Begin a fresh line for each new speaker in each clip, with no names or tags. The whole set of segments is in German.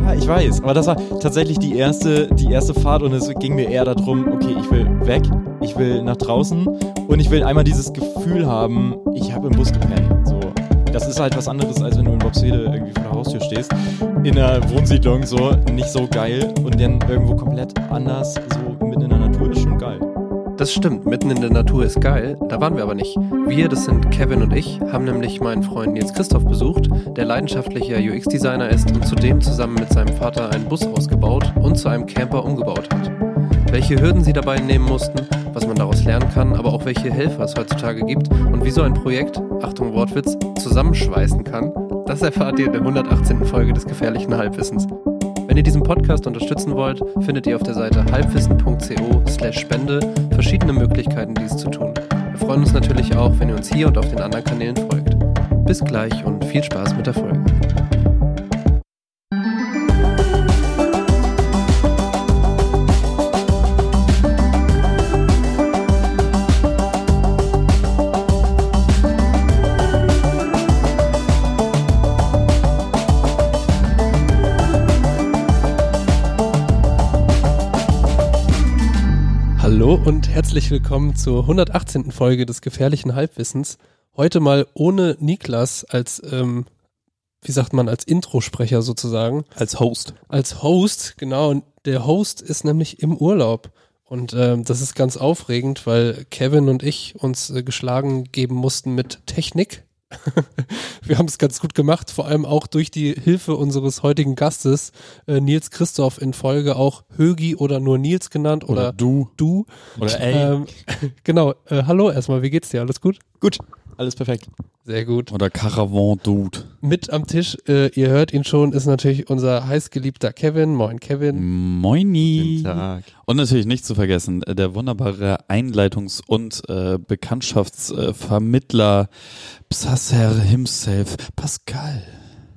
Ja, ich weiß. Aber das war tatsächlich die erste, die erste Fahrt und es ging mir eher darum, okay, ich will weg, ich will nach draußen und ich will einmal dieses Gefühl haben, ich habe im Bus gepennt. So. Das ist halt was anderes, als wenn du in Bobswede irgendwie vor der Haustür stehst. In einer Wohnsiedlung so, nicht so geil und dann irgendwo komplett anders, so mitten in der Natur ist schon geil.
Das stimmt, mitten in der Natur ist geil, da waren wir aber nicht. Wir, das sind Kevin und ich, haben nämlich meinen Freund Nils Christoph besucht, der leidenschaftlicher UX-Designer ist und zudem zusammen mit seinem Vater einen Bus ausgebaut und zu einem Camper umgebaut hat. Welche Hürden sie dabei nehmen mussten, was man daraus lernen kann, aber auch welche Helfer es heutzutage gibt und wie so ein Projekt, Achtung Wortwitz, zusammenschweißen kann, das erfahrt ihr in der 118. Folge des gefährlichen Halbwissens. Wenn ihr diesen Podcast unterstützen wollt, findet ihr auf der Seite halbwissen.co/spende verschiedene Möglichkeiten, dies zu tun. Wir freuen uns natürlich auch, wenn ihr uns hier und auf den anderen Kanälen folgt. Bis gleich und viel Spaß mit der Folge. Hallo und herzlich willkommen zur 118. Folge des gefährlichen Halbwissens. Heute mal ohne Niklas als, ähm, wie sagt man, als Introsprecher sozusagen.
Als Host.
Als Host, genau. Und der Host ist nämlich im Urlaub. Und ähm, das ist ganz aufregend, weil Kevin und ich uns äh, geschlagen geben mussten mit Technik. Wir haben es ganz gut gemacht, vor allem auch durch die Hilfe unseres heutigen Gastes, äh, Nils Christoph, in Folge auch Högi oder nur Nils genannt oder,
Oder du.
du.
Oder ey.
Ähm, genau, äh, hallo erstmal, wie geht's dir? Alles gut?
Gut, alles perfekt.
Sehr gut.
Oder Caravan Dude.
Mit am Tisch, äh, ihr hört ihn schon, ist natürlich unser heißgeliebter Kevin. Moin Kevin.
Moini.
Guten Tag.
Und natürlich nicht zu vergessen, äh, der wunderbare Einleitungs- und äh, Bekanntschaftsvermittler Psasser himself, Pascal.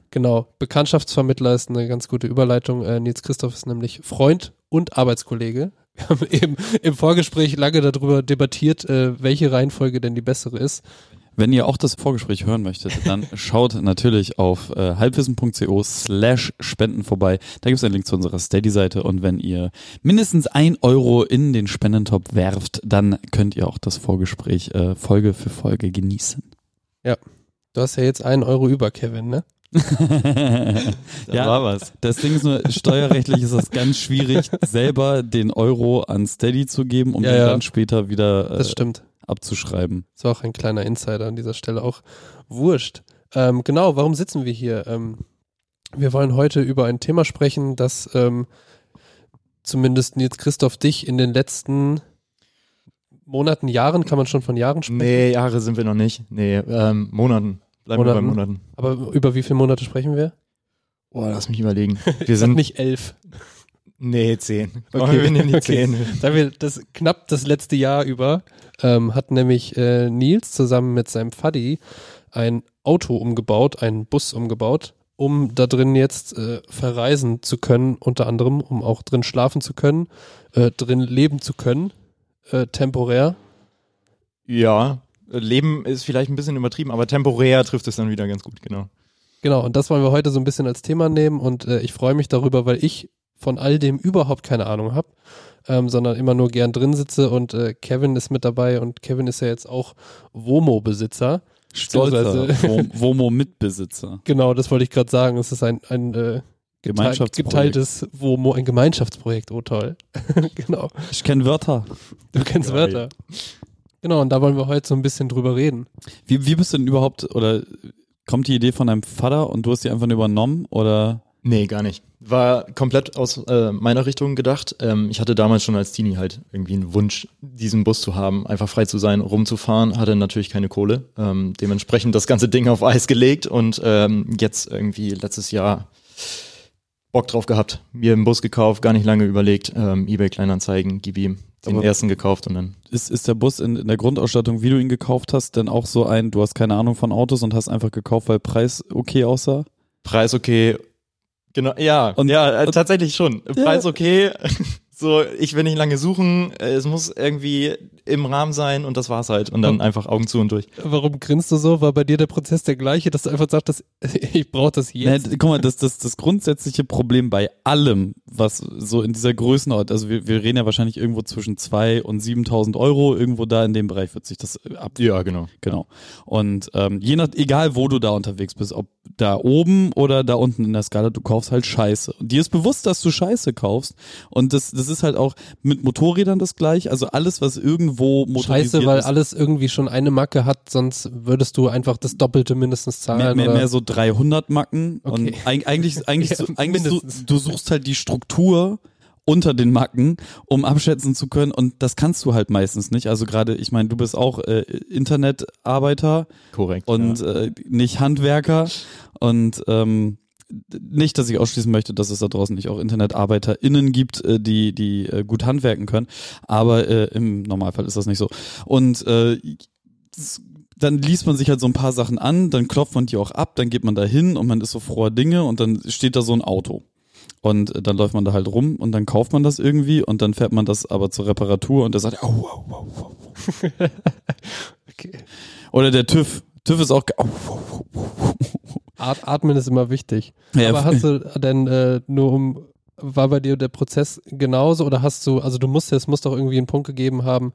Genau, Bekanntschaftsvermittler ist eine ganz gute Überleitung. Äh, Nils Christoph ist nämlich Freund und Arbeitskollege. Wir haben eben im Vorgespräch lange darüber debattiert, äh, welche Reihenfolge denn die bessere ist.
Wenn ihr auch das Vorgespräch hören möchtet, dann schaut natürlich auf äh, halbwissen.co slash spenden vorbei. Da gibt es einen Link zu unserer Steady-Seite und wenn ihr mindestens ein Euro in den Spendentopf werft, dann könnt ihr auch das Vorgespräch äh, Folge für Folge genießen.
Du hast ja jetzt einen Euro über, Kevin, ne?
Da war was.
Das Ding ist nur, steuerrechtlich ist das ganz schwierig, selber den Euro an Steady zu geben, um
Ja,
den
ja.
dann später wieder
Das
äh,
stimmt.
abzuschreiben.
Das war auch ein kleiner Insider an dieser Stelle auch. Wurscht. Ähm, genau, warum sitzen wir hier? Ähm, wir wollen heute über ein Thema sprechen, das ähm, zumindest Nils Christoph dich in den letzten Monaten, Jahren, kann man schon von Jahren sprechen,
Nee, Jahre sind wir noch nicht. Nee, ähm, Monaten. Bleiben wir bei
Monaten?
Monaten.
aber über wie viele Monate sprechen wir?
Boah, lass mich überlegen. Wir sind
Nicht elf.
Nee, zehn.
Okay.
wir nehmen die
Okay.
zehn.
Da wir das knapp das letzte Jahr über ähm, hat nämlich äh, Nils zusammen mit seinem Faddy ein Auto umgebaut, einen Bus umgebaut, um da drin jetzt äh, verreisen zu können, unter anderem, um auch drin schlafen zu können, äh, drin leben zu können, äh, temporär.
Ja, Leben ist vielleicht ein bisschen übertrieben, aber temporär trifft es dann wieder ganz gut, genau.
Genau, und das wollen wir heute so ein bisschen als Thema nehmen und äh, ich freue mich darüber, weil ich von all dem überhaupt keine Ahnung habe, ähm, sondern immer nur gern drin sitze und äh, Kevin ist mit dabei und Kevin ist ja jetzt auch Womo-Besitzer.
Stolzer
Beziehungsweise-
äh, Wo- Womo-Mitbesitzer.
Genau, das wollte ich gerade sagen. Es ist ein, ein äh, gete-
Gemeinschaftsprojekt.
geteiltes WOMO, ein Gemeinschaftsprojekt. Oh toll. genau.
Ich kenne Wörter.
Du kennst
Geil.
Wörter. Genau, und da wollen wir heute so ein bisschen drüber reden.
Wie, wie bist du denn überhaupt, oder kommt die Idee von deinem Vater und du hast die einfach nur übernommen? Oder
Nee, gar nicht. War komplett aus äh, meiner Richtung gedacht. Ähm, ich hatte damals schon als Teenie halt irgendwie einen Wunsch, diesen Bus zu haben, einfach frei zu sein, rumzufahren. Hatte natürlich keine Kohle. Ähm, dementsprechend das ganze Ding auf Eis gelegt und ähm, jetzt irgendwie letztes Jahr Bock drauf gehabt. Mir einen Bus gekauft, gar nicht lange überlegt. Ähm, Ebay Kleinanzeigen, gib ihm den
Aber-
ersten gekauft und dann.
ist, ist der Bus in, in der Grundausstattung, wie du ihn gekauft hast, denn auch so ein, du hast keine Ahnung von Autos und hast einfach gekauft, weil Preis okay aussah?
Preis okay. Genau, ja.
Und-
ja, äh,
und-
tatsächlich schon.
Ja.
Preis okay. So, ich will nicht lange suchen, äh, es muss irgendwie im Rahmen sein und das war's halt. Und dann einfach Augen zu und durch.
Warum grinst du so? War bei dir der Prozess der gleiche, dass du einfach sagtest, ich brauche das
Na,
jetzt?
d- guck mal, das, das, das grundsätzliche Problem bei allem, was so in dieser Größenordnung, also wir, wir reden ja wahrscheinlich irgendwo zwischen 2 und 7000 Euro, irgendwo da in dem Bereich wird sich das äh, ab,
Ja, genau.
Genau. Und ähm, je nach, egal wo du da unterwegs bist, ob da oben oder da unten in der Skala, du kaufst halt Scheiße. Und dir ist bewusst, dass du Scheiße kaufst. Und das, das ist halt auch mit Motorrädern das gleich. Also alles, was irgendwo motorisiert
Scheiße, weil
ist,
alles irgendwie schon eine Macke hat, sonst würdest du einfach das Doppelte mindestens zahlen.
mehr, mehr,
oder?
mehr so 300 Macken. Und
Okay.
eig eigentlich, eigentlich,
Ja,
so, eigentlich so,
mindestens.
du suchst halt die Struktur unter den Macken, um abschätzen zu können. Und das kannst du halt meistens nicht. Also gerade, ich meine, du bist auch äh, Internetarbeiter.
Korrekt.
und äh, nicht Handwerker und ähm, d- nicht, dass ich ausschließen möchte, dass es da draußen nicht auch InternetarbeiterInnen gibt, äh, die, die äh, gut handwerken können, aber äh, im Normalfall ist das nicht so. Und äh, s- dann liest man sich halt so ein paar Sachen an, dann klopft man die auch ab, dann geht man da hin und man ist so froher Dinge und dann steht da so ein Auto. Und äh, dann läuft man da halt rum und dann kauft man das irgendwie und dann fährt man das aber zur Reparatur und der sagt, au, au, au, au, au.
Okay.
Oder der TÜV. TÜV ist auch, ge- au, au, au, au, au.
At Atmen ist immer wichtig.
Ja,
Aber hast du denn äh, nur um, war bei dir der Prozess genauso oder hast du, also du musst ja- es muss doch irgendwie einen Punkt gegeben haben,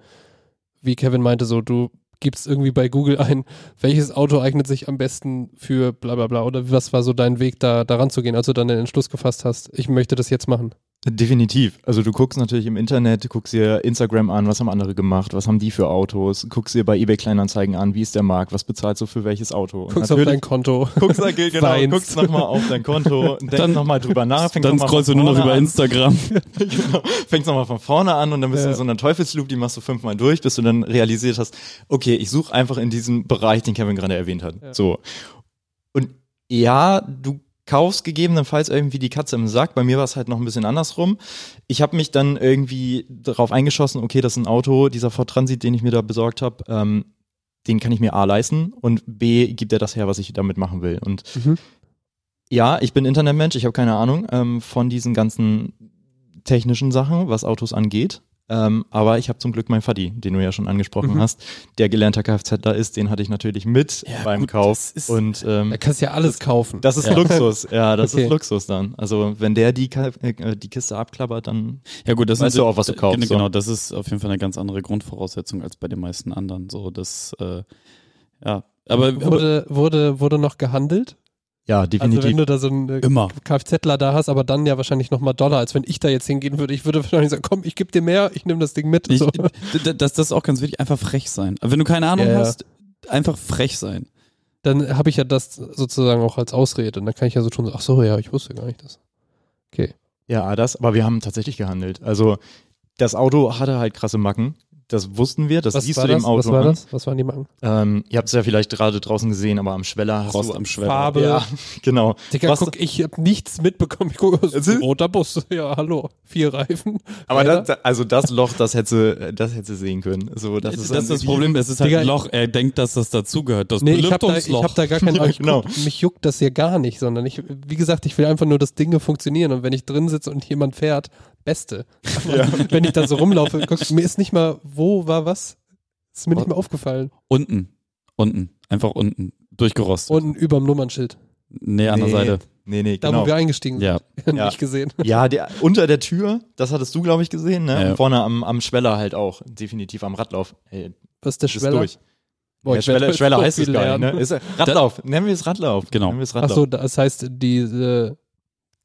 wie Kevin meinte, so du gibst irgendwie bei Google ein, welches Auto eignet sich am besten für bla bla bla oder was war so dein Weg da daran zu gehen, als du dann den Entschluss gefasst hast, ich möchte das jetzt machen.
Definitiv. Also du guckst natürlich im Internet, du guckst dir Instagram an, was haben andere gemacht, was haben die für Autos, guckst dir bei eBay Kleinanzeigen an, wie ist der Markt, was bezahlst du für welches Auto. Und
Guckst auf dein
natürlich-
Konto.
guckst, da- genau,
Weinst.
guckst nochmal auf dein Konto, denkst
Dann-
nochmal drüber nach,
dann
noch Ah, mal
scrollst du
von
nur noch
vorne
über
an.
Instagram.
genau. Fängst nochmal von vorne an und dann bist du
Ja.
in so einer Teufelsloop, die machst du fünfmal durch, bis du dann realisiert hast, okay, ich suche einfach in diesem Bereich, den Kevin gerade erwähnt hat.
Ja.
So. Und ja, du kaufst gegebenenfalls irgendwie die Katze im Sack. Bei mir war es halt noch ein bisschen andersrum. Ich habe mich dann irgendwie darauf eingeschossen, okay, das ist ein Auto, dieser Ford Transit, den ich mir da besorgt habe, ähm, den kann ich mir A leisten und B gibt er das her, was ich damit machen will. Und
Mhm.
ja, ich bin Internetmensch, ich habe keine Ahnung ähm, von diesen ganzen technischen Sachen, was Autos angeht. Ähm, aber ich habe zum Glück meinen Fadi, den du ja schon angesprochen
Mhm.
hast, der gelernter Kfzler ist, den hatte ich natürlich mit beim Kauf.
das ist-
und ähm,
Da kannst du ja alles kaufen.
das ist
Ja.
Luxus, ja, das
Okay.
ist Luxus dann. Also wenn der die, Ka- äh, die Kiste abklappert, dann
Ja gut, das
Weißt
ist
du auch, was du kaufst,
Genau,
so.
das ist auf jeden Fall eine ganz andere Grundvoraussetzung als bei den meisten anderen. So, das äh, ja, aber, aber
wurde, wurde, wurde noch gehandelt?
ja,
Also wenn du da so ein äh,
immer.
Kfzler da hast, aber dann ja wahrscheinlich nochmal Dollar, als wenn ich da jetzt hingehen würde. Ich würde wahrscheinlich sagen, komm, ich gebe dir mehr, ich nehme das Ding mit.
Ich,
so.
d- das, das ist auch ganz wichtig, einfach frech sein. Wenn du keine Ahnung
Ja, ja.
hast, einfach frech sein.
Dann habe ich ja das sozusagen auch als Ausrede. Und dann kann ich ja so tun, so, ach so, ja, ich wusste gar nicht das.
Ja, das, aber wir haben tatsächlich gehandelt. Also das Auto hatte halt krasse Macken. Das wussten wir, das siehst
war
du dem
das?
Auto ne?
Was war
an.
das? Was waren die Marken?
Ähm, ihr habt es ja vielleicht gerade draußen gesehen, aber am Schweller hast
Rost
du
am Schweller.
Farbe.
Ja, genau.
Digga,
Was-
guck, ich habe nichts mitbekommen. Ich gucke, es ist ein
Also-
roter Bus. Ja, hallo. Vier Reifen.
Aber
Alter.
das, also das Loch, das hätte, das hätte sehen können. So, das, ist ein-
Problem, es ist halt
Digga,
ein Loch. Er denkt, dass das dazugehört. Das
Nee, ich habe da, ich hab da gar keinen
Ja,
ich
genau.
guck, Mich juckt das hier gar nicht, sondern ich, wie gesagt, ich will einfach nur, dass Dinge funktionieren. Und wenn ich drin sitze und jemand fährt, beste. Aber Wenn ich da so rumlaufe, guck, mir ist nicht mal, wo war was? Ist mir nicht mal aufgefallen.
unten, unten, einfach unten, durchgerostet.
Unten überm Nummernschild.
nee, an der
Nee.
Seite.
Nee, nee,
Da,
genau.
wo wir eingestiegen sind.
Ja,
Ja.
nicht gesehen.
Ja, der, unter der Tür, das hattest du, glaube ich, gesehen, ne?
Ja, ja.
Und Vorne am, am Schweller halt auch. Definitiv am Radlauf. Ey,
Was ist der
das ist
Schweller?
durch.
Boah,
ja,
ich werd
Schweller,
heute
Schweller
so
heißt
viel
es gar nicht,
lernen.
ne? Ist, Radlauf, nennen wir es Radlauf.
Genau.
Nennen wir es
Ach
Radlauf.
so, das heißt, diese,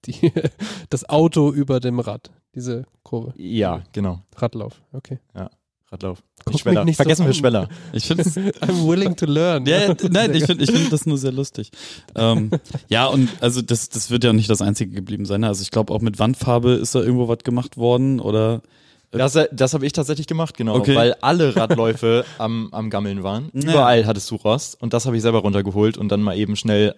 die, das Auto über dem Rad. Diese Kurve.
Ja, genau.
Radlauf. Okay.
Radlauf.
Guck
Nicht Schweller.
mich nicht so
Vergessen wir
an.
Schweller.
ich finde
I'm willing to learn.
Ja, ja, nein, ich finde ich find das nur sehr lustig. Ähm, ja, und also das, das wird ja nicht das Einzige geblieben sein. ne? Also ich glaube, auch mit Wandfarbe ist da irgendwo was gemacht worden oder
Das, äh, das habe ich tatsächlich gemacht, genau.
Okay.
Weil alle Radläufe am, am Gammeln waren.
Ja.
Überall hattest du Rost. Und das habe ich selber runtergeholt und dann mal eben schnell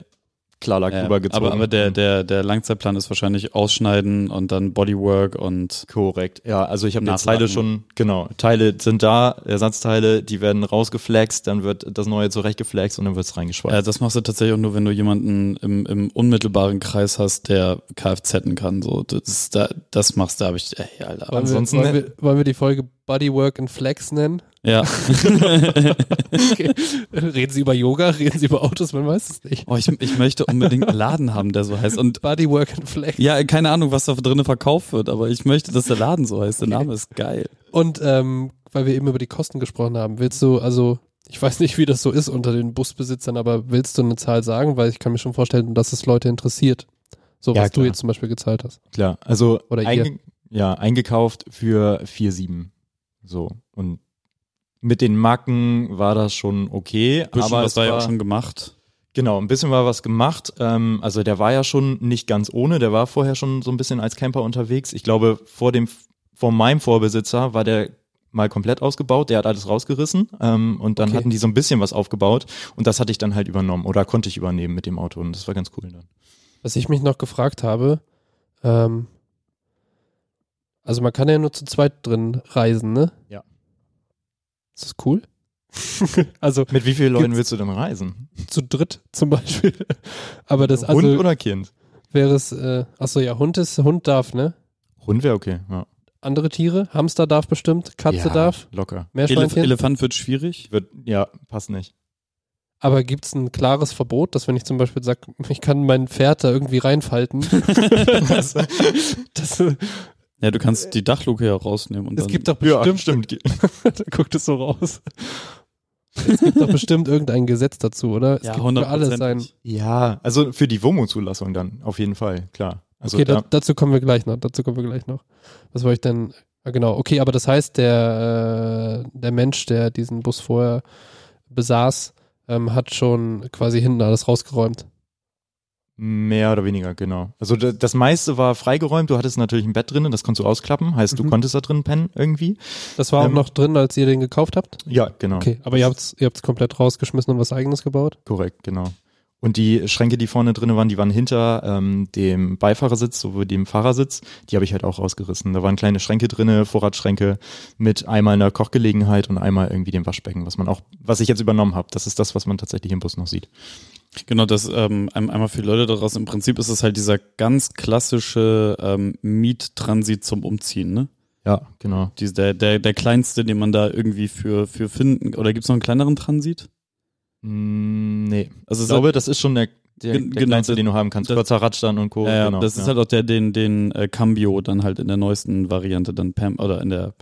Klarlack
Ja,
rübergezogen.
aber aber der, der, der Langzeitplan ist wahrscheinlich ausschneiden und dann Bodywork und
Korrekt, ja, also ich habe die
Nachlacken.
Teile schon, genau, Teile sind da, Ersatzteile, die werden rausgeflext, dann wird das neue zurechtgeflext und dann wird's reingeschweißt.
äh, das machst du tatsächlich auch nur, wenn du jemanden im, im unmittelbaren Kreis hast, der Kfz'en kann. So, das, ist da, das machst du, da habe ich, ey, Alter.
Wollen,
ansonsten-
wir, wollen, wir, wollen wir die Folge Bodywork and Flex nennen?
Ja.
Okay. reden Sie über Yoga, reden Sie über Autos, man weiß es nicht.
oh, ich, ich möchte unbedingt einen Laden haben, der so heißt. Und
Bodywork and Flex.
ja, keine Ahnung, was da drinnen verkauft wird, aber ich möchte, dass der Laden so heißt. Der Name ist geil.
Und ähm, weil wir eben über die Kosten gesprochen haben, willst du, also ich weiß nicht, wie das so ist unter den Busbesitzern, aber willst du eine Zahl sagen? Weil ich kann mir schon vorstellen, dass es Leute interessiert. So,
Ja,
was du
klar.
jetzt zum Beispiel gezahlt hast.
Klar, also
Oder ihr.
einge ja, eingekauft für 4,7. So, und mit den Macken war das schon okay,
Bisschen
aber
was
es
war ja auch
war,
schon gemacht.
genau, ein bisschen war was gemacht. Ähm, also der war ja schon nicht ganz ohne, der war vorher schon so ein bisschen als Camper unterwegs. Ich glaube, vor dem, vor meinem Vorbesitzer war der mal komplett ausgebaut, der hat alles rausgerissen ähm, und dann
Okay.
hatten die so ein bisschen was aufgebaut und das hatte ich dann halt übernommen oder konnte ich übernehmen mit dem Auto und das war ganz cool dann.
Was ich mich noch gefragt habe, ähm, also man kann ja nur zu zweit drin reisen, ne?
Ja.
Ist das cool? also
Mit wie vielen Leuten
Gibt's-
willst du denn reisen?
zu dritt zum Beispiel. Aber das
Hund
also
oder Kind?
wäre es, äh, achso ja, Hund ist, Hund darf, ne?
Hund wäre okay, ja.
Andere Tiere, Hamster darf bestimmt, Katze
ja,
darf,
Locker.
Elef
Meerschweinchen.
Elefant wird schwierig.
Wird, ja, passt nicht.
Aber gibt es ein klares Verbot, dass wenn ich zum Beispiel sage, ich kann mein Pferd da irgendwie reinfalten,
Was?
das, äh,
Ja, du kannst die Dachluke ja rausnehmen. Und
es
dann,
gibt doch
ja,
bestimmt,
stimmt.
da guckt es so raus. Es gibt doch bestimmt irgendein Gesetz dazu, oder? Es
ja,
gibt für alles
100%.
ein.
Ja, also für die WOMO-Zulassung dann, auf jeden Fall, klar. Also
Okay, da,
da,
dazu kommen wir gleich noch. Dazu kommen wir gleich noch. Was wollte ich denn? Ah, genau, okay, aber das heißt, der, äh, der Mensch, der diesen Bus vorher besaß, ähm, hat schon quasi hinten alles rausgeräumt.
mehr oder weniger, genau. Also da, das meiste war freigeräumt, du hattest natürlich ein Bett drinnen, das konntest du ausklappen, heißt du
Mhm.
konntest da drin pennen irgendwie.
Das war auch
Ähm,
noch drin, als ihr den gekauft habt?
Ja, genau.
Okay, aber ihr habt es ihr habt's komplett rausgeschmissen und was eigenes gebaut?
Korrekt, genau. Und die Schränke, die vorne drin waren, die waren hinter ähm, dem Beifahrersitz sowie dem Fahrersitz. Die habe ich halt auch rausgerissen. Da waren kleine Schränke drinne, Vorratsschränke mit einmal einer Kochgelegenheit und einmal irgendwie dem Waschbecken, was man auch, was ich jetzt übernommen habe. Das ist das, was man tatsächlich im Bus noch sieht.
Genau, das ähm, ein- einmal für die Leute daraus. Im Prinzip ist es halt dieser ganz klassische ähm, Miettransit zum Umziehen, ne?
Ja, genau.
Dies, der, der, der kleinste, den man da irgendwie für, für finden. Oder gibt's noch einen kleineren Transit?
Mm, nee.
Also
Ich glaube, das ist schon der, der,
Gen-
der
genau,
kleinste,
das-
den du haben kannst.
das-
Kurzer Radstand und Co.
ja, ja,
genau,
das
ja.
ist halt auch der, den, den äh, Cambio dann halt in der neuesten Variante dann Pam oder in der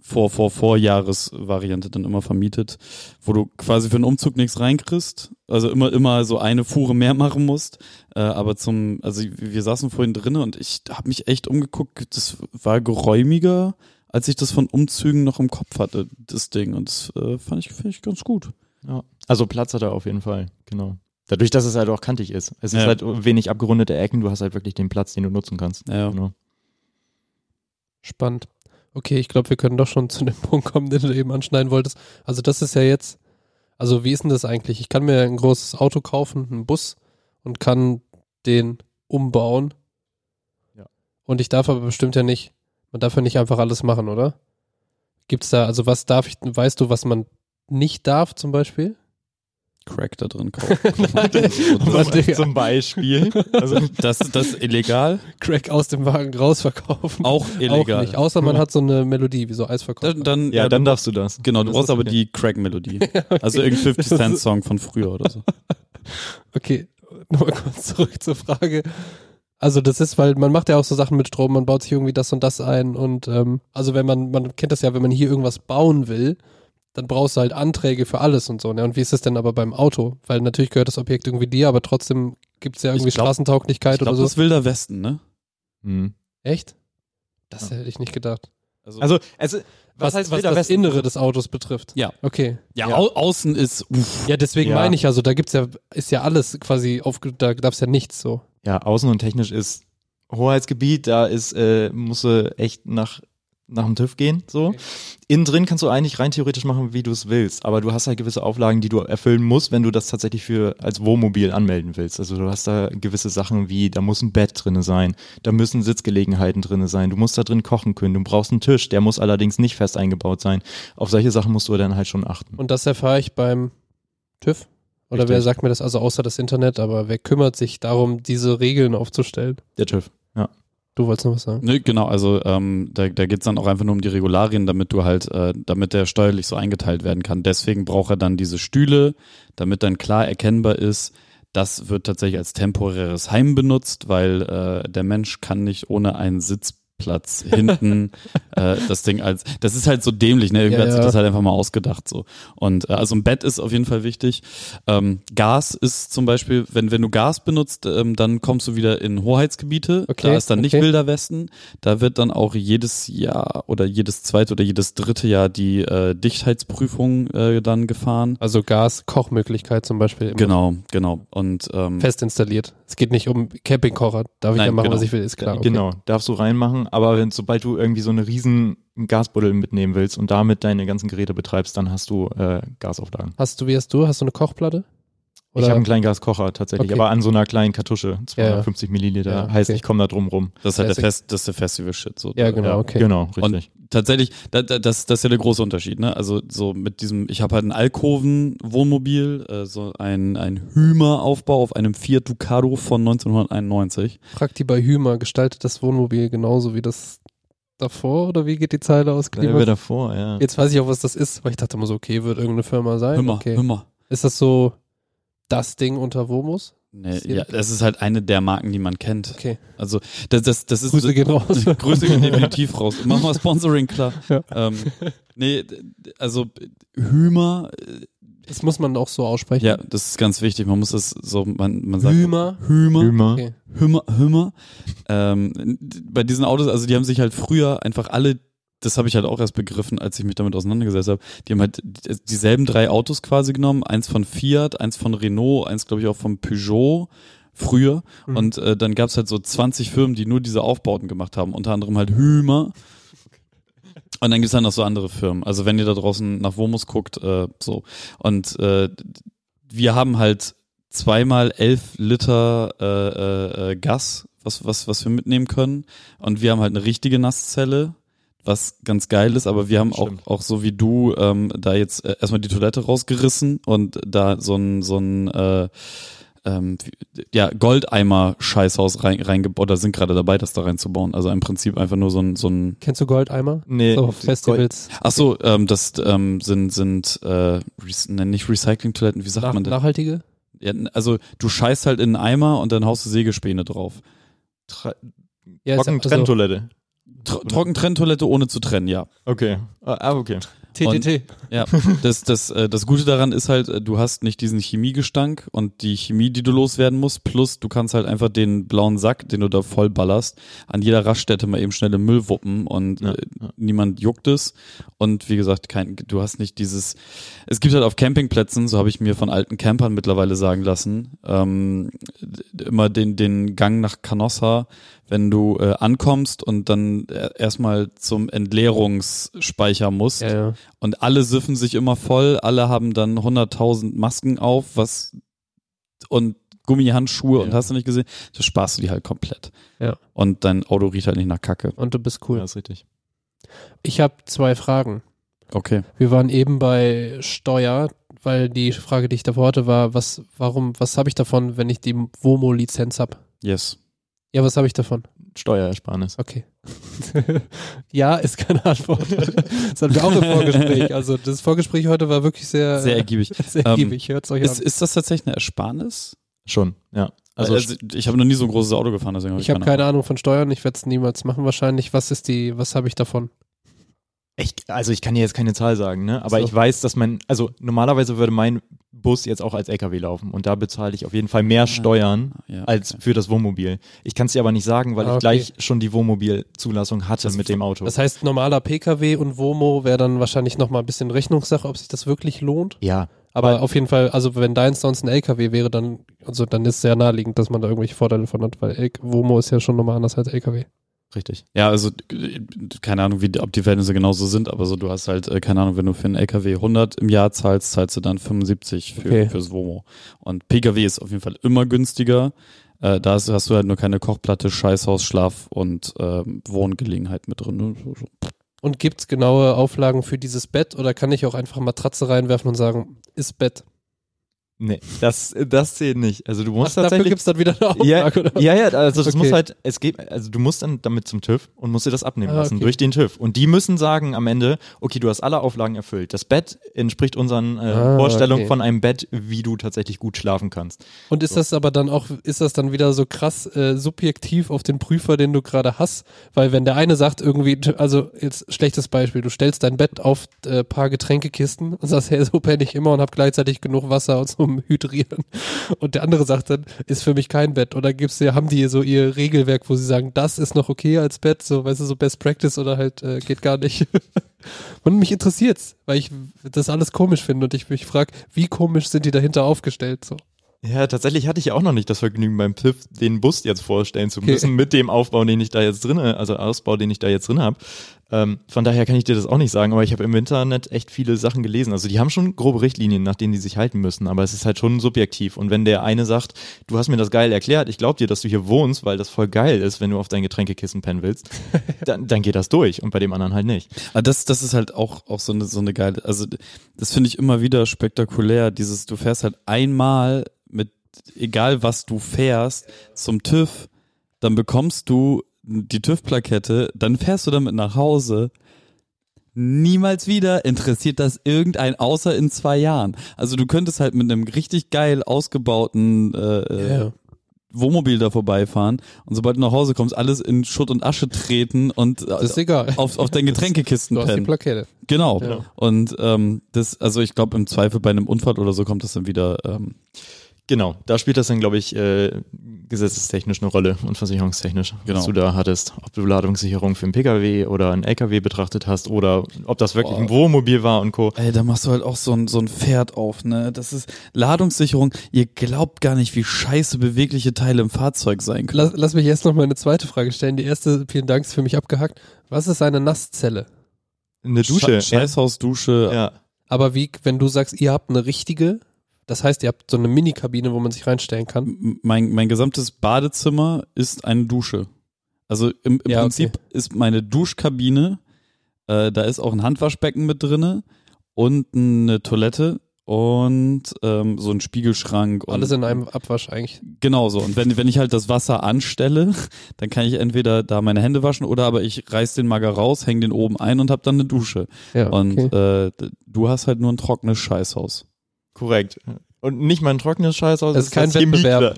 vor vor Vorjahresvariante dann immer vermietet, wo du quasi für den Umzug nichts reinkriegst, also immer immer so eine Fuhre mehr machen musst, äh, aber zum also wir saßen vorhin drinne und ich habe mich echt umgeguckt, das war geräumiger, als ich das von Umzügen noch im Kopf hatte, das Ding und das äh, fand ich finde ich ganz gut.
Ja. Also Platz hat er auf jeden Fall, genau. Dadurch, dass es halt auch kantig ist. Es
Ja.
ist halt wenig abgerundete Ecken, du hast halt wirklich den Platz, den du nutzen kannst.
Ja.
Genau.
Spannend. Okay, ich glaube, wir können doch schon zu dem Punkt kommen, den du eben anschneiden wolltest. Also das ist ja jetzt, also wie ist denn das eigentlich? Ich kann mir ein großes Auto kaufen, einen Bus und kann den umbauen.
Ja.
Und ich darf aber bestimmt ja nicht, man darf ja nicht einfach alles machen, oder? Gibt's da, also was darf ich, weißt du, was man nicht darf zum Beispiel?
Crack da drin kaufen.
Mann, Digga.
Zum Beispiel. Also,
das das ist illegal,
Crack aus dem Wagen raus verkaufen.
auch illegal. Mhm.
Auch nicht, außer man hat so eine Melodie, wie so Eisverkäufer.
Dann, dann,
ja, dann darfst du das.
Genau, du
Das
brauchst
ist
aber
okay.
die Crack-Melodie. Also irgendein 50 Cent Song von früher oder so.
Okay, nochmal kurz zurück zur Frage. Also das ist, weil man macht ja auch so Sachen mit Strom, man baut sich irgendwie das und das ein und ähm, also wenn man, man kennt das ja, wenn man hier irgendwas bauen will, dann brauchst du halt Anträge für alles und so. Ne? Und wie ist es denn aber beim Auto? Weil natürlich gehört das Objekt irgendwie dir, aber trotzdem gibt es ja irgendwie
Ich glaub- Ich
Straßentauglichkeit
glaube,
oder so.
das ist Wilder Westen, ne?
Mhm.
Echt? Das
Ja.
hätte ich nicht gedacht.
Also, es, ist- was, heißt
was
Wilder
das
Westen?
Innere des Autos betrifft.
Ja.
Okay.
ja, au außen ist, uff.
Ja, deswegen
Ja.
meine ich also, da gibt's ja, ist ja alles quasi auf, da darf's ja nichts so.
Ja, außen und technisch ist Hoheitsgebiet, da ist, äh, musst du echt nach nach dem TÜV gehen. So. Innen drin kannst du eigentlich rein theoretisch machen, wie du es willst, aber du hast halt gewisse Auflagen, die du erfüllen musst, wenn du das tatsächlich für als Wohnmobil anmelden willst. Also du hast da gewisse Sachen wie, da muss ein Bett drinne sein, da müssen Sitzgelegenheiten drinne sein, du musst da drin kochen können, du brauchst einen Tisch, der muss allerdings nicht fest eingebaut sein. Auf solche Sachen musst du dann halt schon achten.
Und das erfahre ich beim TÜV? Oder wer
Richtig.
sagt mir das? Also außer das Internet, aber wer kümmert sich darum, diese Regeln aufzustellen?
Der TÜV.
Du wolltest noch was sagen?
Nö, genau, also ähm, da, da geht's dann auch einfach nur um die Regularien, damit du halt, äh, damit der steuerlich so eingeteilt werden kann. Deswegen braucht er dann diese Stühle, damit dann klar erkennbar ist, das wird tatsächlich als temporäres Heim benutzt, weil äh, der Mensch kann nicht ohne einen Sitzplatz hinten äh, das Ding als das ist halt so dämlich ne
Ja,
irgendwer hat sich
ja.
das halt einfach mal ausgedacht so und äh, also ein Bett ist auf jeden Fall wichtig ähm, Gas ist zum Beispiel wenn wenn du Gas benutzt ähm, dann kommst du wieder in Hoheitsgebiete
Okay,
da ist dann nicht
okay.
Wilder Westen da wird dann auch jedes Jahr oder jedes zweite oder jedes dritte Jahr die äh, Dichtheitsprüfung äh, dann gefahren
Also Gas, Kochmöglichkeit zum Beispiel. immer
genau genau und ähm,
Fest installiert. Es geht nicht um Campingkocher. Darf ich
Nein,
ja machen,
genau.
was ich will, ist klar. okay.
Genau, darfst du reinmachen, aber wenn, sobald du irgendwie so eine riesen Gasbuddel mitnehmen willst und damit deine ganzen Geräte betreibst, dann hast du äh, Gasauflagen.
Hast du, wie hast du? Hast du eine Kochplatte?
ich habe einen kleinen Gaskocher tatsächlich,
Okay.
aber an so einer kleinen Kartusche,
ja.
250 Milliliter,
Ja,
heißt,
okay.
ich komme da drum rum.
das ist halt der
Classic.
Fest das ist der Festival Shit so
ja, genau,
Ja,
okay.
Genau, richtig.
Und tatsächlich, da, da, das, das ist ja der große Unterschied, ne? Also so mit diesem, ich habe halt ein Alkoven-Wohnmobil, äh, so ein, ein Hümer-Aufbau auf einem Fiat Ducato von 1991.
Prakti bei Hümer gestaltet das Wohnmobil genauso wie das davor oder wie geht die Zeile aus
Da wären wir
Klima?
davor, ja.
Jetzt weiß ich auch, was das ist, weil ich dachte immer so, okay, wird irgendeine Firma sein.
Hümer,
Äh, okay.
Hümer.
Ist das so das Ding unter Womus?
Nee,
Ist hier-
ja, das ist halt eine der Marken, die man kennt.
Okay.
Also das, das, das ist
Grüße gehen raus.
Grüße gehen definitiv raus. Machen wir Sponsoring klar.
Ja.
Ähm, nee, d- d- also Hümer, äh,
Das muss man auch so aussprechen.
ja, das ist ganz wichtig. Man muss das so, man, man sagt
Hümer.
Hümer.
Hümer.
Okay.
Hümmer, Hümmer. Ähm, d- bei diesen Autos, also die haben sich halt früher einfach alle, das habe ich halt auch erst begriffen, als ich mich damit auseinandergesetzt habe, die haben halt d- dieselben drei Autos quasi genommen, eins von Fiat, eins von Renault, eins glaube ich auch von Peugeot früher
Mhm.
und äh, dann gab es halt so 20 Firmen, die nur diese Aufbauten gemacht haben, unter anderem halt Hümer. Und dann gibt es dann noch so andere Firmen. Also wenn ihr da draußen nach Womus guckt, äh, so. Und äh, d- wir haben halt zweimal elf Liter äh, äh, äh, Gas, was, was, was wir mitnehmen können. Und wir haben halt eine richtige Nasszelle, was ganz geil ist, aber wir haben auch,
Stimmt.
auch so wie du ähm, da jetzt äh, erstmal die Toilette rausgerissen und da so ein, so ein äh, ähm, wie- ja, Goldeimer-Scheißhaus rein, reingebaut, oder sind gerade dabei, das da reinzubauen. Also im Prinzip einfach nur so ein, so ein
Kennst du Goldeimer?
Nee,
So, auf
die-
Festivals.
Ach so, ähm, das ähm, sind sind äh, rec- ne, nicht Recycling-Toiletten. Wie sagt
Nach,
man das?
nachhaltige?
Ja, n- also du scheißt halt in einen Eimer und dann haust du Sägespäne drauf.
Tra
Ja, ist- also
Trocken Trenntoilette.
Genau.
Tro Trockentrenntoilette ohne zu trennen, ja.
Okay. Ah, ah, okay.
TTT.
Ja, das, das, äh, das Gute daran ist halt, äh, du hast nicht diesen Chemiegestank und die Chemie, die du loswerden musst, plus du kannst halt einfach den blauen Sack, den du da vollballerst, an jeder Raststätte mal eben schnell im Müll wuppen und
Ja,
äh,
ja.
niemand juckt es. Und wie gesagt, kein, du hast nicht dieses, es gibt halt auf Campingplätzen, so habe ich mir von alten Campern mittlerweile sagen lassen, ähm, d- immer den, den Gang nach Canossa, wenn du äh, ankommst und dann äh, erstmal zum Entleerungsspeicher musst.
Ja, ja.
Und alle süffen sich immer voll, alle haben dann 100.000 Masken auf, was und Gummihandschuhe und
Ja.
hast du nicht gesehen, das sparst du dir halt komplett.
Ja.
Und dein Auto riecht halt nicht nach Kacke.
Und du bist
Cool.
cool.
Ja, ist richtig.
Ich habe zwei Fragen.
Okay.
Wir waren eben bei Steuer, weil die Frage, die ich davor hatte, war, was, warum, was habe ich davon, wenn ich die WOMO-Lizenz habe?
Yes.
Ja, was habe ich davon?
Steuerersparnis.
Okay. ja, ist keine Antwort. Das hatten wir auch im Vorgespräch. Also das Vorgespräch heute war wirklich sehr, äh,
Sehr ergiebig.
sehr
Ähm,
ergiebig. Hört's euch
Ist,
an.
ist das tatsächlich eine Ersparnis?
Schon, ja.
Also,
Also,
ich habe noch nie so ein großes Auto gefahren, deswegen habe ich,
Ich habe keine Ahnung von Steuern, ich werde es niemals machen wahrscheinlich. Was ist die, was habe ich davon?
ich, also ich kann dir jetzt keine Zahl sagen, ne? aber
So.
ich weiß, dass mein, also normalerweise würde mein Bus jetzt auch als LKW laufen und da bezahle ich auf jeden Fall
Ah,
mehr Steuern
Ja, okay.
als für das Wohnmobil. Ich kann es dir aber nicht sagen, weil
Ah, okay.
ich gleich schon die Wohnmobilzulassung hatte mit dem Auto.
Das heißt, normaler Pkw und WOMO wäre dann wahrscheinlich nochmal ein bisschen Rechnungssache, ob sich das wirklich lohnt.
ja,
Aber auf jeden Fall, also wenn deins sonst ein LKW wäre, dann, also dann ist sehr naheliegend, dass man da irgendwelche Vorteile von hat, weil LK WOMO ist ja schon nochmal anders als LKW.
Richtig.
Ja, also äh, keine Ahnung, wie, ob die Verhältnisse genauso sind, aber so du hast halt, äh, keine Ahnung, wenn du für einen LKW 100 im Jahr zahlst, zahlst du dann 75 für,
Okay.
fürs WOMO. Und PKW ist auf jeden Fall immer günstiger. Äh, da hast, hast du halt nur keine Kochplatte, Scheißhaus, Schlaf und ähm, Wohngelegenheit mit drin. ne? So, so.
Und gibt es genaue Auflagen für dieses Bett oder kann ich auch einfach Matratze reinwerfen und sagen, ist Bett?
Nee, das, das zählt nicht. Also du
Ach,
musst
dafür
tatsächlich.
gibt es dann wieder eine
ja,
Auflage, oder?
ja, ja, also das
Okay.
muss halt, es geht, also du musst dann damit zum TÜV und musst dir das abnehmen
Ah,
lassen
okay.
durch den TÜV. Und die müssen sagen am Ende, okay, du hast alle Auflagen erfüllt. Das Bett entspricht unseren äh,
Ah,
Vorstellungen
okay.
von einem Bett, wie du tatsächlich gut schlafen kannst.
Und ist das aber dann auch, ist das dann wieder so krass äh, subjektiv auf den Prüfer, den du gerade hast? Weil wenn der eine sagt irgendwie, also jetzt schlechtes Beispiel, du stellst dein Bett auf äh, paar Getränkekisten und sagst, hey, so penne ich immer und habe gleichzeitig genug Wasser und zum Hydrieren. Und der andere sagt dann, ist für mich kein Bett. Oder gibt's ja, haben die so ihr Regelwerk, wo sie sagen, das ist noch okay als Bett, so weißt du, so Best Practice oder halt äh, geht gar nicht. und mich interessiert's, weil ich das alles komisch finde und ich mich frage, wie komisch sind die dahinter aufgestellt so?
Ja, tatsächlich hatte ich ja auch noch nicht das Vergnügen, beim TÜV den Bus jetzt vorstellen zu
Okay.
müssen, mit dem Aufbau, den ich da jetzt drin, also Ausbau, den ich da jetzt drin habe. Ähm, von daher kann ich dir das auch nicht sagen, aber ich habe im Internet echt viele Sachen gelesen. Also die haben schon grobe Richtlinien, nach denen die sich halten müssen, aber es ist halt schon subjektiv. Und wenn der eine sagt, du hast mir das geil erklärt, ich glaube dir, dass du hier wohnst, weil das voll geil ist, wenn du auf dein Getränkekissen pennen willst, dann, dann geht das durch und bei dem anderen halt nicht.
Aber das, das ist halt auch, auch so, eine, so eine geile, also das finde ich immer wieder spektakulär, dieses, du fährst halt einmal mit, egal was du fährst, zum TÜV, dann bekommst du die TÜV-Plakette, dann fährst du damit nach Hause. Niemals wieder interessiert das irgendein, außer in zwei Jahren. Also du könntest halt mit einem richtig geil ausgebauten äh, äh, Wohnmobil da vorbeifahren und sobald du nach Hause kommst, alles in Schutt und Asche treten und äh,
Das ist egal.
auf, auf deinen Getränkekisten
Du hast die
pennen.
Plakette.
Genau.
Ja.
Und ähm, das, also ich glaube, im Zweifel bei einem Unfall oder so kommt das dann wieder. Ähm,
Genau, da spielt das dann, glaube ich, äh, gesetzestechnisch eine Rolle und versicherungstechnisch,
Genau.
was du da hattest. Ob du Ladungssicherung für einen Pkw oder einen Lkw betrachtet hast oder ob das wirklich
Boah.
ein Wohnmobil war und Co.
ey, da machst du halt auch so ein, so ein Pferd auf, ne? Das ist Ladungssicherung. Ihr glaubt gar nicht, wie scheiße bewegliche Teile im Fahrzeug sein können.
Lass, lass mich jetzt noch mal eine zweite Frage stellen. Die erste, vielen Dank, ist für mich abgehakt. Was ist eine Nasszelle?
Eine Dusche.
Sche- Scheißhausdusche.
ja. ja.
Aber wie, wenn du sagst, ihr habt eine richtige, das heißt, ihr habt so eine Mini-Kabine, wo man sich reinstellen kann.
M- Mein, mein gesamtes Badezimmer ist eine Dusche. Also im, im
Ja, okay.
Prinzip ist meine Duschkabine, äh, da ist auch ein Handwaschbecken mit drinne und eine Toilette und ähm, so ein Spiegelschrank. Und
Alles in einem Abwasch eigentlich.
Genau so. Und wenn, wenn ich halt das Wasser anstelle, dann kann ich entweder da meine Hände waschen oder aber ich reiß den Mager raus, hänge den oben ein und hab dann eine Dusche.
Ja,
Und
okay.
äh, d- du hast halt nur ein trockenes Scheißhaus.
Korrekt. Und nicht mal ein trockenes Scheißhaus.
Es ist kein
das Chemie-
Wettbewerb.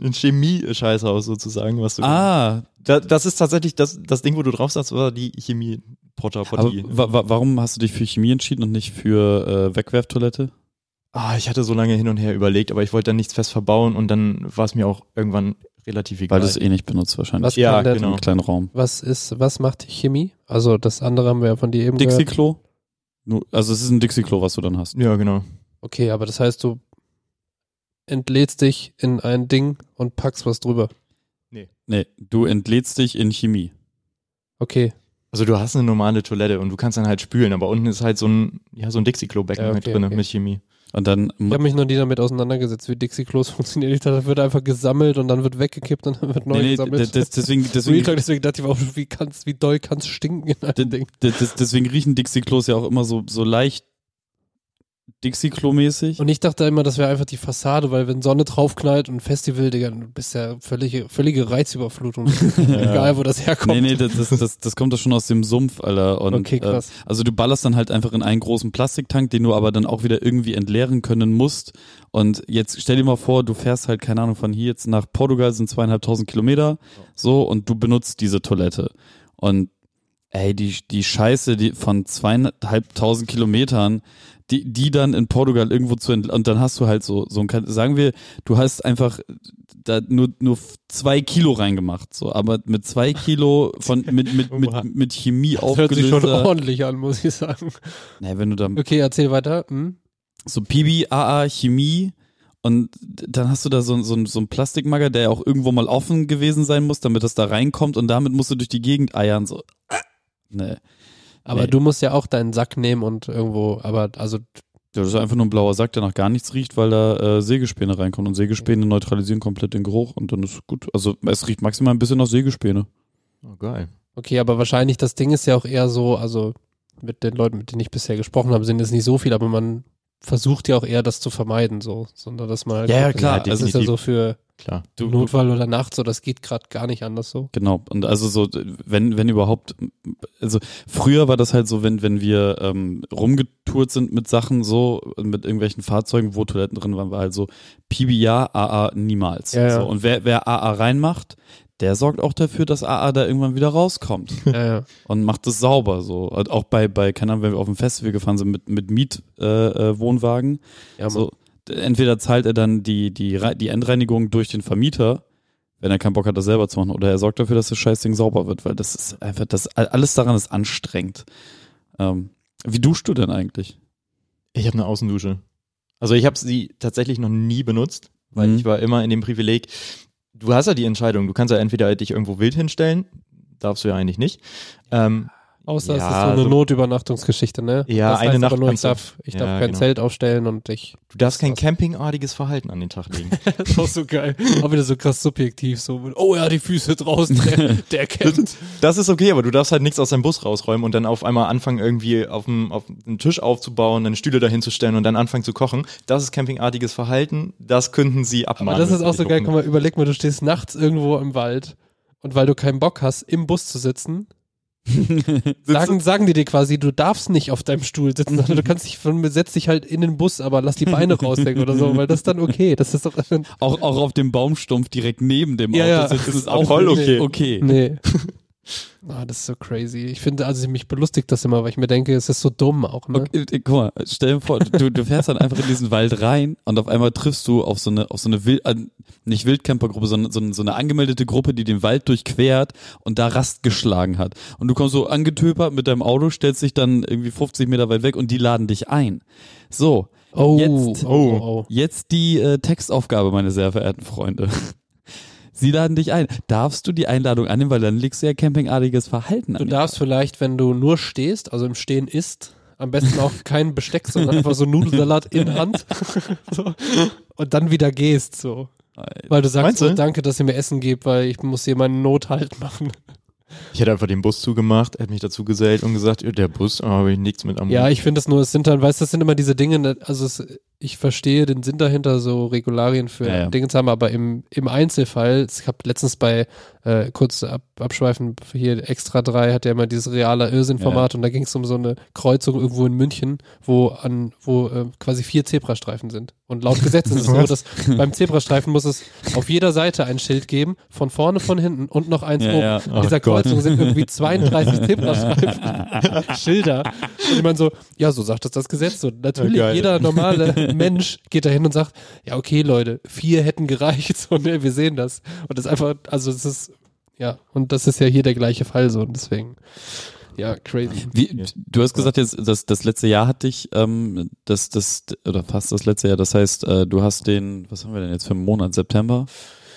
Ein Chemie-Scheißhaus sozusagen, was du.
Ah,
Da, das ist tatsächlich das, das Ding, wo du drauf saßt, war die Chemie. Potter,
aber
Potti.
wa wa warum hast du dich für Chemie entschieden und nicht für äh, Wegwerftoilette?
Ah, ich hatte so lange hin und her überlegt, aber ich wollte dann nichts fest verbauen und dann war es mir auch irgendwann relativ egal.
Weil du es eh nicht benutzt wahrscheinlich.
Was
ja,
kann denn,
genau.
Im kleinen Raum.
was ist, was macht die Chemie? Also das andere haben wir ja von dir eben gehört.
Dixie-Klo? Nu- Also es ist ein Dixie-Klo, was du dann hast.
ja, genau.
Okay, aber das heißt, du entlädst dich in ein Ding und packst was drüber.
Nee, du entlädst dich in Chemie.
Okay,
Also du hast eine normale Toilette und du kannst dann halt spülen, aber unten ist halt so ein, ja, so ein Dixie-Klo-Becken
Ja,
mit
okay,
drin
okay.
mit Chemie.
Und dann
ich habe mich noch nie damit auseinandergesetzt, wie Dixie-Klos funktioniert. Ich dachte, das wird einfach gesammelt und dann wird weggekippt und dann wird neu
nee, nee,
gesammelt.
d- des- deswegen,
Real
deswegen
Talk, deswegen dachte ich mir auch, wie, kann's, wie doll kann's stinken in
D-
einem Ding.
d- des- deswegen riechen Dixie-Klos ja auch immer so, so leicht Dixie-Klo-mäßig.
Und ich dachte immer, das wäre einfach die Fassade, weil wenn Sonne draufknallt und Festival, Digga, du bist ja völlige, völlige Reizüberflutung. Egal, wo das herkommt.
Nee, nee, das, das, das, das kommt doch schon aus dem Sumpf, Alter. Und,
Okay, krass.
Äh, also du ballerst dann halt einfach in einen großen Plastiktank, den du aber dann auch wieder irgendwie entleeren können musst. Und jetzt stell dir mal vor, du fährst halt, keine Ahnung, von hier jetzt nach Portugal sind zweieinhalbtausend Kilometer so und du benutzt diese Toilette. Und ey, die, die Scheiße die von zweieinhalbtausend Kilometern, die, die dann in Portugal irgendwo zu ent und dann hast du halt so, so ein, Kan- sagen wir, du hast einfach da nur, nur f- zwei Kilo reingemacht, so, aber mit zwei Kilo von, mit, mit,
Oha.
mit, mit Chemie
das hört sich schon
aufgelöster.
ordentlich an, muss ich sagen.
Nee, wenn du dann
Okay, erzähl weiter. Hm?
so PBAA Chemie Und dann hast du da so, so, so einen Plastikmager, der ja auch irgendwo mal offen gewesen sein muss, damit das da reinkommt und damit musst du durch die Gegend eiern. So, nee.
Aber
Nee.
du musst ja auch deinen Sack nehmen und irgendwo, aber also
Ja, das ist einfach nur ein blauer Sack, der nach gar nichts riecht, weil da äh, Sägespäne reinkommen. Und Sägespäne neutralisieren komplett den Geruch und dann ist gut. Also es riecht maximal ein bisschen nach Sägespäne.
Oh, geil.
Okay, aber wahrscheinlich, das Ding ist ja auch eher so, also mit den Leuten, mit denen ich bisher gesprochen habe, sind es nicht so viel, aber man versucht ja auch eher, das zu vermeiden, so, sondern dass man halt
Ja, ja,
guckt,
klar,
das ist ja
definitiv.
so für
Klar.
Notfall oder Nacht, so, das geht gerade gar nicht anders so.
Genau. Und also so, wenn, wenn überhaupt, also früher war das halt so, wenn, wenn wir ähm, rumgetourt sind mit Sachen so, mit irgendwelchen Fahrzeugen, wo Toiletten drin waren, war halt so PB ja, AA niemals.
Ja, ja.
So, und wer, wer AA reinmacht, der sorgt auch dafür, dass AA da irgendwann wieder rauskommt.
ja, ja.
und macht es sauber so. Und auch bei, bei, keine Ahnung, wenn wir auf dem Festival gefahren sind mit, mit Mietwohnwagen, äh, Wohnwagen,
ja
so, d- entweder zahlt er dann die, die, Rei- die Endreinigung durch den Vermieter, wenn er keinen Bock hat, das selber zu machen, oder er sorgt dafür, dass das Scheißding sauber wird, weil das ist einfach, das, all- alles daran ist anstrengend. Ähm, wie duschst du denn eigentlich?
Ich habe eine Außendusche. Also ich habe sie tatsächlich noch nie benutzt, weil
Mhm.
ich war immer in dem Privileg, du hast ja die Entscheidung, du kannst ja entweder dich irgendwo wild hinstellen, darfst du ja eigentlich nicht. Ähm,
Außer es
Ja,
ist so eine
so-
Notübernachtungesgeschichte, ne?
Ja,
das
eine
heißt
Nacht
aber nur, ich
kannst du-
darf, ich darf
Ja,
kein
genau.
Zelt aufstellen und ich.
du darfst kein
Das-
campingartiges Verhalten an den Tag legen.
Das ist auch so geil. Auch wieder so krass subjektiv, so, mit, oh ja, die Füße draußen, der, der kennt.
das ist okay, aber du darfst halt nichts aus deinem Bus rausräumen und dann auf einmal anfangen, irgendwie auf dem- auf einen Tisch aufzubauen, dann Stühle dahinzustellen und dann anfangen zu kochen. Das ist campingartiges Verhalten, das könnten sie abmahnen.
Aber das ist auch so geil,
Gruppen.
guck mal, überleg mal, du stehst nachts irgendwo im Wald und weil du keinen Bock hast, im Bus zu sitzen, sagen, sagen die dir quasi, du darfst nicht auf deinem Stuhl sitzen, sondern du kannst dich von, setz dich halt in den Bus, aber lass die Beine raushängen oder so, weil das ist dann okay. Das ist doch,
Auch, auch auf dem Baumstumpf direkt neben dem
Ja,
Auto
ja.
sitzen, ist
auch
auch
voll okay.
nicht okay. Hm.
nee. Ah, das ist so crazy. Ich finde, also mich belustigt das immer, weil ich mir denke, es ist so dumm auch, ne?
Okay, äh, guck mal, stell dir vor, du, du fährst dann einfach in diesen Wald rein und auf einmal triffst du auf so eine, auf so eine Wild, äh, nicht Wildcampergruppe, sondern so eine, so eine angemeldete Gruppe, die den Wald durchquert und da Rast geschlagen hat. Und du kommst so angetöpert mit deinem Auto, stellst dich dann irgendwie 50 Meter weit weg und die laden dich ein. So,
Oh,
Jetzt-
oh, oh.
jetzt die äh, Textaufgabe, meine sehr verehrten Freunde. Sie laden dich ein. Darfst du die Einladung annehmen, weil dann legst du ja campingartiges Verhalten an.
Du
den
darfst vielleicht, wenn du nur stehst, also im Stehen isst, am besten auch kein Besteck, sondern einfach so Nudelsalat in Hand so. und dann wieder gehst, so.
Tag.
Weil du sagst,
Meinst du?
oh, danke, dass ihr mir Essen gebt, weil ich muss hier meinen Nothalt machen.
Ich hätte einfach den Bus zugemacht, hätte mich dazu gesellt und gesagt, "Ja, der Bus, da habe ich nichts mit am
Ja, ich finde es nur, es sind dann, weißt du, das sind immer diese Dinge, ne, also es, ich verstehe den Sinn dahinter, so Regularien für
Ja, ja.
Dinge zu haben, aber im, im Einzelfall, ich habe letztens bei, äh, kurz ab, abschweifen, hier Extra 3 hat ja immer dieses reale Irrsinn-Format und da ging es um so eine Kreuzung irgendwo in München, wo an, wo äh, quasi vier Zebrastreifen sind. Und laut Gesetz ist es so,
Was?
dass beim Zebrastreifen muss es auf jeder Seite ein Schild geben, von vorne, von hinten und noch eins
Ja,
oben.
ja. Oh
In dieser
Ach Gott.
Kreuzung sind irgendwie 32 Zebrastreifen. Schilder. Und man so, ja, so sagt das das Gesetz. So, natürlich,
Ja, geil.
jeder normale Mensch geht da hin und sagt, ja, okay, Leute, vier hätten gereicht. So, ne, wir sehen das. Und das ist einfach, also es ist, ja, und das ist ja hier der gleiche Fall so. Und deswegen, ja, crazy.
Wie, du hast gesagt, jetzt das, das letzte Jahr hat dich, ähm, das, das, oder fast das letzte Jahr, das heißt, äh, du hast den, was haben wir denn jetzt für einen Monat? September?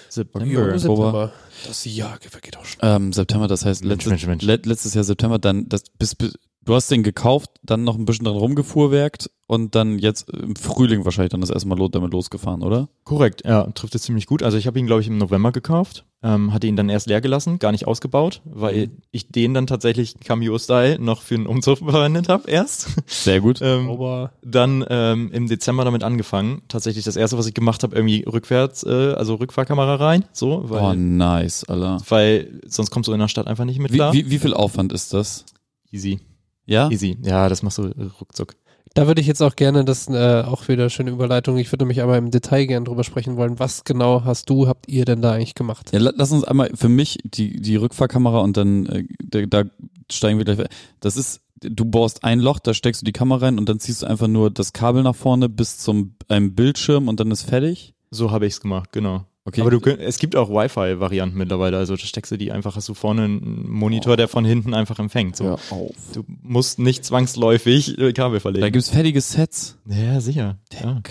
September.
Oktober.
Das Jahr vergeht auch schon.
Ähm, September, das heißt
Mensch,
letztes,
Mensch, Mensch.
Let, letztes Jahr September, dann das bis, bis, du hast den gekauft, dann noch ein bisschen dran rumgefuhrwerkt und dann jetzt im Frühling wahrscheinlich dann das erste Mal lo- damit losgefahren, oder?
Korrekt, ja, trifft es ziemlich gut. Also ich habe ihn, glaube ich, im November gekauft, ähm, hatte ihn dann erst leer gelassen, gar nicht ausgebaut, weil
Mhm.
ich den dann tatsächlich Cameo-Style noch für einen Umzug verwendet habe erst.
Sehr gut.
Ähm,
Sauber.
dann ähm, im Dezember damit angefangen. Tatsächlich das erste, was ich gemacht habe, irgendwie rückwärts, äh, also Rückfahrkamera rein, so,
oh,
weil,
nice, Alter.
weil sonst kommst du in der Stadt einfach nicht mit
Wie,
klar.
wie, wie viel Aufwand ist das?
Easy,
Ja?
easy. Ja, das machst du ruckzuck.
Da würde ich jetzt auch gerne, das äh, auch wieder schöne Überleitung, ich würde nämlich aber im Detail gerne drüber sprechen wollen, was genau hast du, habt ihr denn da eigentlich gemacht?
Ja, la- lass uns einmal für mich die, die Rückfahrkamera und dann äh, da, da steigen wir gleich. Das ist, du bohrst ein Loch, da steckst du die Kamera rein und dann ziehst du einfach nur das Kabel nach vorne bis zum einem Bildschirm und dann ist fertig.
So habe ich es gemacht, genau.
Okay.
Aber du, könnt- es gibt auch Wi-Fi-Varianten mittlerweile. Also da steckst du die einfach, hast du vorne einen
Oh.
Monitor, der von hinten einfach empfängt. So.
Hör auf.
Du musst nicht zwangsläufig äh, Kabel
Oh, Da
verlegen.
gibt's fertige Sets.
Ja, sicher. Ja.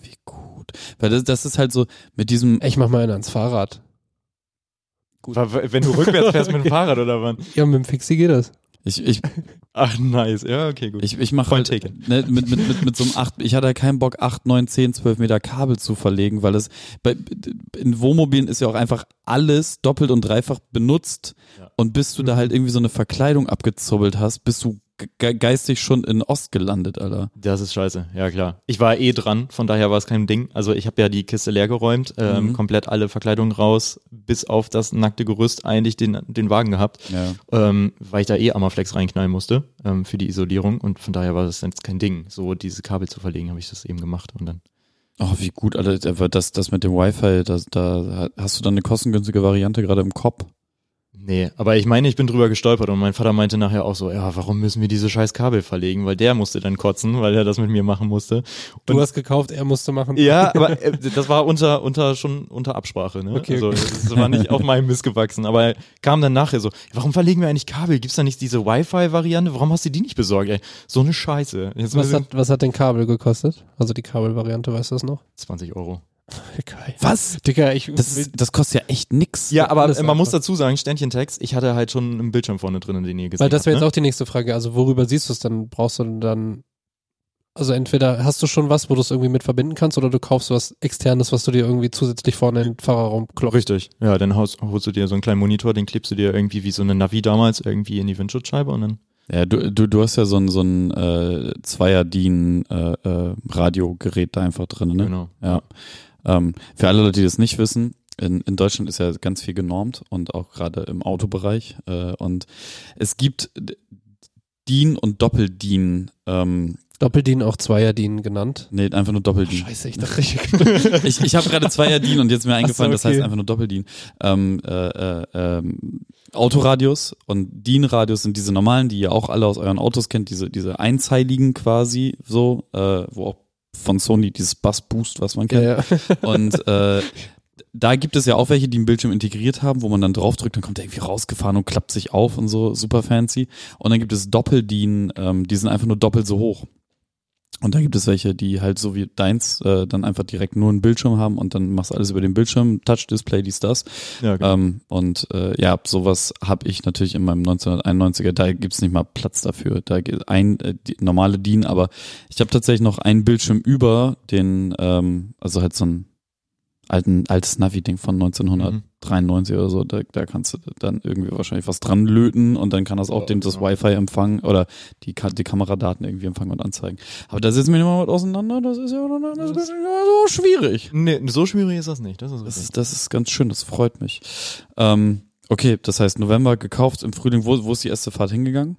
Wie gut. Weil das, das ist halt so mit diesem.
Ich mach mal einen ans Fahrrad.
Weil- Wenn du rückwärts fährst mit dem Fahrrad oder wann?
Ja, mit dem Fixie geht das.
Ich, ich,
Ach, nice. Ja, okay, gut.
ich, ich mache
Point
halt, ne, mit, mit, mit, mit so einem 8. Ich hatte halt keinen Bock, 8, 9, 10, 12 Meter Kabel zu verlegen, weil es bei, in Wohnmobilen ist ja auch einfach alles doppelt und dreifach benutzt.
Ja.
Und bis du da halt irgendwie so eine Verkleidung abgezubbelt hast, bist du ge ge- geistig schon in Ost gelandet, Alter.
Das ist scheiße, ja klar. Ich war eh dran, von daher war es kein Ding. Also ich habe ja die Kiste leer geräumt, ähm,
Mhm.
komplett alle Verkleidungen raus, bis auf das nackte Gerüst eigentlich den, den Wagen gehabt,
Ja.
ähm, weil ich da eh Amaflex reinknallen musste ähm, für die Isolierung und von daher war das jetzt kein Ding. So diese Kabel zu verlegen, habe ich das eben gemacht und dann.
Oh, wie gut, Alter. Aber Das, das mit dem Wi-Fi, das, da hast du dann eine kostengünstige Variante gerade im Kopf.
Nee, aber ich meine, ich bin drüber gestolpert und mein Vater meinte nachher auch so, ja, warum müssen wir diese scheiß Kabel verlegen? Weil der musste dann kotzen, weil er das mit mir machen musste.
Du
Und-
hast gekauft, er musste machen.
Ja, aber äh, das war unter, unter schon unter Absprache, ne?
Okay,
also
okay.
das war nicht auf meinem Mist gewachsen, aber kam dann nachher so, warum verlegen wir eigentlich Kabel? Gibt's da nicht diese Wi-Fi-Variante? Warum hast du die nicht besorgt? Ey, so eine Scheiße. Jetzt
Was
müssen wir-
hat, was hat denn Kabel gekostet? Also die Kabelvariante, weißt du das noch?
20 Euro.
Geil.
Was?
Digga, ich.
Das, ist, das kostet ja echt nix.
Ja, aber
alles
äh, man muss
einfach.
dazu sagen, Sternchen-Text, ich hatte halt schon einen Bildschirm vorne drin, den ihr gesehen
weil das wäre
habt,
jetzt
ne?
auch die nächste Frage. Also worüber siehst du es dann? Brauchst du dann. Also entweder hast du schon was, wo du es irgendwie mit verbinden kannst, oder du kaufst was externes, was du dir irgendwie zusätzlich vorne in den Fahrerraum klopfst.
Richtig. Ja, dann haust, holst du dir so einen kleinen Monitor, den klebst du dir irgendwie wie so eine Navi damals irgendwie in die Windschutzscheibe und dann.
Ja, du, du, du hast ja so ein, so ein äh, Zweier-DIN-Radiogerät äh, da einfach drin, ne?
Genau.
Ja. Ähm, für alle Leute, die das nicht wissen, in, in Deutschland ist ja ganz viel genormt und auch gerade im Autobereich. Äh, und es gibt d- DIN und Doppel-DIN. Ähm,
Doppeldien, auch Zweierdien genannt.
nee, einfach nur Doppel-DIN.
Scheiße, ich dachte, ich
Ich, ich habe gerade Zweier-DIN und jetzt ist mir eingefallen,
Ach so,
das heißt
okay.
einfach nur Doppel-DIN. Ähm, äh, äh, ähm, Autoradius und DIN-Radius sind diese normalen, die ihr auch alle aus euren Autos kennt, diese, diese einzeiligen quasi so, äh, wo auch von Sony dieses Bass-Boost, was man
Ja,
kennt.
ja.
Und äh, da gibt es ja auch welche, die einen Bildschirm integriert haben, wo man dann draufdrückt, dann kommt der irgendwie rausgefahren und klappt sich auf und so, super fancy. Und dann gibt es Doppeldien, ähm, die sind einfach nur doppelt so hoch. Und da gibt es welche, die halt so wie deins äh, dann einfach direkt nur einen Bildschirm haben und dann machst du alles über den Bildschirm, Touch-Display, dies, das.
Ja, genau.
Ähm, und äh, ja, sowas habe ich natürlich in meinem 1991er, da gibt's nicht mal Platz dafür. Da geht ein äh, die, normale DIN, aber ich habe tatsächlich noch einen Bildschirm über den, ähm, also halt so ein alten, altes Navi-Ding von
Ähm,
Mhm.
1993 oder so. Da, da kannst du dann irgendwie wahrscheinlich was dran löten und dann kann das auch
Ja,
dem, das
genau.
Wi-Fi empfangen oder die, Ka die Kameradaten irgendwie empfangen und anzeigen. Aber da sitzen wir immer mal auseinander, das ist ja, das ist ja so schwierig.
Nee, so schwierig ist das nicht. Das ist
Das
richtig.
ist, das ist ganz schön, das freut mich. Ähm, okay, das heißt, November gekauft, im Frühling, wo, wo ist die erste Fahrt hingegangen?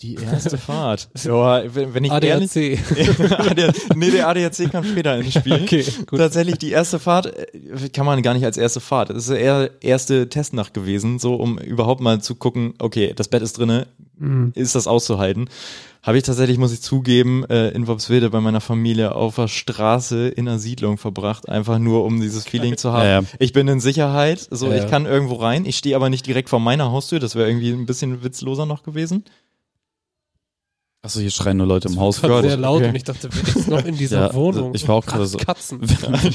Die erste Fahrt. Ja, wenn wenn ich ehrlich
ADAC.
ADAC, nee, der ADAC kam später ins Spiel.
Okay, gut.
Tatsächlich, die erste Fahrt äh, kann man gar nicht als erste Fahrt. Das ist eher erste Testnacht gewesen, so um überhaupt mal zu gucken, okay, das Bett ist drinne,
Mhm.
ist das auszuhalten? Habe ich tatsächlich, muss ich zugeben, äh, in Worpswede bei meiner Familie auf der Straße in einer Siedlung verbracht, einfach nur um dieses Feeling zu
Ah.
haben.
Ja, ja.
Ich bin in Sicherheit, so
Ja, ja.
ich kann irgendwo rein. Ich stehe aber nicht direkt vor meiner Haustür, das wäre irgendwie ein bisschen witzloser noch gewesen.
Achso, hier schreien nur Leute im Haus.
War sehr laut
okay.
und ich dachte, wer ist noch in dieser
Ja, also
Wohnung?
ich war auch gerade so-
Katzen.
Habe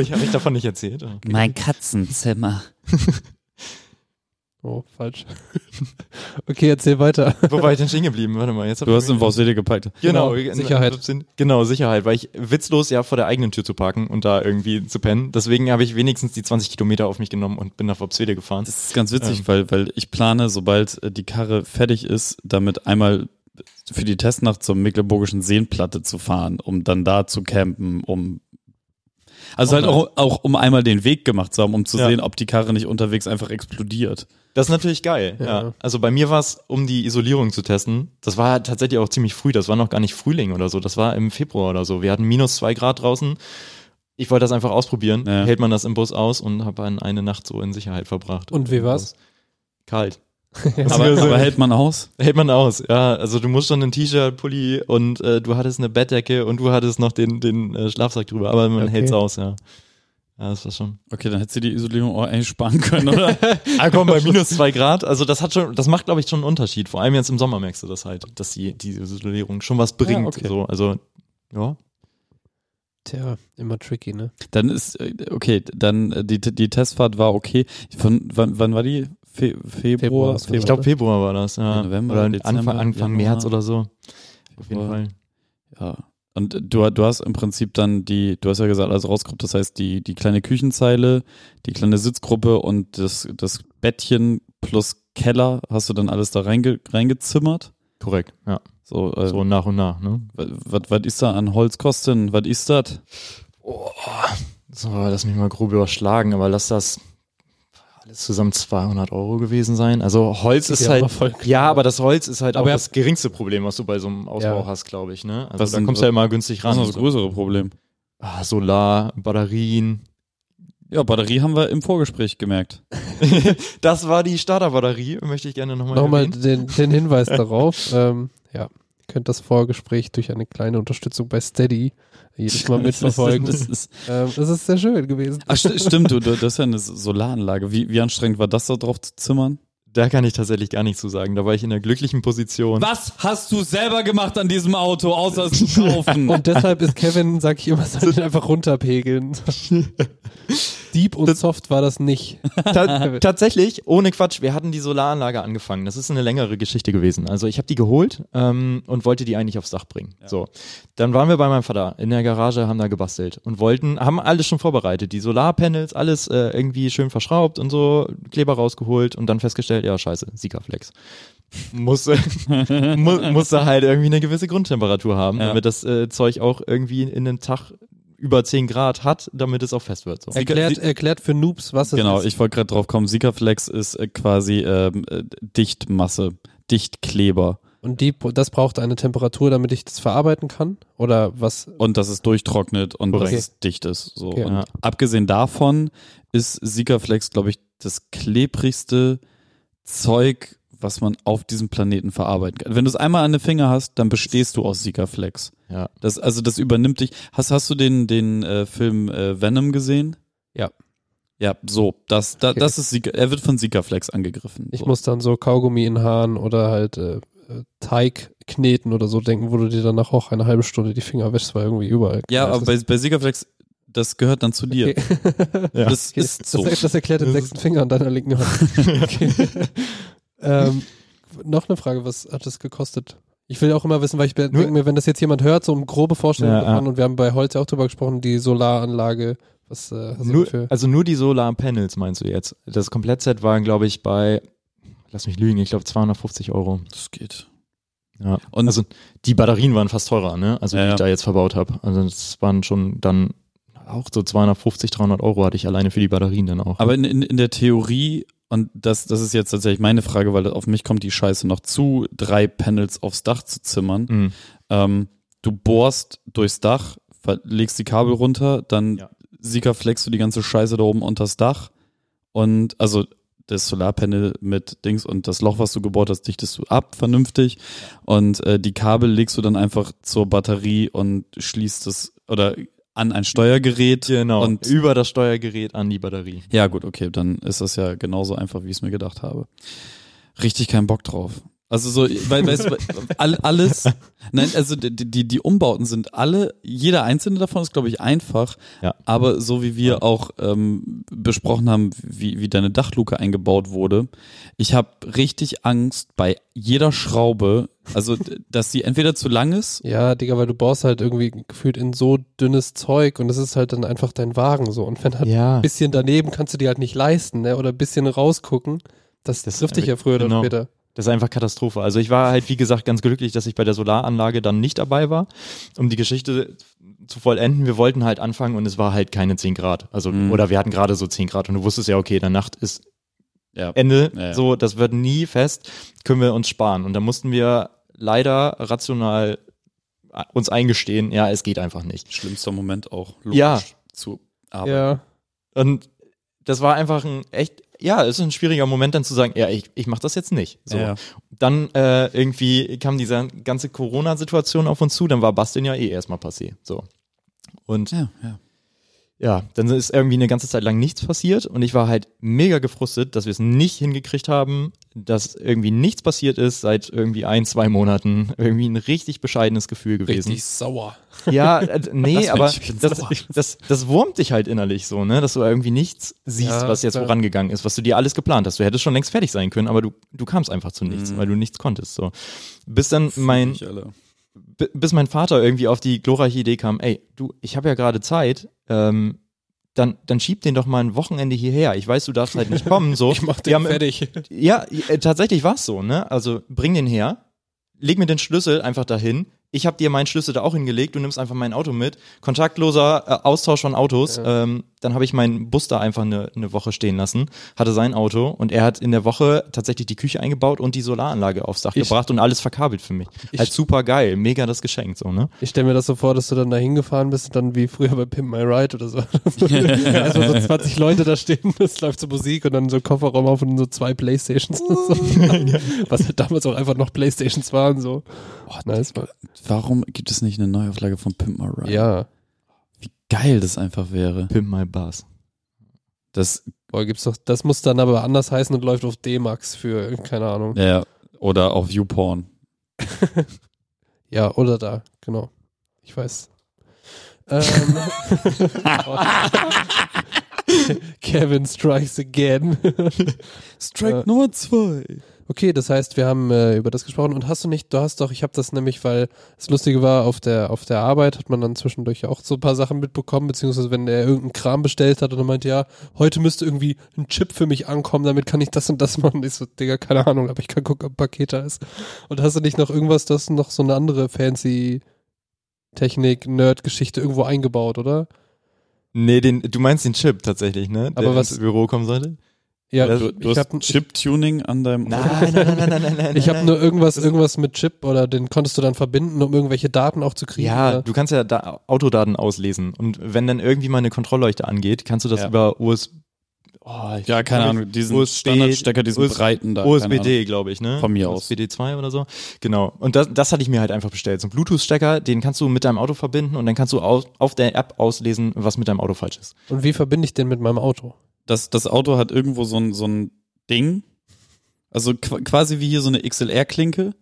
ich, hab ich davon nicht erzählt.
mein Katzenzimmer.
Oh, falsch. Okay, erzähl weiter.
Wo war ich denn stehen geblieben? Warte mal, jetzt hab
Du
ich
hast
mich-
im Wortwede gepackt.
Genau,
Genau,
in-
Sicherheit.
in- Genau, Sicherheit, weil ich witzlos ja vor der eigenen Tür zu parken und da irgendwie zu pennen. Deswegen habe ich wenigstens die 20 Kilometer auf mich genommen und bin nach Worpswede gefahren.
Das ist ganz witzig,
Ähm.
weil, weil ich plane, sobald äh, die Karre fertig ist, damit einmal für die Testnacht zur Mecklenburgischen Seenplatte zu fahren, um dann da zu campen, um also
Oh,
halt auch, auch um einmal den Weg gemacht zu haben, um zu
Ja.
sehen, ob die Karre nicht unterwegs einfach explodiert.
Das ist natürlich geil. Ja.
Ja.
Also bei mir war es, um die Isolierung zu testen. Das war tatsächlich auch ziemlich früh. Das war noch gar nicht Frühling oder so. Das war im Februar oder so. Wir hatten minus zwei Grad draußen. Ich wollte das einfach ausprobieren.
Ja.
Hält man das im Bus aus und habe dann eine Nacht so in Sicherheit verbracht.
Und wie war's?
Kalt.
Aber,
Also-
aber hält man aus?
Hält man aus, ja. Also du musst schon ein T-Shirt, Pulli und äh, du hattest eine Bettdecke und du hattest noch den, den äh, Schlafsack drüber, aber man
Okay.
hält's aus, ja. Ja, das war schon.
Okay, dann hättest du die Isolierung auch eigentlich sparen können, oder?
Ah, komm, bei minus zwei Grad. Also das hat schon, das macht, glaube ich, schon einen Unterschied. Vor allem jetzt im Sommer merkst du das halt, dass die, die Isolierung schon was bringt.
okay.
So, also, ja.
Tja, immer tricky, ne?
Dann ist, äh, okay, dann äh, die, die Testfahrt war okay. Von, wann, wann war die? Fe Februar?
Februar.
Februar.
Ich glaube, Februar war das. Ja.
November,
oder
Dezember,
Anfang, Anfang
Januar.
März oder so. Auf jeden Fall.
Ja. Und du, du hast im Prinzip dann die, du hast ja gesagt, alles rausgeguckt, das heißt die, die kleine Küchenzeile, die kleine Sitzgruppe und das, das Bettchen plus Keller hast du dann alles da reinge, reingezimmert.
Korrekt, ja.
So, äh,
So nach und nach, ne?
was was ist da an Holz kosten? Was ist das?
So, lass mich mal grob überschlagen, aber lass das alles zusammen 200 Euro gewesen sein. Also Holz
Sieht
ist
ja
halt,
aber voll-
ja, aber das Holz ist halt
Aber
auch
ja-
das geringste Problem, was du bei so einem Ausbau
Ja.
hast, glaube ich, ne? Also
Was
da
sind-
kommst du ja immer günstig
Das
ran.
ist noch das
So.
größere Problem.
Ah, Solar, Batterien.
Ja, Batterie haben wir im Vorgespräch gemerkt.
Das war die Starterbatterie, möchte ich gerne nochmal
Nochmal
erwähnen.
den, den Hinweis darauf. Ähm, ja, ihr könnt das Vorgespräch durch eine kleine Unterstützung bei Steady jedes Mal mitverfolgen.
Das ist,
ähm, es ist sehr schön gewesen.
ach, st stimmt, du, du, das ist ja eine Solaranlage. Wie, wie anstrengend war das da drauf zu zimmern?
Da kann ich tatsächlich gar nichts zu sagen. Da war ich in der glücklichen Position.
Was hast du selber gemacht an diesem Auto, außer es zu kaufen?
Und deshalb ist Kevin, sag ich immer, soll ihn einfach runterpegeln. Deep und soft war das nicht.
Ta tatsächlich, ohne Quatsch, wir hatten die Solaranlage angefangen. Das ist eine längere Geschichte gewesen. Also ich habe die geholt ähm, und wollte die eigentlich aufs Dach bringen. So, dann waren wir bei meinem Vater in der Garage, haben da gebastelt und wollten, haben alles schon vorbereitet, die Solarpanels, alles äh, irgendwie schön verschraubt und so Kleber rausgeholt und dann festgestellt, ja scheiße, Sikaflex. Musste, mu musste halt irgendwie eine gewisse Grundtemperatur haben,
Ja.
damit das äh, Zeug auch irgendwie in einem Tag über 10 Grad hat, damit es auch fest wird. So.
Erklärt,
Sie-
erklärt für Noobs, was es
Genau,
ist.
ich wollte gerade drauf kommen. Sikaflex ist äh, quasi ähm, äh, Dichtmasse, Dichtkleber.
Und die, das braucht eine Temperatur, damit ich das verarbeiten kann? Oder was?
Und dass es durchtrocknet und dass
Okay.
es dicht ist. So.
Okay.
Und
Ja.
abgesehen davon ist Sikaflex, glaube ich, das klebrigste Zeug, was man auf diesem Planeten verarbeiten kann. Wenn du es einmal an den Finger hast, dann bestehst du aus Sikaflex.
Ja.
Das, also das übernimmt dich. Hast, hast du den, den äh, Film äh, Venom gesehen?
Ja.
Ja, so. Das, da,
Okay.
das ist Sika, er wird von Sikaflex angegriffen.
Ich
so.
muss dann so Kaugummi in Haaren oder halt äh, äh, Teig kneten oder so denken, wo du dir danach auch eine halbe Stunde die Finger wäschst, weil irgendwie überall.
Ja,
Kreis
aber bei, bei Sikaflex, das gehört dann zu dir.
Okay.
Ja.
Das
Okay.
ist so.
Das, das erklärt den
Das
sechsten Finger an deiner linken Hand. Okay. ähm, noch eine Frage, was hat das gekostet? Ich will auch immer wissen, weil ich be- denke mir, wenn das jetzt jemand hört, so um grobe Vorstellung
Ja,
davon,
ja.
und wir haben bei Holz ja auch drüber gesprochen, die Solaranlage, was äh, hast du
Nur,
für
also nur die Solar-Panels meinst du jetzt? Das Komplettset waren, glaube ich, bei, lass mich lügen, ich glaube 250 Euro.
Das geht.
Ja.
Und
Also die Batterien waren fast teurer, ne? Also
Ja,
die
ja.
ich da jetzt verbaut habe. Also das waren schon dann auch so 250, 300 Euro hatte ich alleine für die Batterien dann auch.
Aber in, in, in der Theorie, und das, das ist jetzt tatsächlich meine Frage, weil auf mich kommt die Scheiße noch zu, drei Panels aufs Dach zu zimmern.
Mhm.
Ähm, du bohrst durchs Dach, ver- legst die Kabel runter, dann
Ja.
Sikaflex du die ganze Scheiße da oben unters Dach und also das Solarpanel mit Dings und das Loch, was du gebohrt hast, dichtest du ab vernünftig und äh, die Kabel legst du dann einfach zur Batterie und schließt es oder an ein Steuergerät.
Genau. Und
Und
über das Steuergerät an die Batterie.
ja, gut, okay, dann ist das ja genauso einfach, wie ich es mir gedacht habe. Richtig keinen Bock drauf. Also so, weil, weißt du, all, alles, nein, also die, die, die Umbauten sind alle, jeder einzelne davon ist, glaube ich, einfach,
Ja.
aber so wie wir auch ähm, besprochen haben, wie, wie deine Dachluke eingebaut wurde, ich habe richtig Angst bei jeder Schraube, also d- dass sie entweder zu lang ist,
Ja, Digga, weil du baust halt irgendwie gefühlt in so dünnes Zeug und das ist halt dann einfach dein Wagen so. Und wenn halt
Ja.
ein bisschen daneben kannst du dir halt nicht leisten, ne? Oder ein bisschen rausgucken. Das,
Das-
trifft dich ja früher
genau.
oder später.
Das ist einfach Katastrophe. Also ich war halt, wie gesagt, ganz glücklich, dass ich bei der Solaranlage dann nicht dabei war, um die Geschichte zu vollenden. Wir wollten halt anfangen und es war halt keine 10 Grad. Also,
Mhm.
oder wir hatten gerade so 10 Grad und du wusstest ja, okay, der Nacht ist
ja,
Ende,
Ja, ja.
so, das wird nie fest, können wir uns sparen. Und da mussten wir leider rational äh, uns eingestehen, ja, es geht einfach nicht.
schlimmster Moment auch,
Ja.
zu arbeiten.
Ja.
Und das war einfach ein echt, ja, es ist ein schwieriger Moment dann zu sagen, ja, ich, ich mache das jetzt nicht. So.
Ja, ja.
Dann äh, irgendwie kam diese ganze Corona-Situation auf uns zu, dann war Bastin ja eh erstmal passé. So. Und
Ja, ja.
ja, dann ist irgendwie eine ganze Zeit lang nichts passiert und ich war halt mega gefrustet, dass wir es nicht hingekriegt haben, dass irgendwie nichts passiert ist seit irgendwie ein, zwei Monaten. Irgendwie ein richtig bescheidenes Gefühl gewesen.
Richtig sauer.
Ja, äh, nee,
Das
aber
Mensch, ich bin
das,
sauer.
das, das wurmt dich halt innerlich so, ne? Dass du irgendwie nichts siehst,
Ja,
was jetzt
klar.
vorangegangen ist, was du dir alles geplant hast. Du hättest schon längst fertig sein können, aber du, du kamst einfach zu nichts,
Mhm.
weil du nichts konntest. So. Bis dann mein,
Ich alle.
bi- bis mein Vater irgendwie auf die glorreiche Idee kam, ey, du, ich habe ja gerade Zeit, ähm, dann, dann schieb den doch mal ein Wochenende hierher. Ich weiß, du darfst halt nicht kommen. So.
Ich mach
Wir
den
haben-
fertig.
Ja, äh, tatsächlich war es so, ne? Also bring den her, leg mir den Schlüssel einfach dahin. Ich habe dir meinen Schlüssel da auch hingelegt, du nimmst einfach mein Auto mit. Kontaktloser äh, Austausch von Autos. Ähm, dann habe ich meinen Bus da einfach eine eine Woche stehen lassen, hatte sein Auto und er hat in der Woche tatsächlich die Küche eingebaut und die Solaranlage aufs Dach
Ich-
gebracht und alles verkabelt für mich.
Ich-
halt super geil, mega das Geschenk so, ne?
Ich stelle mir das so vor, dass du dann da hingefahren bist und dann wie früher bei Pimp My Ride oder so. Erstmal so 20 Leute da stehen, das läuft so Musik und dann so Kofferraum auf und so zwei Playstations. und so. Was halt damals auch einfach noch Playstations waren. So. Oh, nice. Mann.
Warum gibt es nicht eine Neuauflage von Pimp My Ride?
Ja.
Wie geil das einfach wäre.
Pimp my Bars.
Das,
Boah, gibt's doch, das muss dann aber anders heißen und läuft auf D-Max für, keine Ahnung.
ja, oder auf YouPorn.
Ja, oder da, genau. Ich weiß. Ähm. Kevin strikes again.
Strike
Äh.
Nummer zwei.
Okay, das heißt, wir haben äh, über das gesprochen und hast du nicht, du hast doch, ich habe das nämlich, weil das Lustige war, auf der, auf der Arbeit hat man dann zwischendurch auch so ein paar Sachen mitbekommen, beziehungsweise wenn er irgendeinen Kram bestellt hat und er meinte, ja, heute müsste irgendwie ein Chip für mich ankommen, damit kann ich das und das machen. Ich so, Digga, keine Ahnung, aber ich kann gucken, ob ein Paket da ist. Und hast du nicht noch irgendwas, das noch so eine andere fancy Technik-Nerd-Geschichte irgendwo eingebaut, oder?
Nee, den, du meinst den Chip tatsächlich, ne? Der
Aber was-
ins Büro kommen sollte?
Ja,
Das-
Du,
ich
du hast
hab-
Chip-Tuning an deinem
Nein, nein, nein, nein, nein, nein, nein.
Ich habe
nein.
nur irgendwas, irgendwas mit Chip oder den konntest du dann verbinden, um irgendwelche Daten auch zu kriegen.
Ja,
oder?
du kannst ja da Autodaten auslesen. Und wenn dann irgendwie mal eine Kontrollleuchte angeht, kannst du das
Ja.
über US oh, ich-
Ja, keine Ahnung, diesen
USB
Standardstecker, diesen
US
breiten da. keine Ahnung.
USB-D, glaube ich, ne?
Von mir aus.
USB-D 2 oder so. Genau. Und das, das hatte ich mir halt einfach bestellt. So ein Bluetooth-Stecker, den kannst du mit deinem Auto verbinden und dann kannst du auf, auf der App auslesen, was mit deinem Auto falsch ist.
Und wie verbinde ich den mit meinem Auto?
Das, das Auto hat irgendwo so ein, so ein Ding. Also qu- quasi wie hier so eine XLR-Klinke.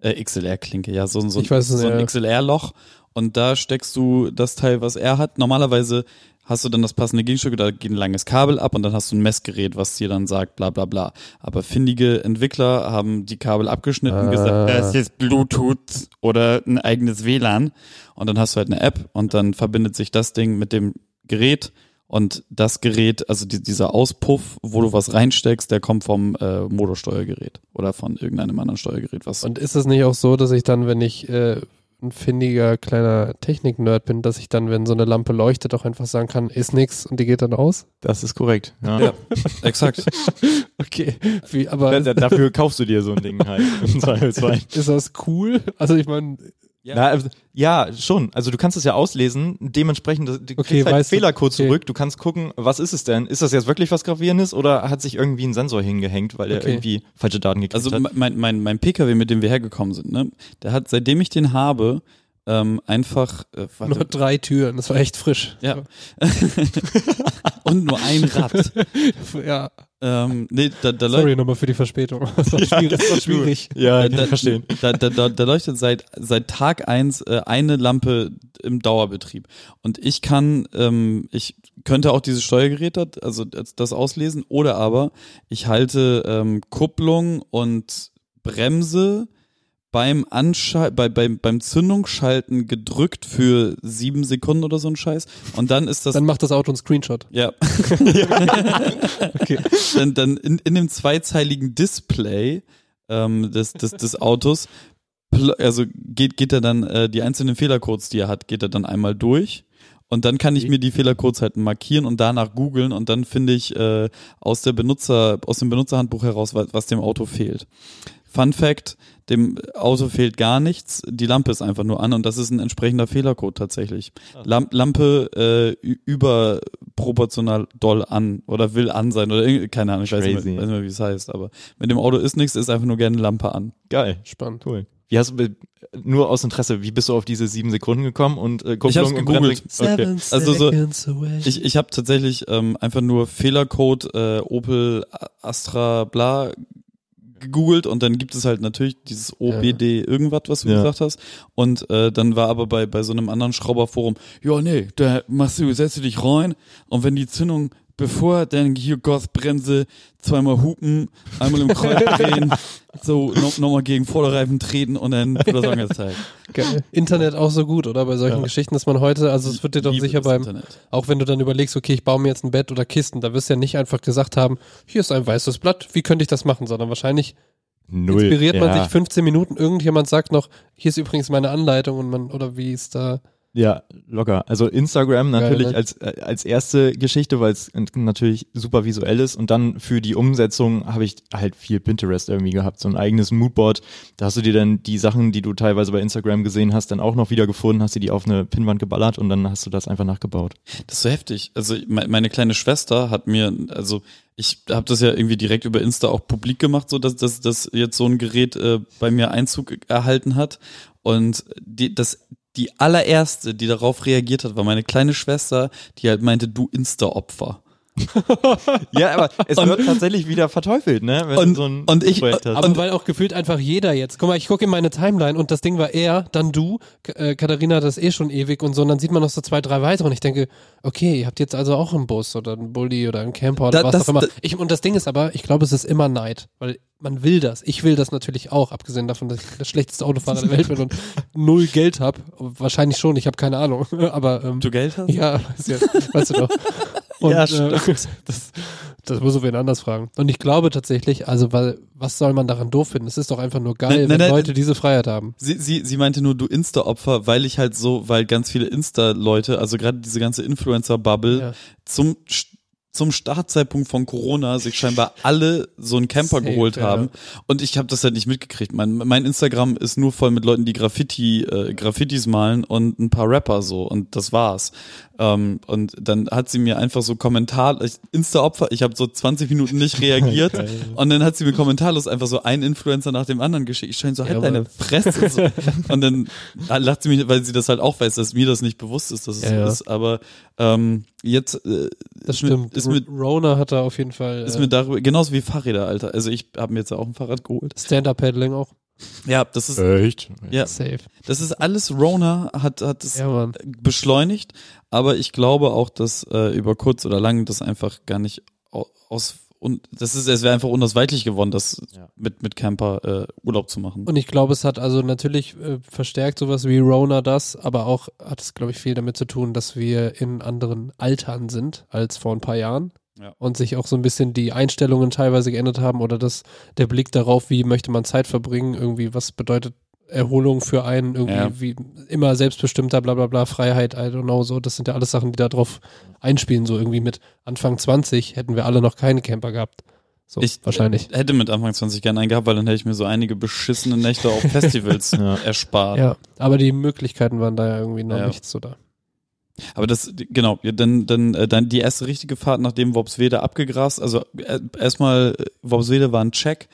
Äh, XLR-Klinke, ja, so, ein- so, ein-
Ich weiß es
so ein
nicht, ja.
XLR-Loch. Und da steckst du das Teil, was er hat. Normalerweise hast du dann das passende Gegenstück, da geht ein langes Kabel ab und dann hast du ein Messgerät, was dir dann sagt, bla bla bla. Aber findige Entwickler haben die Kabel abgeschnitten und
Ah.
gesagt, das ist jetzt Bluetooth oder ein eigenes WLAN. Und dann hast du halt eine App und dann verbindet sich das Ding mit dem Gerät. Und das Gerät, also die, dieser Auspuff, wo du was reinsteckst, der kommt vom äh, Motorsteuergerät oder von irgendeinem anderen Steuergerät. Was
Und ist es nicht auch so, dass ich dann, wenn ich äh, ein findiger kleiner Technik-Nerd bin, dass ich dann, wenn so eine Lampe leuchtet, auch einfach sagen kann, ist nix und die geht dann aus?
Das ist korrekt. Ja.
exakt.
Okay. Wie,
Da-
aber
da- Dafür kaufst du dir so ein Ding halt. Im Zweifelsfall.
ist das cool? Also ich meine,
Ja. Na, also, ja, schon. Also du kannst es ja auslesen, dementsprechend du
Okay,
kriegst halt einen
weißt du-
Fehlercode
okay.
zurück, du kannst gucken, was ist es denn? Ist das jetzt wirklich was Gravierendes oder hat sich irgendwie ein Sensor hingehängt, weil er
Okay.
irgendwie falsche Daten gekriegt
Also
hat?
me- mein, mein, mein PKW, mit dem wir hergekommen sind, ne, der hat, seitdem ich den habe, ähm, einfach äh, warte,
nur drei Türen, das war echt frisch.
ja. und nur ein Rad.
ja.
ähm, nee, da, da läuft-
Sorry nochmal für die Verspätung. Das war schwierig. Das war schwierig.
Ja,
Äh, da,
ich verstehen.
Da, da, da, da leuchtet seit, seit Tag eins äh, eine Lampe im Dauerbetrieb. Und ich kann, ähm, ich könnte auch dieses Steuergerät, da- also das das auslesen, oder aber ich halte ähm, Kupplung und Bremse beim Anschal bei, beim, beim Zündungsschalten gedrückt für sieben Sekunden oder so ein Scheiß. Und dann ist das
Dann macht das Auto einen Screenshot.
ja. Dann, dann in, in dem zweizeiligen Display ähm, des, des, des Autos, pl- also geht, geht er dann äh, die einzelnen Fehlercodes, die er hat, geht er dann einmal durch. Und dann kann ich mir die Fehlercodes halt markieren und danach googeln und dann finde ich äh, aus der Benutzer, aus dem Benutzerhandbuch heraus, was, was dem Auto fehlt. Fun Fact, dem Auto fehlt gar nichts, die Lampe ist einfach nur an und das ist ein entsprechender Fehlercode tatsächlich. Lam Lampe äh, ü- überproportional doll an oder will an sein oder irgendwie- keine Ahnung, ich weiß nicht,
Crazy.
mehr, weiß nicht mehr, wie es heißt, aber mit dem Auto ist nichts, ist einfach nur gerne Lampe an.
Geil.
Spannend.
Cool. Wie hast du, nur aus Interesse, wie bist du auf diese sieben Sekunden gekommen und äh, Kupplung
Ich hab's
und
gegoogelt.
Bremse- Okay.
Also so-
seconds away.
Ich, ich habe tatsächlich ähm, einfach nur Fehlercode äh, Opel A- Astra bla gegoogelt und dann gibt es halt natürlich dieses OBD irgendwas, was du
Ja.
gesagt hast. Und äh, dann war aber bei, bei so einem anderen Schrauberforum, ja nee, da machst du, setzt du dich rein und wenn die Zündung bevor dann hier Gasbremse, zweimal hupen, einmal im Kreuz drehen, so no, nochmal gegen Vorderreifen treten und dann Versorgungszeit.
Geil. Internet auch so gut, oder? Bei solchen
Ja.
Geschichten, dass man heute, also es wird dir doch
Liebe
sicher
das
beim,
Internet.
auch wenn du dann überlegst, okay, ich baue mir jetzt ein Bett oder Kisten, da wirst du ja nicht einfach gesagt haben, hier ist ein weißes Blatt, wie könnte ich das machen, sondern wahrscheinlich
Null.
inspiriert man
ja.
sich 15 Minuten, irgendjemand sagt noch, hier ist übrigens meine Anleitung und man, oder wie ist da,
Ja, locker. Also Instagram
Geil,
natürlich
ne?
als, äh, als erste Geschichte, weil es n- natürlich super visuell ist. Und dann für die Umsetzung habe ich halt viel Pinterest irgendwie gehabt, so ein eigenes Moodboard. Da hast du dir dann die Sachen, die du teilweise bei Instagram gesehen hast, dann auch noch wieder gefunden, hast du die auf eine Pinnwand geballert und dann hast du das einfach nachgebaut.
Das ist so heftig. Also me- meine kleine Schwester hat mir, also ich habe das ja irgendwie direkt über Insta auch publik gemacht, so dass dass dass jetzt so ein Gerät äh, bei mir Einzug erhalten hat. Und die, das, die allererste, die darauf reagiert hat, war meine kleine Schwester, die halt meinte, du Insta-Opfer.
Ja, aber es
Und-
wird tatsächlich wieder verteufelt, ne? Wenn
Und-
du so ein
und ich-
Projekt hast.
aber weil auch gefühlt einfach jeder jetzt, guck mal, ich gucke in meine Timeline und das Ding war er, dann du, K äh, Katharina hat das eh schon ewig und so, und dann sieht man noch so zwei, drei weitere und ich denke, okay, ihr habt jetzt also auch einen Bus oder einen Bulli oder einen Camper oder
Da-
was
das-
auch immer.
da-
Ich, und das Ding ist aber, ich glaube, es ist immer Neid, weil man will das. Ich will das natürlich auch, abgesehen davon, dass ich der schlechteste Autofahrer der Welt bin und null Geld habe. Wahrscheinlich schon, ich habe keine Ahnung, aber ähm,
Du Geld hast?
ja, weiß ja, weißt du doch. Und,
Ja,
Äh, das, das muss wen anders fragen. Und ich glaube tatsächlich, also weil, was soll man daran doof finden? Es ist doch einfach nur geil,
Nein, nein,
wenn
nein.
Leute diese Freiheit haben.
Sie, sie, sie meinte nur, du Insta-Opfer, weil ich halt so, weil ganz viele Insta-Leute, also gerade diese ganze Influencer-Bubble,
Ja.
zum, Sch- zum Startzeitpunkt von Corona sich scheinbar alle so einen Camper
Safe,
geholt
ja.
haben. Und ich habe das halt nicht mitgekriegt. Mein, mein Instagram ist nur voll mit Leuten, die Graffiti, äh, Graffitis malen und ein paar Rapper so. Und das war's. Ähm, und dann hat sie mir einfach so Kommentar, ich- Insta-Opfer, ich habe so 20 Minuten nicht reagiert. und dann hat sie mir kommentarlos einfach so einen Influencer nach dem anderen geschickt. Ich scheine so, halt
Ja,
deine
Mann.
Fresse. So. und dann lacht sie mich, weil sie das halt auch weiß, dass mir das nicht bewusst ist, dass es
Ja,
so
ja.
ist. Aber ähm, jetzt äh,
Das
ist mir-
stimmt.
Ist mir,
Rona hat da auf jeden Fall
ist
äh,
mir darüber, genauso wie Fahrräder, Alter. Also ich habe mir jetzt auch ein Fahrrad geholt.
Stand-Up-Paddling auch.
Ja, das ist,
Echt?
ja,
Safe.
das ist alles Rona hat, hat es
Ja, Mann.
beschleunigt, aber ich glaube auch, dass äh, über kurz oder lang das einfach gar nicht au- aus und das ist, es wäre einfach unausweichlich geworden, das
Ja.
mit, mit Camper äh, Urlaub zu machen.
Und ich glaube, es hat also natürlich äh, verstärkt sowas wie Rona das, aber auch hat es, glaube ich, viel damit zu tun, dass wir in anderen Altern sind als vor ein paar Jahren.
Ja.
Und sich auch so ein bisschen die Einstellungen teilweise geändert haben oder das, der Blick darauf, wie möchte man Zeit verbringen, irgendwie, was bedeutet Erholung für einen, irgendwie
Ja.
wie immer selbstbestimmter, bla bla bla, Freiheit, I don't know, so, das sind ja alles Sachen, die da drauf einspielen, so irgendwie mit Anfang 20 hätten wir alle noch keine Camper gehabt. So,
Ich-
wahrscheinlich.
hätte mit Anfang 20 gerne einen gehabt, weil dann hätte ich mir so einige beschissene Nächte auf Festivals
Ja.
erspart.
Ja, aber die Möglichkeiten waren da ja irgendwie noch
Ja.
nicht so da.
Aber das, genau, ja, dann, dann, äh, dann die erste richtige Fahrt, nachdem Worpswede abgegrast, also äh, erstmal äh, Worpswede war ein Check,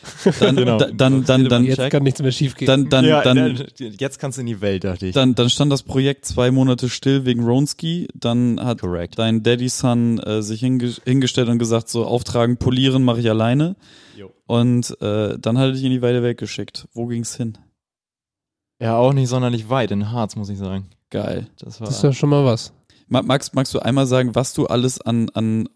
dann,
Genau.
da, dann, dann, dann,
Jetzt
Check,
kann nichts mehr schief gehen.
dann, dann,
ja,
dann,
jetzt kannst du in die Welt, dachte ich.
dann, dann stand das Projekt zwei Monate still wegen Ronski, dann hat
Correct.
dein Daddy Son äh, sich hinge hingestellt und gesagt, so auftragen, polieren mache ich alleine
Jo.
und äh, dann hat er dich in die weite Welt geschickt. Wo ging's hin?
Ja, auch nicht sonderlich weit, in Harz, muss ich sagen.
Geil.
Das war
das ist ja schon mal was.
Ma- Max, magst du einmal sagen, was du alles an, an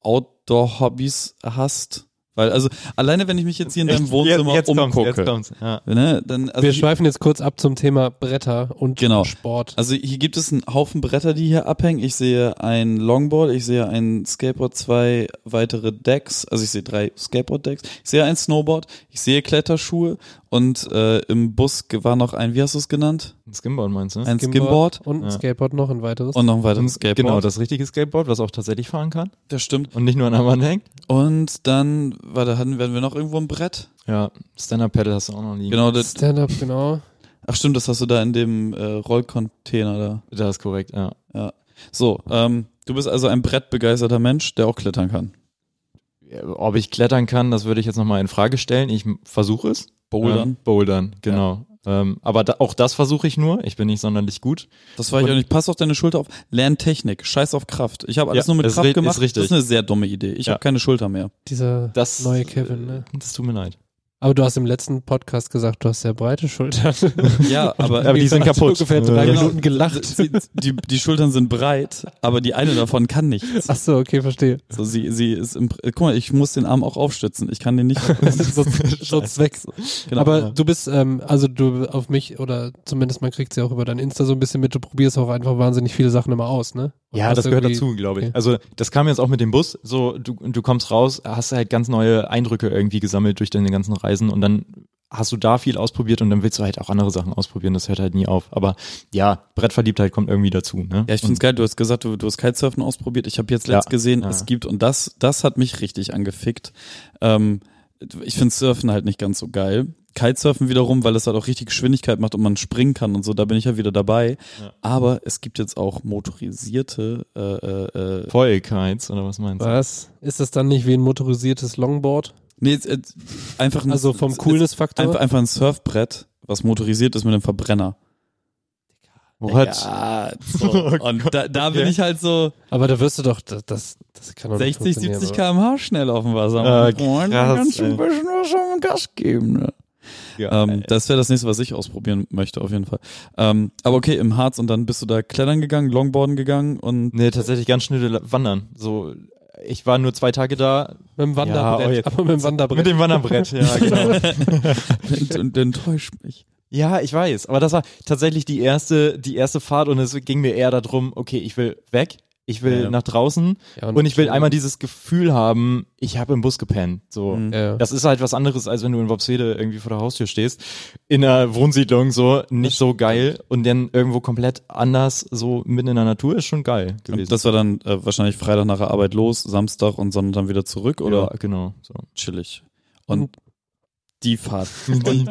Outdoor-Hobbys hast? Weil, also, alleine wenn ich mich jetzt hier in deinem
Echt?
Wohnzimmer umgucke,
Kommt's, jetzt kommt's. Ja.
ne, dann, also,
Wir
hier,
schweifen jetzt kurz ab zum Thema Bretter und
Genau.
Sport.
also hier gibt es einen Haufen Bretter, die hier abhängen. Ich sehe ein Longboard, ich sehe ein Skateboard, zwei weitere Decks, also ich sehe drei Skateboard-Decks, ich sehe ein Snowboard, ich sehe Kletterschuhe und äh, im Bus war noch ein, wie hast du es genannt?
Ein Skimboard meinst du?
Ein Skimboard
und ein
Ja.
Skateboard noch ein weiteres.
und noch ein
Ein-
weiteres Skateboard.
Genau, das richtige Skateboard, was auch tatsächlich fahren kann
das stimmt.
und nicht nur an der Wand hängt.
Und dann, warte, hatten werden wir noch irgendwo ein Brett?
Ja, Stand-Up-Paddle hast du auch noch nie.
Genau, das,
Stand-up, genau.
ach stimmt, das hast du da in dem äh, Rollcontainer da.
Das ist korrekt, ja.
So, ähm, du bist also ein brettbegeisterter Mensch, der auch klettern kann.
Ja, Ob ich klettern kann, das würde ich jetzt nochmal in Frage stellen. Ich m- versuche es.
Bouldern.
Ähm, Bouldern, genau. Ähm, aber da, auch das versuche ich nur. Ich bin nicht sonderlich gut.
Das war ich
Und-
auch nicht. Pass auf deine Schulter auf. Lern Technik. Scheiß auf Kraft. Ich habe alles
Ja,
nur mit
ist
Kraft
ri-
gemacht.
ist richtig.
Das ist eine sehr dumme Idee. Ich
Ja.
habe keine Schulter mehr.
Dieser
Das,
neue Kevin, ne?
Das tut mir leid.
Aber du hast im letzten Podcast gesagt, du hast sehr breite Schultern.
Ja, aber
aber die sind
Hast du
kaputt.
Ungefähr drei
Ja.
Minuten gelacht.
Genau. Sie, die, die Schultern sind breit, aber die eine davon kann nichts.
Ach so, okay, verstehe.
So, sie, sie ist im, äh, guck mal, ich muss den Arm auch aufstützen. Ich kann den nicht.
so, so Zweck.
Genau.
Aber
ja.
du bist, ähm, also du auf mich oder zumindest man kriegt sie auch über dein Insta so ein bisschen mit, du probierst auch einfach wahnsinnig viele Sachen immer aus, ne? Und
Ja,
hast
das gehört
irgendwie-
dazu, glaube ich.
okay.
Also das kam jetzt auch mit dem Bus. So, du, du kommst raus, hast halt ganz neue Eindrücke irgendwie gesammelt durch deine ganzen Reisen und dann hast du da viel ausprobiert und dann willst du halt auch andere Sachen ausprobieren. Das hört halt nie auf. Aber ja, Brettverliebtheit kommt irgendwie dazu. Ne?
Ja, ich find's geil, du hast gesagt, du, du hast Kitesurfen ausprobiert. Ich habe jetzt
Ja.
letzt gesehen,
Ja.
es gibt, und das, das hat mich richtig angefickt. Ähm, ich find Surfen halt nicht ganz so geil. Kitesurfen wiederum, weil es halt auch richtig Geschwindigkeit macht und man springen kann und so, da bin ich ja wieder dabei.
Ja.
Aber es gibt jetzt auch motorisierte äh, äh, äh,
Vollkites oder was meinst du?
Was? Ist das dann nicht wie ein motorisiertes Longboard?
Nee, jetzt, äh, einfach ein,
Also vom
jetzt-
Coolness-Faktor?
einfach, einfach ein Surfbrett, was motorisiert ist mit einem Verbrenner.
What?
Ja, so. Und da, da bin
Okay.
ich halt so
Aber da wirst du doch, das, das, das kann doch nicht
60,
funktionieren,
70
oder?
km/h schnell auf dem Wasser.
Ah,
Freund,
krass,
dann kannst du ein
ey.
bisschen was am Gas geben. Ne?
Ja, Äh,
Ähm,
ey.
das wäre das nächste, was ich ausprobieren möchte, auf jeden Fall. Ähm, aber okay, im Harz und dann bist du da klettern gegangen, Longboarden gegangen und
nee, tatsächlich ganz schnell la- wandern. So, ich war nur zwei Tage da
Mit dem Wanderbrett.
Ja, oh, jetzt-
aber mit dem Wanderbrett.
mit dem Wanderbrett. ja, genau.
ent, ent, enttäuscht mich.
Ja, ich weiß. Aber das war tatsächlich die erste, die erste Fahrt und es ging mir eher darum, okay, ich will weg, ich will
Ja.
nach draußen
Ja,
und ich will einmal dieses Gefühl haben, ich habe im Bus gepennt. So.
Mhm.
Ja.
Das ist halt was anderes, als wenn du in Wopswede irgendwie vor der Haustür stehst. In einer Wohnsiedlung so, nicht so geil. Und dann irgendwo komplett anders, so mitten in der Natur, ist schon geil gewesen.
Das war dann äh, wahrscheinlich Freitag nach der Arbeit los, Samstag und Sonntag dann wieder zurück oder
ja, genau. So.
chillig. Und die Fahrt. Und,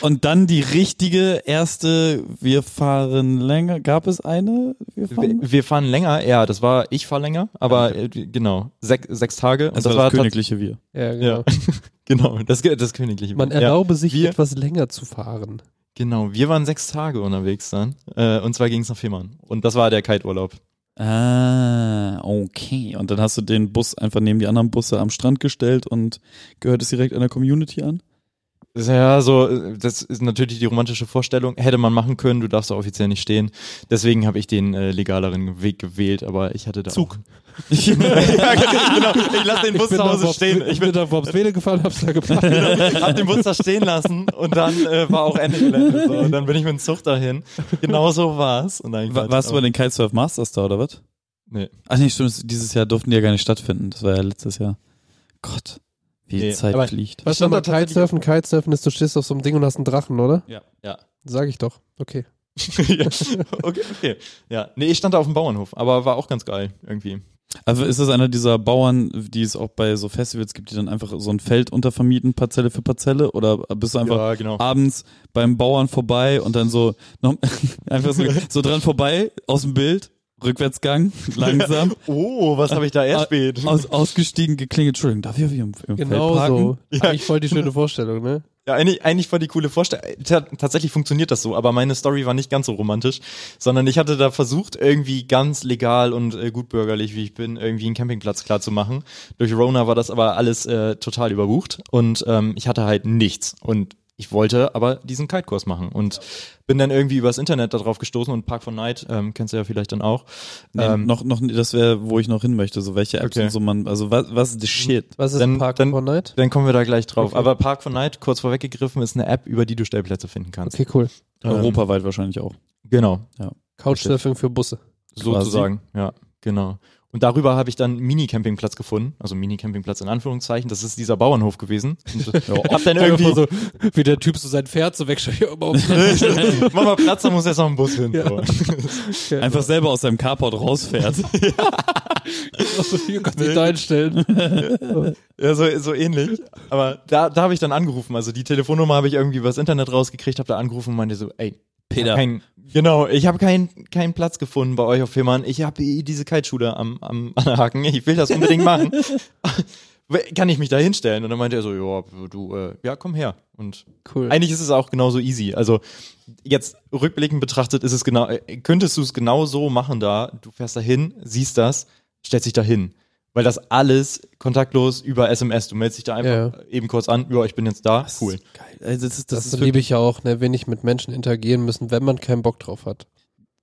und dann die richtige erste, wir fahren länger. Gab es eine? Wir fahren
Wir, wir fahren länger, ja, das war, ich fahre länger, aber äh, genau, sech, sechs Tage. Und
Also Das, war das
tats-
königliche Wir.
ja, genau.
Ja, genau, das, das königliche.
Man
ja.
erlaube sich,
wir-
etwas länger zu fahren.
Genau, wir waren sechs Tage unterwegs dann. Äh, und zwar ging es nach Fehmarn. Und das war der Kite-Urlaub.
Ah, okay. Und dann hast du den Bus einfach neben die anderen Busse am Strand gestellt und gehört es direkt einer Community an?
Das ist Ja, so, äh, das ist natürlich die romantische Vorstellung. Hätte man machen können, du darfst da offiziell nicht stehen. Deswegen habe ich den äh, legaleren Weg gewählt, aber ich hatte da. Zug. ja, genau. Ich lasse den Bus zu Hause stehen.
Ich bin auf Worpswede gefahren, hab's da geparkt.
Ich hab den Bus da stehen lassen und dann äh, war auch Ende Gelände. So. Und dann bin ich mit dem Zug dahin. Genau so war's. Und dann-
Wa- warst du bei den Kitesurf Masters da oder was?
Nee.
Ach nee, stimmt, das- dieses Jahr durften die ja gar nicht stattfinden. Das war ja letztes Jahr. Gott, wie die
Nee,
Zeit
aber-
fliegt.
Was
stand
nochmal
da tatsächlich-
Kitesurfen? Kitesurfen ist, du stehst auf so einem Ding und hast einen Drachen, oder?
Ja.
Sag ich doch. Okay.
ja. Okay, okay. Ja. Nee, ich stand da auf dem Bauernhof, aber war auch ganz geil irgendwie.
Also ist das einer dieser Bauern, die es auch bei so Festivals gibt, die dann einfach so ein Feld untervermieten, Parzelle für Parzelle? Oder bist du einfach
ja, genau.
abends beim Bauern vorbei und dann so noch, einfach so, so dran vorbei, aus dem Bild, Rückwärtsgang, langsam. Äh,
Oh, was habe ich da erst spät?
Aus, ausgestiegen, geklingelt. Entschuldigung, darf ich auf Ihrem, ihrem Feld
Genau
parken?
so. Eigentlich voll die schöne Vorstellung, ne?
Ja, eigentlich, eigentlich voll die coole Vorstellung. Ta tatsächlich funktioniert das so, aber meine Story war nicht ganz so romantisch, sondern ich hatte da versucht, irgendwie ganz legal und äh, gutbürgerlich, wie ich bin, irgendwie einen Campingplatz klarzumachen. Durch Rona war das aber alles äh, total überbucht und ähm, ich hatte halt nichts. Und ich wollte aber diesen Kitekurs machen und bin dann irgendwie übers Internet darauf gestoßen und Park von Night, ähm, kennst du ja vielleicht dann auch.
Nee,
Ähm,
noch, noch, das wäre, wo ich noch hin möchte. So welche Apps
Okay.
und so man, also was, was ist the shit?
Was ist
Dann-
ein Park
dann-
for Night?
Dann kommen wir da gleich drauf.
Okay.
Aber Park for Night, kurz vorweggegriffen, ist eine App, über die du Stellplätze finden kannst.
Okay, cool.
Ähm,
Europaweit wahrscheinlich auch.
Genau.
Couchsurfing für Busse.
Sozusagen, ja, genau. Und darüber habe ich dann einen Mini-Campingplatz gefunden, also Mini-Campingplatz in Anführungszeichen, das ist dieser Bauernhof gewesen. Und hab dann irgendwie,
so, wie der Typ so sein Pferd so wegscheucht. immer auf-
mach mal Platz, da muss jetzt noch ein Bus hin. So.
Einfach selber aus seinem Carport rausfährt.
Also, hier kannst du dich da einstellen.
Ja, so, so ähnlich. Aber da, da habe ich dann angerufen, also die Telefonnummer habe ich irgendwie übers Internet rausgekriegt, habe da angerufen und meinte so, ey,
Peter.
Kein, genau, ich habe keinen keinen Platz gefunden bei euch auf Fehmarn. Ich habe diese Kiteschule am, am Haken. Ich will das unbedingt machen. Kann ich mich da hinstellen? Und dann meinte er so, ja, du, äh, ja, komm her. Und
Cool.
eigentlich ist es auch genauso easy. Also jetzt rückblickend betrachtet ist es genau, äh, könntest du es genau so machen da, du fährst da hin, siehst das, stellst dich da hin. Weil das alles kontaktlos über SMS. Du meldest dich da einfach äh, eben kurz an, ja, ich bin jetzt da. Cool.
Geil. Also das ist, das
Das,
ist
liebe ich ja auch, ne, wenig mit Menschen interagieren müssen, wenn man keinen Bock drauf hat.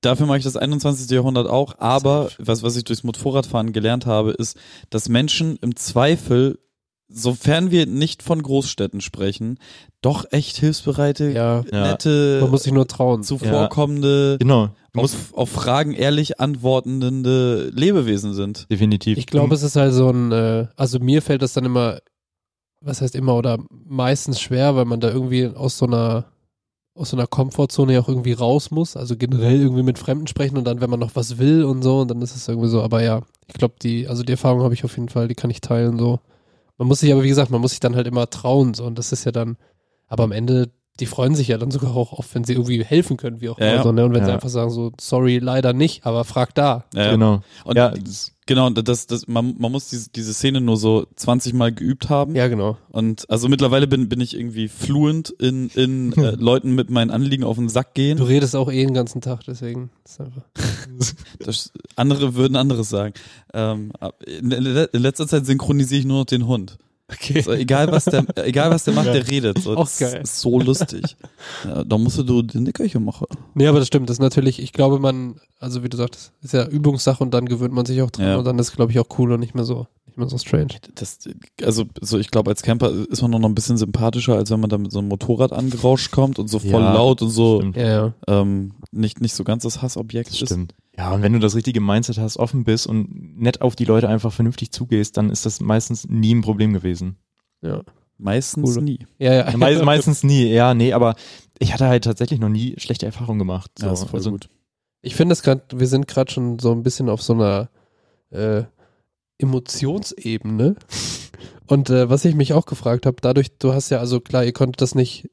Dafür mache ich das 21. Jahrhundert auch, aber was, was ich durchs Motorradfahren gelernt habe, ist, dass Menschen im Zweifel, sofern wir nicht von Großstädten sprechen, doch echt hilfsbereite,
Ja,
Ja.
nette,
man muss sich nur trauen.
zuvorkommende,
Genau. Du musst
auf, auf Fragen ehrlich antwortende Lebewesen sind.
definitiv.
Ich glaube, es ist halt so ein, äh, also mir fällt das dann immer, was heißt immer oder meistens schwer, weil man da irgendwie aus so einer aus so einer Komfortzone ja auch irgendwie raus muss, also generell irgendwie mit Fremden sprechen und dann, wenn man noch was will und so, und dann ist es irgendwie so, aber ja, ich glaube, die, also die Erfahrung habe ich auf jeden Fall, die kann ich teilen, so. Man muss sich aber, wie gesagt, man muss sich dann halt immer trauen, so, und das ist ja dann, aber am Ende, die freuen sich ja dann sogar auch oft, wenn sie irgendwie helfen können, wie auch
Ja,
immer,
ja.
so, ne, und wenn sie
Ja.
einfach sagen, so, sorry, leider nicht, aber frag da.
Ja, ja.
Genau.
Und
ja,
genau, und das, das, man, man muss diese, diese Szene nur so 20 Mal geübt haben.
Ja, genau.
Und also mittlerweile bin, bin ich irgendwie fluent in, in äh, Leuten mit meinen Anliegen auf den Sack
Du
gehen.
redest auch eh den ganzen Tag, deswegen ist einfach.
Das, andere würden anderes sagen. Ähm, ab- in, le- in letzter Zeit synchronisiere ich nur noch den Hund.
Okay.
So, egal, was der, äh, egal was der macht, der redet. So,
Auch
das
geil.
ist so lustig. Ja, da musst du den Nickerchen machen.
Nee, aber das stimmt, das ist natürlich, ich glaube, man, also wie du sagst, ist ja Übungssache und dann gewöhnt man sich auch dran
Ja.
und dann ist, glaube ich, auch cool und nicht mehr so, nicht mehr so strange.
Das, also, so ich glaube, als Camper ist man noch ein bisschen sympathischer, als wenn man da mit so einem Motorrad angerauscht kommt und so voll
Ja,
laut und so
stimmt.
Ja, ja.
ähm, nicht, nicht so ganz das Hassobjekt
Das
ist.
stimmt. Ja, und wenn du das richtige Mindset hast, offen bist und nett auf die Leute einfach vernünftig zugehst, dann ist das meistens nie ein Problem gewesen.
Meistens
Cool.
nie.
Ja, ja.
Meist, meistens nie, ja, nee, aber ich hatte halt tatsächlich noch nie schlechte Erfahrungen gemacht. So,
Ja, ist voll
also,
gut.
Ich finde es gerade, wir sind gerade schon so ein bisschen auf so einer äh, Emotionsebene. Und äh, was ich mich auch gefragt habe, dadurch, du hast ja, also klar, ihr konntet das nicht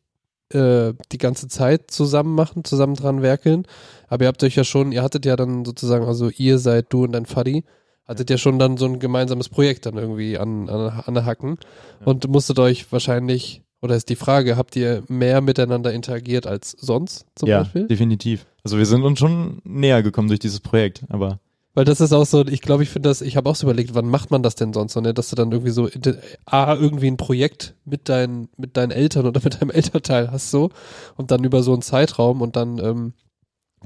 äh, die ganze Zeit zusammen machen, zusammen dran werkeln, aber ihr habt euch ja schon, ihr hattet ja dann sozusagen, also ihr seid du und dein Faddy, hattet ja schon dann so ein gemeinsames Projekt dann irgendwie an, an, an der Hacken
Ja.
und musstet euch wahrscheinlich, oder ist die Frage, habt ihr mehr miteinander interagiert als sonst zum
ja,
Beispiel?
definitiv. Also wir sind uns schon näher gekommen durch dieses Projekt, aber
Weil das ist auch so, ich glaube, ich finde das, ich habe auch so überlegt, wann macht man das denn sonst so, ne? Dass du dann irgendwie so, in- A, irgendwie ein Projekt mit deinen, mit deinen Eltern oder mit deinem Elternteil hast so und dann über so einen Zeitraum und dann, ähm,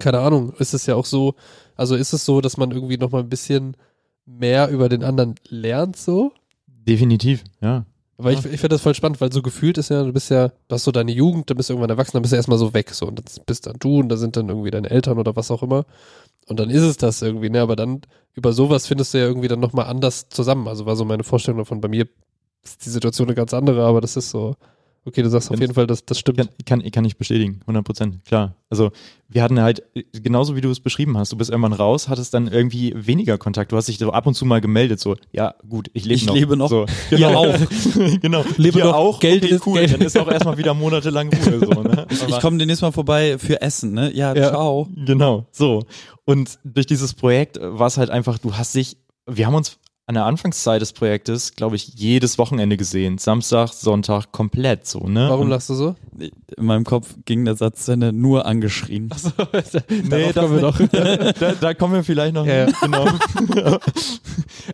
keine Ahnung, ist es ja auch so, also ist es so, dass man irgendwie nochmal ein bisschen mehr über den anderen lernt so?
definitiv, ja.
Aber ich, ich finde das voll spannend, weil so gefühlt ist ja, du bist ja, du hast so deine Jugend, dann bist du irgendwann erwachsen, dann bist du erstmal so weg so und dann bist dann du und da sind dann irgendwie deine Eltern oder was auch immer und dann ist es das irgendwie, ne, aber dann über sowas findest du ja irgendwie dann nochmal anders zusammen, also war so meine Vorstellung davon, bei mir ist die Situation eine ganz andere, aber das ist so, okay, du sagst auf
Wenn-
jeden Fall, das, das stimmt.
Kann, kann, kann ich bestätigen, 100 Prozent, klar. Also wir hatten halt, äh, genauso wie du es beschrieben hast, du bist irgendwann raus, hattest dann irgendwie weniger Kontakt. Du hast dich so ab und zu mal gemeldet, so, ja gut, ich lebe
Ich
noch.
lebe noch.
So,
Ihr auch.
genau.
Lebe
Ihr
noch.
auch,
Geld
okay,
ist-
cool.
Geld-
Dann ist auch erstmal wieder monatelang Ruhe. So, ne?
Ich,
Aber-
ich komme demnächst mal vorbei für Essen, ne? Ja,
Ja.
ciao.
Genau, so. Und durch dieses Projekt äh, war es halt einfach, du hast dich, wir haben uns an der Anfangszeit des Projektes, glaube ich, jedes Wochenende gesehen. Samstag, Sonntag, komplett so, ne?
Warum
Und-
lachst du so?
In meinem Kopf ging der Satz dann nur angeschrien.
Nee,
Darauf kommen wir
nicht. da, da kommen wir vielleicht noch.
Ja,
hin, Genau.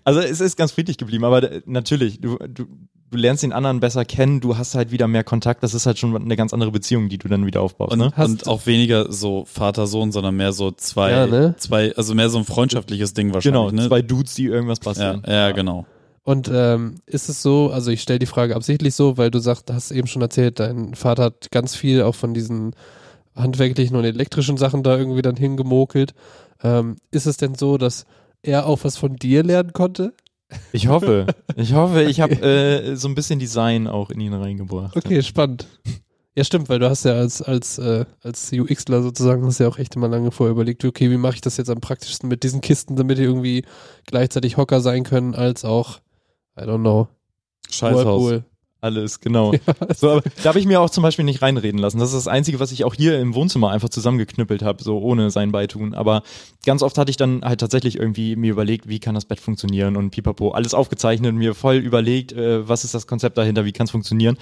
also es ist ganz friedlich geblieben, aber d- natürlich, du, du, du lernst den anderen besser kennen, du hast halt wieder mehr Kontakt, das ist halt schon eine ganz andere Beziehung, die du dann wieder aufbaust.
Und,
ne?
und auch weniger so Vater-Sohn, sondern mehr so zwei,
Ja, ne?
zwei, also mehr so ein freundschaftliches Ding wahrscheinlich.
Genau,
ne?
zwei Dudes, die irgendwas basteln.
ja, ja, genau.
Und ähm, ist es so, also ich stelle die Frage absichtlich so, weil du sagst, hast eben schon erzählt, dein Vater hat ganz viel auch von diesen handwerklichen und elektrischen Sachen da irgendwie dann hingemokelt. Ähm, ist es denn so, dass er auch was von dir lernen konnte?
Ich hoffe, ich hoffe, ich habe äh, so ein bisschen Design auch in ihn reingebracht.
Okay, spannend. Ja, stimmt, weil du hast ja als, als, äh, als UXler sozusagen, hast ja auch echt immer lange vorher überlegt, okay, wie mache ich das jetzt am praktischsten mit diesen Kisten, damit die irgendwie gleichzeitig Hocker sein können, als auch, I don't know,
Scheißhaus.
Alles, genau. So, aber da habe ich mir auch zum Beispiel nicht reinreden lassen. Das ist das Einzige, was ich auch hier im Wohnzimmer einfach zusammengeknüppelt habe, so ohne sein Beitun. Aber ganz oft hatte ich dann halt tatsächlich irgendwie mir überlegt, wie kann das Bett funktionieren und pipapo. Alles aufgezeichnet, mir voll überlegt, äh, was ist das Konzept dahinter, wie kann es funktionieren.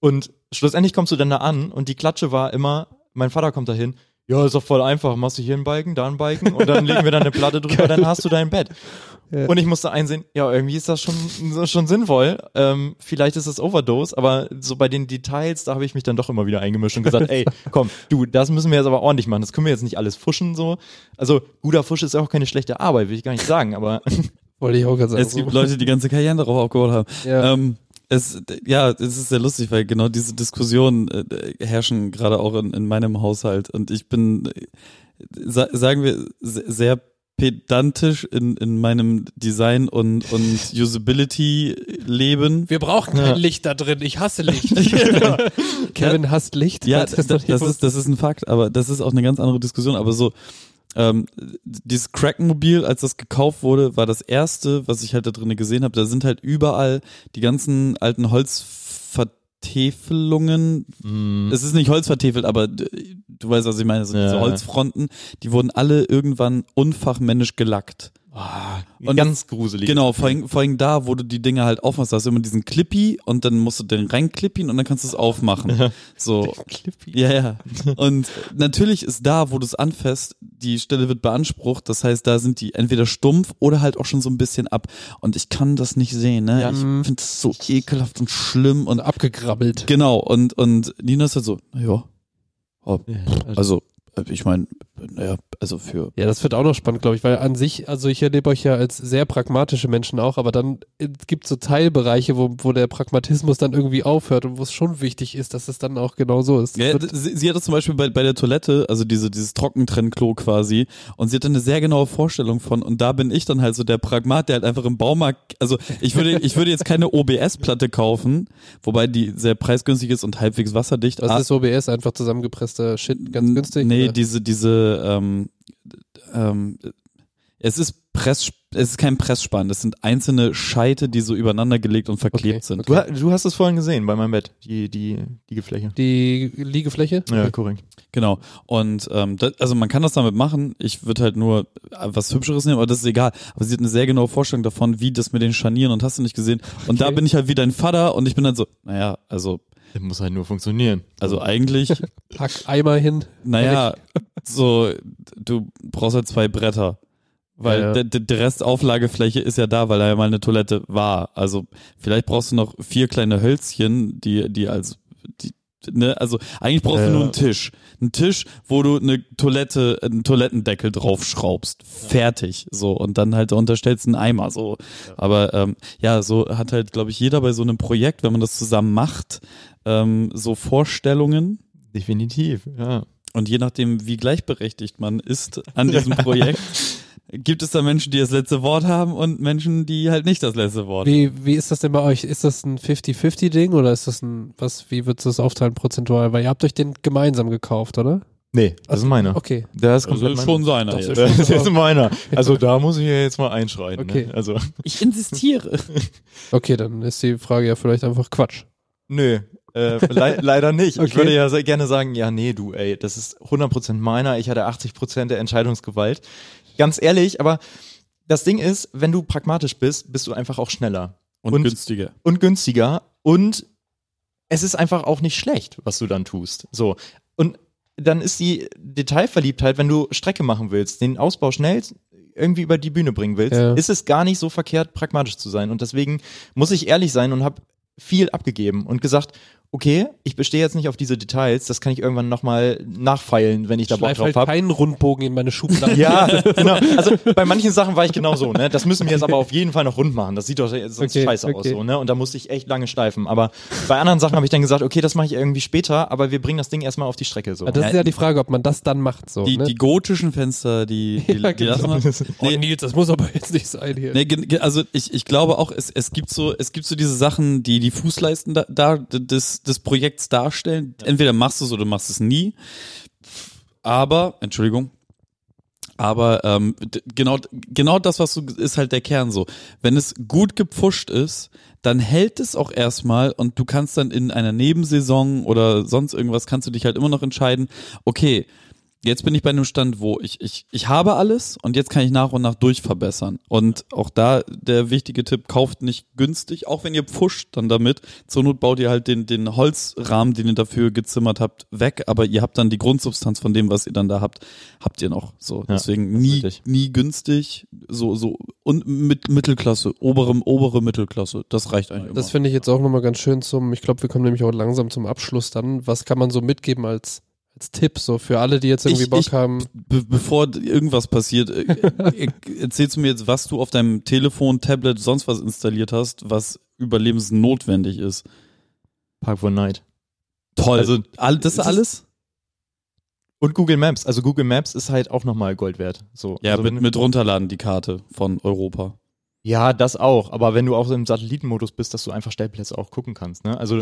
Und schlussendlich kommst du dann da an und die Klatsche war immer, mein Vater kommt dahin, ja, ist doch voll einfach. Machst du hier einen Balken, da einen Balken und dann legen wir da eine Platte drüber, dann hast du dein Bett.
Ja.
Und ich musste einsehen, ja, irgendwie ist das schon, so- schon sinnvoll. Ähm, vielleicht ist es Overdose, aber so bei den Details, da habe ich mich dann doch immer wieder eingemischt und gesagt, ey, komm, du, das müssen wir jetzt aber ordentlich machen. Das können wir jetzt nicht alles fuschen so. Also guter Fusch ist auch keine schlechte Arbeit, will ich gar nicht sagen, aber
Wollte ich auch gerade sagen.
Es gibt Leute, die ganze Karrieren darauf aufgebaut haben.
Ja.
Ähm, es, ja, es ist sehr lustig, weil genau diese Diskussionen äh, herrschen gerade auch in, in meinem Haushalt. Und ich bin, äh, sa sagen wir, se- sehr pedantisch in, in meinem Design und, und Usability-Leben.
wir brauchen kein Licht da drin. Ich hasse Licht. genau. Kevin hasst Licht.
Ja,
Hat er
das ist,
noch nicht
das,
gewusst?
ist, das ist ein Fakt, aber das ist auch eine ganz andere Diskussion. Aber so, ähm, dieses Crackmobil, als das gekauft wurde, war das erste, was ich halt da drinnen gesehen habe. Da sind halt überall die ganzen alten Holzvertäfelungen.
mm,
Es ist nicht Holz vertäfelt, aber d- du weißt, was ich meine. So
Ja.
diese Holzfronten, die wurden alle irgendwann unfachmännisch gelackt. Und-
Ah, ganz gruselig.
Genau, vor allem, vor allem da, wo du die Dinge halt aufmachst. Da hast du immer diesen Clippy und dann musst du den reinklippen und dann kannst du es aufmachen. So. Ja, ja. Und natürlich ist da, wo du es anfasst, die Stelle wird beansprucht. Das heißt, da sind die entweder stumpf oder halt auch schon so ein bisschen ab. Und ich kann das nicht sehen, ne?
Ja.
Ich finde es so ekelhaft und schlimm und
abgegrabbelt.
genau. Und, und Nina ist halt so, naja,
Ja,
also, äh, ich meine, naja, also für.
Ja, das wird auch noch spannend, glaube ich, weil an sich, also ich erlebe euch ja als sehr pragmatische Menschen auch, aber dann gibt es so Teilbereiche, wo, wo der Pragmatismus dann irgendwie aufhört und wo es schon wichtig ist, dass es dann auch genau so ist. Das
Ja,
wird,
sie, sie hat das zum Beispiel bei, bei der Toilette, also diese, dieses Trockentrennklo quasi, und sie hatte eine sehr genaue Vorstellung von, und da bin ich dann halt so der Pragmat, der halt einfach im Baumarkt, also ich würde, ich würde jetzt keine OBS-Platte kaufen, wobei die sehr preisgünstig ist und halbwegs wasserdicht.
also
Ah,
ist OBS einfach zusammengepresster Shit, ganz günstig.
Nee,
oder?
diese, diese, ähm, ähm, es ist Press, es ist kein Pressspann, das sind einzelne Scheite, die so übereinander gelegt und verklebt
Okay,
sind.
Du, ha- du hast es vorhin gesehen bei meinem Bett, die, die, die Gefläche.
die Liegefläche?
Ja, korrekt.
Genau. Und ähm, das, also man kann das damit machen. Ich würde halt nur äh, was Hübscheres nehmen, aber das ist egal. Aber sie hat eine sehr genaue Vorstellung davon, wie das mit den Scharnieren und hast du nicht gesehen. Und da
Okay.
bin ich halt wie dein Vater und ich bin dann so, naja, also,
Das muss halt nur funktionieren.
also eigentlich,
Pack Eimer hin.
naja, so, du brauchst halt zwei Bretter. Weil
Ja.
der, der- der Rest Auflagefläche ist ja da, weil da ja mal eine Toilette war. Also vielleicht brauchst du noch vier kleine Hölzchen, die, die als die, ne, also eigentlich brauchst
Ja.
du nur einen Tisch. Einen Tisch, wo du eine Toilette, einen Toilettendeckel draufschraubst. Fertig. So. Und dann halt unterstellst einen Eimer. So. Aber ähm, ja, so hat halt, glaube ich, jeder bei so einem Projekt, wenn man das zusammen macht, ähm, so Vorstellungen.
Definitiv, ja.
Und je nachdem, wie gleichberechtigt man ist an diesem Projekt, gibt es da Menschen, die das letzte Wort haben und Menschen, die halt nicht das letzte Wort haben.
Wie, wie ist das denn bei euch? Ist das ein 50-50-Ding oder ist das ein, was, wie würdest du das aufteilen prozentual? Weil ihr habt euch den gemeinsam gekauft, oder?
Nee, das ist meiner.
Okay.
Das ist
Also
komplett
ist
meiner.
schon seiner.
Das
jetzt.
Das ist jetzt meiner. Also da muss ich ja jetzt mal einschreiten.
Okay.
Ne? Also,
Ich insistiere.
Okay, dann ist die Frage ja vielleicht einfach Quatsch.
nö, äh, le leider nicht. Ich
Okay.
würde ja sehr gerne sagen, ja, nee, du, ey, das ist 100% meiner. Ich hatte 80% der Entscheidungsgewalt. Ganz ehrlich, aber das Ding ist, wenn du pragmatisch bist, bist du einfach auch schneller
Und,
Und-
günstiger.
und günstiger und es ist einfach auch nicht schlecht, was du dann tust. So. Und dann ist die Detailverliebtheit, wenn du Strecke machen willst, den Ausbau schnell irgendwie über die Bühne bringen willst,
Ja.
ist es gar nicht so verkehrt, pragmatisch zu sein. Und deswegen muss ich ehrlich sein und habe viel abgegeben und gesagt, okay, ich bestehe jetzt nicht auf diese Details, das kann ich irgendwann nochmal nachfeilen, wenn ich da Bock
Schleif
drauf
halt
habe.
keinen Rundbogen in meine Schublade.
Ja, genau. Also bei manchen Sachen war ich genau so, ne? Das müssen wir jetzt aber auf jeden Fall noch rund machen. Das sieht doch sonst
Okay,
scheiße aus,
okay.
so, ne? Und da musste ich echt lange schleifen. Aber bei anderen Sachen habe ich dann gesagt, okay, das mache ich irgendwie später, aber wir bringen das Ding erstmal auf die Strecke, so.
Aber Ah, Das ist ja die Frage, ob man das dann macht so.
Die,
ne?
die gotischen Fenster, die, die,
Ja,
die
genau.
lassen wir.
oh, Nils, das muss aber jetzt nicht sein hier.
Nee, gen- gen- also ich, ich glaube auch, es, es gibt so es gibt so diese Sachen, die die Fußleisten da, da des, des Projekts darstellen. Entweder machst du es oder du machst es nie. Aber Entschuldigung, aber ähm, d- genau genau das, was du g- ist halt der Kern so. Wenn es gut gepfuscht ist, dann hält es auch erstmal und du kannst dann in einer Nebensaison oder sonst irgendwas kannst du dich halt immer noch entscheiden. Okay, jetzt bin ich bei einem Stand, wo ich, ich, ich habe alles und jetzt kann ich nach und nach durchverbessern. Und auch da der wichtige Tipp, kauft nicht günstig, auch wenn ihr pfuscht dann damit. Zur Not baut ihr halt den, den Holzrahmen, den ihr dafür gezimmert habt, weg, aber ihr habt dann die Grundsubstanz von dem, was ihr dann da habt, habt ihr noch. So,
Ja,
deswegen
das ist
nie,
richtig.
nie günstig, so, so, und mit Mittelklasse, oberem, obere Mittelklasse, das reicht eigentlich
Das
immer.
finde ich jetzt auch nochmal ganz schön zum, ich glaube, wir kommen nämlich auch langsam zum Abschluss dann. Was kann man so mitgeben als, als Tipp, so für alle, die jetzt irgendwie
Ich-
Bock
ich-
haben?
Be bevor d- irgendwas passiert, äh, äh, erzählst du mir jetzt, was du auf deinem Telefon, Tablet, sonst was installiert hast, was überlebensnotwendig ist.
Park One Night.
Toll.
Also,
Also, all,
es
das ist
ist-
alles?
Und Google Maps. Also Google Maps ist halt auch nochmal Gold wert. So.
Ja,
also,
mit,
wenn-
mit runterladen die Karte von Europa.
ja, das auch. Aber wenn du auch im Satellitenmodus bist, dass du einfach Stellplätze auch gucken kannst. Ne? Also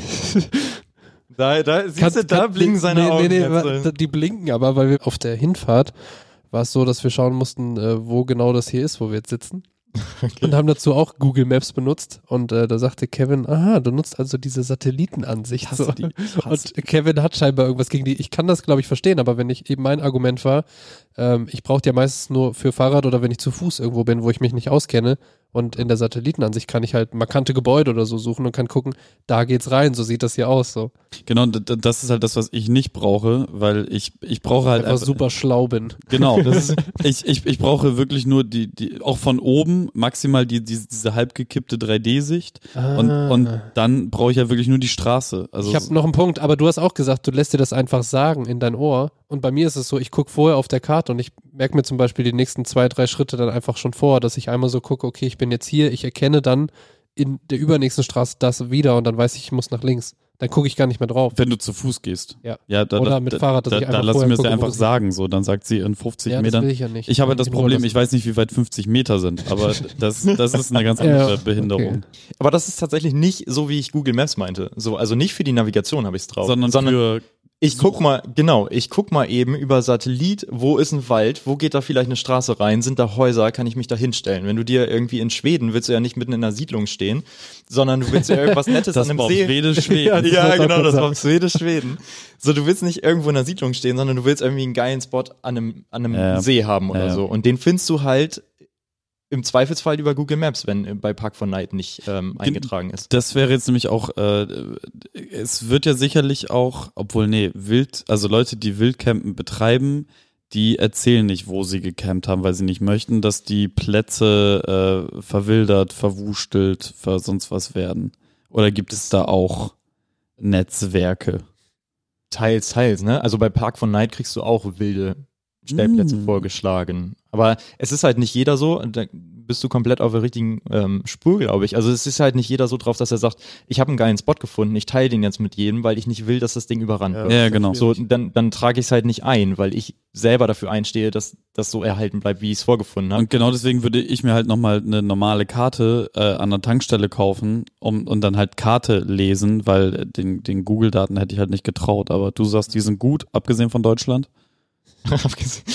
da, da, siehst du, da blinken seine
nee,
Augen.
Nee, nee,
jetzt,
wa-
äh.
da- die blinken aber, weil wir auf der Hinfahrt war es so, dass wir schauen mussten, äh, wo genau das hier ist, wo wir jetzt sitzen. Und haben dazu auch Google Maps benutzt. Und äh, da sagte Kevin, aha, du nutzt also diese Satellitenansicht. So. Und Kevin hat scheinbar irgendwas gegen die. Ich kann das, glaube ich, verstehen, aber wenn ich eben mein Argument war, ähm, ich brauche die ja meistens nur für Fahrrad oder wenn ich zu Fuß irgendwo bin, wo ich mich nicht auskenne. Und in der Satellitenansicht kann ich halt markante Gebäude oder so suchen und kann gucken, da geht's rein, so sieht das hier aus. So.
Genau, d- d- das ist halt das, was ich nicht brauche, weil ich, ich brauche halt
Einfach super schlau bin.
Genau, das ist, ich, ich, ich brauche wirklich nur die, die, auch von oben maximal die, die, diese halbgekippte 3D-Sicht und, und dann brauche ich ja wirklich nur die Straße. Also
Ah. ich habe noch einen Punkt, aber du hast auch gesagt, du lässt dir das einfach sagen in dein Ohr. Und bei mir ist es so, ich gucke vorher auf der Karte und ich merke mir zum Beispiel die nächsten zwei, drei Schritte dann einfach schon vor, dass ich einmal so gucke, okay, ich bin jetzt hier, ich erkenne dann in der übernächsten Straße das wieder und dann weiß ich, ich muss nach links. Dann gucke ich gar nicht mehr drauf.
Wenn du zu Fuß gehst.
Ja.
ja da,
Oder
da,
mit
da,
Fahrrad, dass
Da,
ich einfach
da lass ich
vorher
mir das
gucke,
ja
wo
einfach
sie-
sagen, so. Dann sagt sie in 50
Ja, das
Metern.
will ich
Ich,
ja nicht.
habe halt das
in Ruhe
Problem,
lassen.
ich weiß nicht, wie weit 50 Meter sind, aber das, das ist eine ganz andere
Ja,
Behinderung.
okay.
Aber das ist tatsächlich nicht so, wie ich Google Maps meinte. So, also nicht für die Navigation habe ich es drauf.
Sondern, für,
ich guck mal, genau, ich guck mal eben über Satellit, wo ist ein Wald, wo geht da vielleicht eine Straße rein, sind da Häuser, kann ich mich da hinstellen. Wenn du dir irgendwie in Schweden willst du ja nicht mitten in einer Siedlung stehen, sondern du willst ja irgendwas Nettes
das
an
war
einem See.
auf Rede
Ja,
schwer.
ja, genau, das
sagen.
war Schwede, Schweden. So, du willst nicht irgendwo in einer Siedlung stehen, sondern du willst irgendwie einen geilen Spot an einem, an einem
Ja, ja.
See haben oder
Ja, ja.
so. Und den findest du halt im Zweifelsfall über Google Maps, wenn äh, bei Park for Night nicht ähm, eingetragen ist.
Das wäre jetzt nämlich auch, äh, es wird ja sicherlich auch, obwohl, nee, wild, also Leute, die Wildcampen betreiben, die erzählen nicht, wo sie gecampt haben, weil sie nicht möchten, dass die Plätze äh, verwildert, verwustelt, ver sonst was werden. Oder gibt es da auch Netzwerke?
Teils, teils, ne? Also bei Park von Night kriegst du auch wilde Stellplätze
Mm.
vorgeschlagen. Aber es ist halt nicht jeder so, da bist du komplett auf der richtigen ähm, Spur, glaube ich. Also es ist halt nicht jeder so drauf, dass er sagt, ich habe einen geilen Spot gefunden, ich teile den jetzt mit jedem, weil ich nicht will, dass das Ding überrannt
Ja.
wird.
Ja, genau.
So, dann, dann trage ich es halt nicht ein, weil ich selber dafür einstehe, dass das so erhalten bleibt, wie ich es vorgefunden habe.
Und genau deswegen würde ich mir halt nochmal eine normale Karte äh, an der Tankstelle kaufen um, und dann halt Karte lesen, weil äh, den, den Google-Daten hätte ich halt nicht getraut. Aber du sagst, die sind gut, abgesehen von Deutschland.
Abgesehen-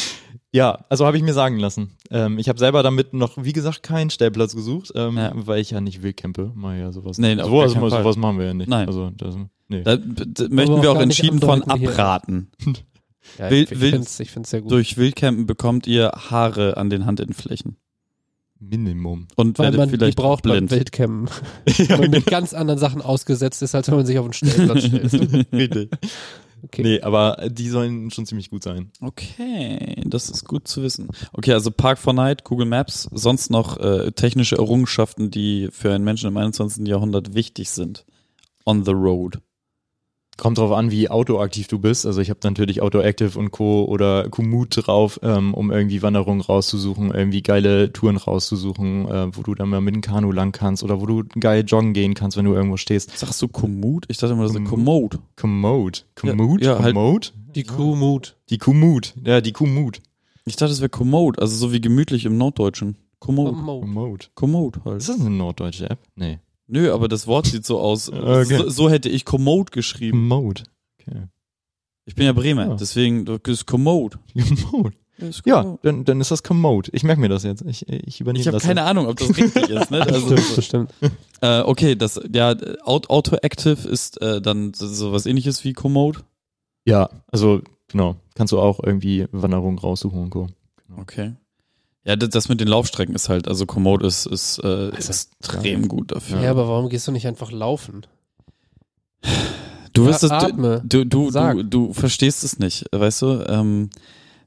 ja, also habe ich mir sagen lassen. Ähm, ich habe selber damit noch, wie gesagt, keinen Stellplatz gesucht, ähm,
Ja.
weil ich ja nicht wildcampe. Mal ja sowas.
Nee, auf
sowas,
gar keinen Fall.
sowas machen wir ja nicht.
Nein.
Also, das, nee.
Da, b- d- möchten
auch
wir auch
gar nicht
entschieden von
andeuten hier.
abraten.
Ja,
Wild-
ich ich
wild-
finde es ich find's sehr gut.
Durch Wildcampen bekommt ihr Haare an den Handinnenflächen
Minimum.
und
Weil
werdet
man die
vielleicht
braucht
blind. genau.
beim Wildcampen. Wenn man mit ganz anderen Sachen ausgesetzt ist, als wenn man sich auf einen Stellplatz stellt.
Richtig.
Okay.
Nee, aber die sollen schon ziemlich gut sein.
Okay, das ist gut zu wissen. Okay, also Park for Night, Google Maps, sonst noch äh, technische Errungenschaften, die für einen Menschen im 21. Jahrhundert wichtig sind. On the road.
Kommt drauf an, wie autoaktiv du bist. Also ich habe natürlich Autoactive und Co. oder Komoot drauf, ähm, um irgendwie Wanderungen rauszusuchen, irgendwie geile Touren rauszusuchen, äh, wo du dann mal mit dem Kanu lang kannst oder wo du geil joggen gehen kannst, wenn du irgendwo stehst.
Sagst du Komoot? Ich dachte immer, das ist eine
Komoot.
Komoot.
Komoot. Komoot?
Ja, ja, halt-
Komoot?
Die Kuh Mut.
Die Komoot. Ja, die Komoot.
Ich dachte, es wäre Komoot, also so wie gemütlich im Norddeutschen. Komoot.
Mut.
Komoot.
Komoot
Ist
halt.
das eine norddeutsche App? Nee.
Nö, aber das Wort sieht so aus.
Okay.
So, so hätte ich Komoot geschrieben.
Komoot. Okay.
Ich bin ja Bremer,
Ja.
deswegen ist Komoot.
Komoot.
Ist
Ja,
Komoot.
dann, dann ist das Komoot. Ich merke mir das jetzt. Ich, ich übernehme
Ich habe
das.
keine Ahnung, ob das richtig ist. Ne? Also,
Stimmt, bestimmt.
Äh, okay, das ja Auto Active ist äh, dann so- sowas ähnliches wie Komoot.
Ja, also Genau. Kannst du auch irgendwie Wanderungen raussuchen und Co.
Okay. Ja, das, das mit den Laufstrecken ist halt, also Komoot ist, ist äh, extrem gut dafür.
Ja. aber warum gehst du nicht einfach laufen?
du wirst
Ja,
das, du,
atme.
du, du,
Sag.
du, du verstehst es nicht, weißt du? Ähm,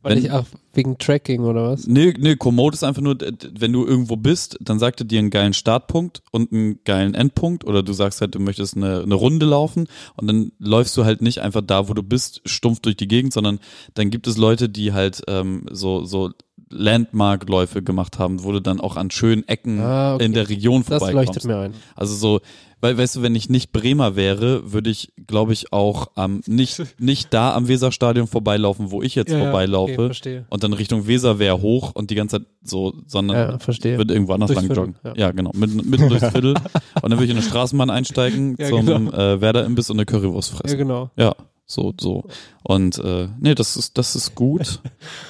Weil
Wenn-
ich, ach, wegen Tracking oder was?
Nö, nö, Komoot ist einfach nur, d- d- wenn du irgendwo bist, dann sagt er dir einen geilen Startpunkt und einen geilen Endpunkt oder du sagst halt, du möchtest eine, eine Runde laufen und dann läufst du halt nicht einfach da, wo du bist, stumpf durch die Gegend, sondern dann gibt es Leute, die halt ähm, so, so Landmark-Läufe gemacht haben, wo du dann auch an schönen Ecken
Ah, okay.
in der Region
Das
vorbeikommst.
leuchtet mir ein.
Also so, weil, weißt du, wenn ich nicht Bremer wäre, würde ich, glaube ich, auch am nicht, nicht da am Weserstadion vorbeilaufen, wo ich jetzt vorbeilaufe
Okay, verstehe.
und dann Richtung Weserwehr hoch und die ganze Zeit so,
Ja,
sondern
verstehe.
Ne? wird irgendwo anders
Durchs
lang
Viertel,
joggen. Ja,
ja.
genau. Mitten, mitten durchs Viertel. und dann würde ich in eine Straßenbahn einsteigen
Ja,
zum
genau.
äh, Werder-Imbiss und eine Currywurst
Ja,
fressen.
genau.
Ja, so, so. Und äh, nee, das ist, das ist gut.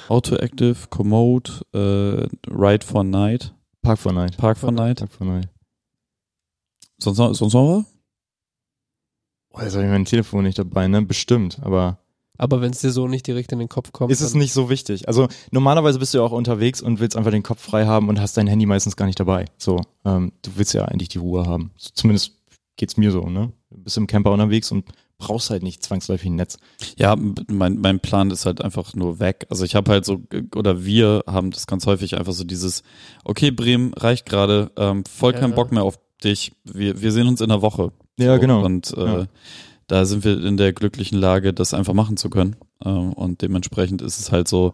Autoactive, Commode, äh, Ride for Night,
Park for Night.
Park for Night.
Park for Night.
Sonst noch, sonst noch was?
Oh, jetzt habe ich mein Telefon nicht dabei, ne? Bestimmt, aber
Aber wenn es dir so nicht direkt in den Kopf kommt,
ist es
dann-
nicht so wichtig. Also normalerweise bist du ja auch unterwegs und willst einfach den Kopf frei haben und hast dein Handy meistens gar nicht dabei. So, ähm, du willst ja eigentlich die Ruhe haben. So, Zumindest geht's mir so, ne? Du bist im Camper unterwegs und brauchst halt nicht zwangsläufig ein Netz.
Ja, m- mein, mein Plan ist halt einfach nur weg. Also ich habe halt so, oder wir haben das ganz häufig einfach so dieses, okay, Bremen, reicht gerade, ähm, voll keinen
Ja.
Bock mehr auf dich. Wir, wir sehen uns in der Woche.
Ja,
So,
genau.
Und äh,
Ja.
da sind wir in der glücklichen Lage, das einfach machen zu können. Ähm, und dementsprechend ist es halt so,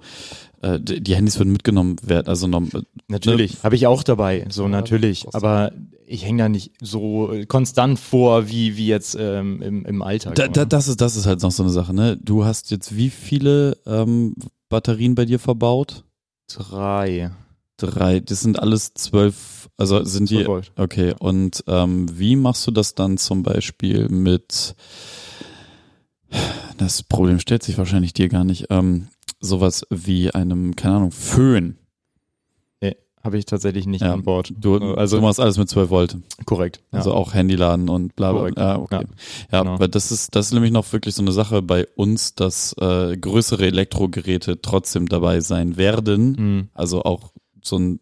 äh, die die Handys würden mitgenommen werden. Also norm-
Natürlich. Habe ich auch dabei, so
Ja,
natürlich.
brauchst du.
Aber ich hänge da nicht so äh, konstant vor, wie, wie jetzt ähm, im, im Alltag.
da, da,
ne?
das, ist, das ist halt noch so eine Sache, ne? Du hast jetzt wie viele ähm, Batterien bei dir verbaut?
Drei.
Drei. Das sind alles zwölf, also sind die
Zwölf Volt.
Okay, und ähm, wie machst du das dann zum Beispiel mit, das Problem stellt sich wahrscheinlich dir gar nicht, ähm, sowas wie einem, keine Ahnung, Föhn.
Habe ich tatsächlich nicht
Ja.
an Bord.
Du, also,
Also-
du machst alles mit 12 Volt,
Korrekt. Ja.
also auch Handy laden und bla bla.
Korrekt.
Ah, okay. Ja,
Genau.
weil das ist, das ist nämlich noch wirklich so eine Sache bei uns, dass äh, größere Elektrogeräte trotzdem dabei sein werden,
Mhm.
also auch so ein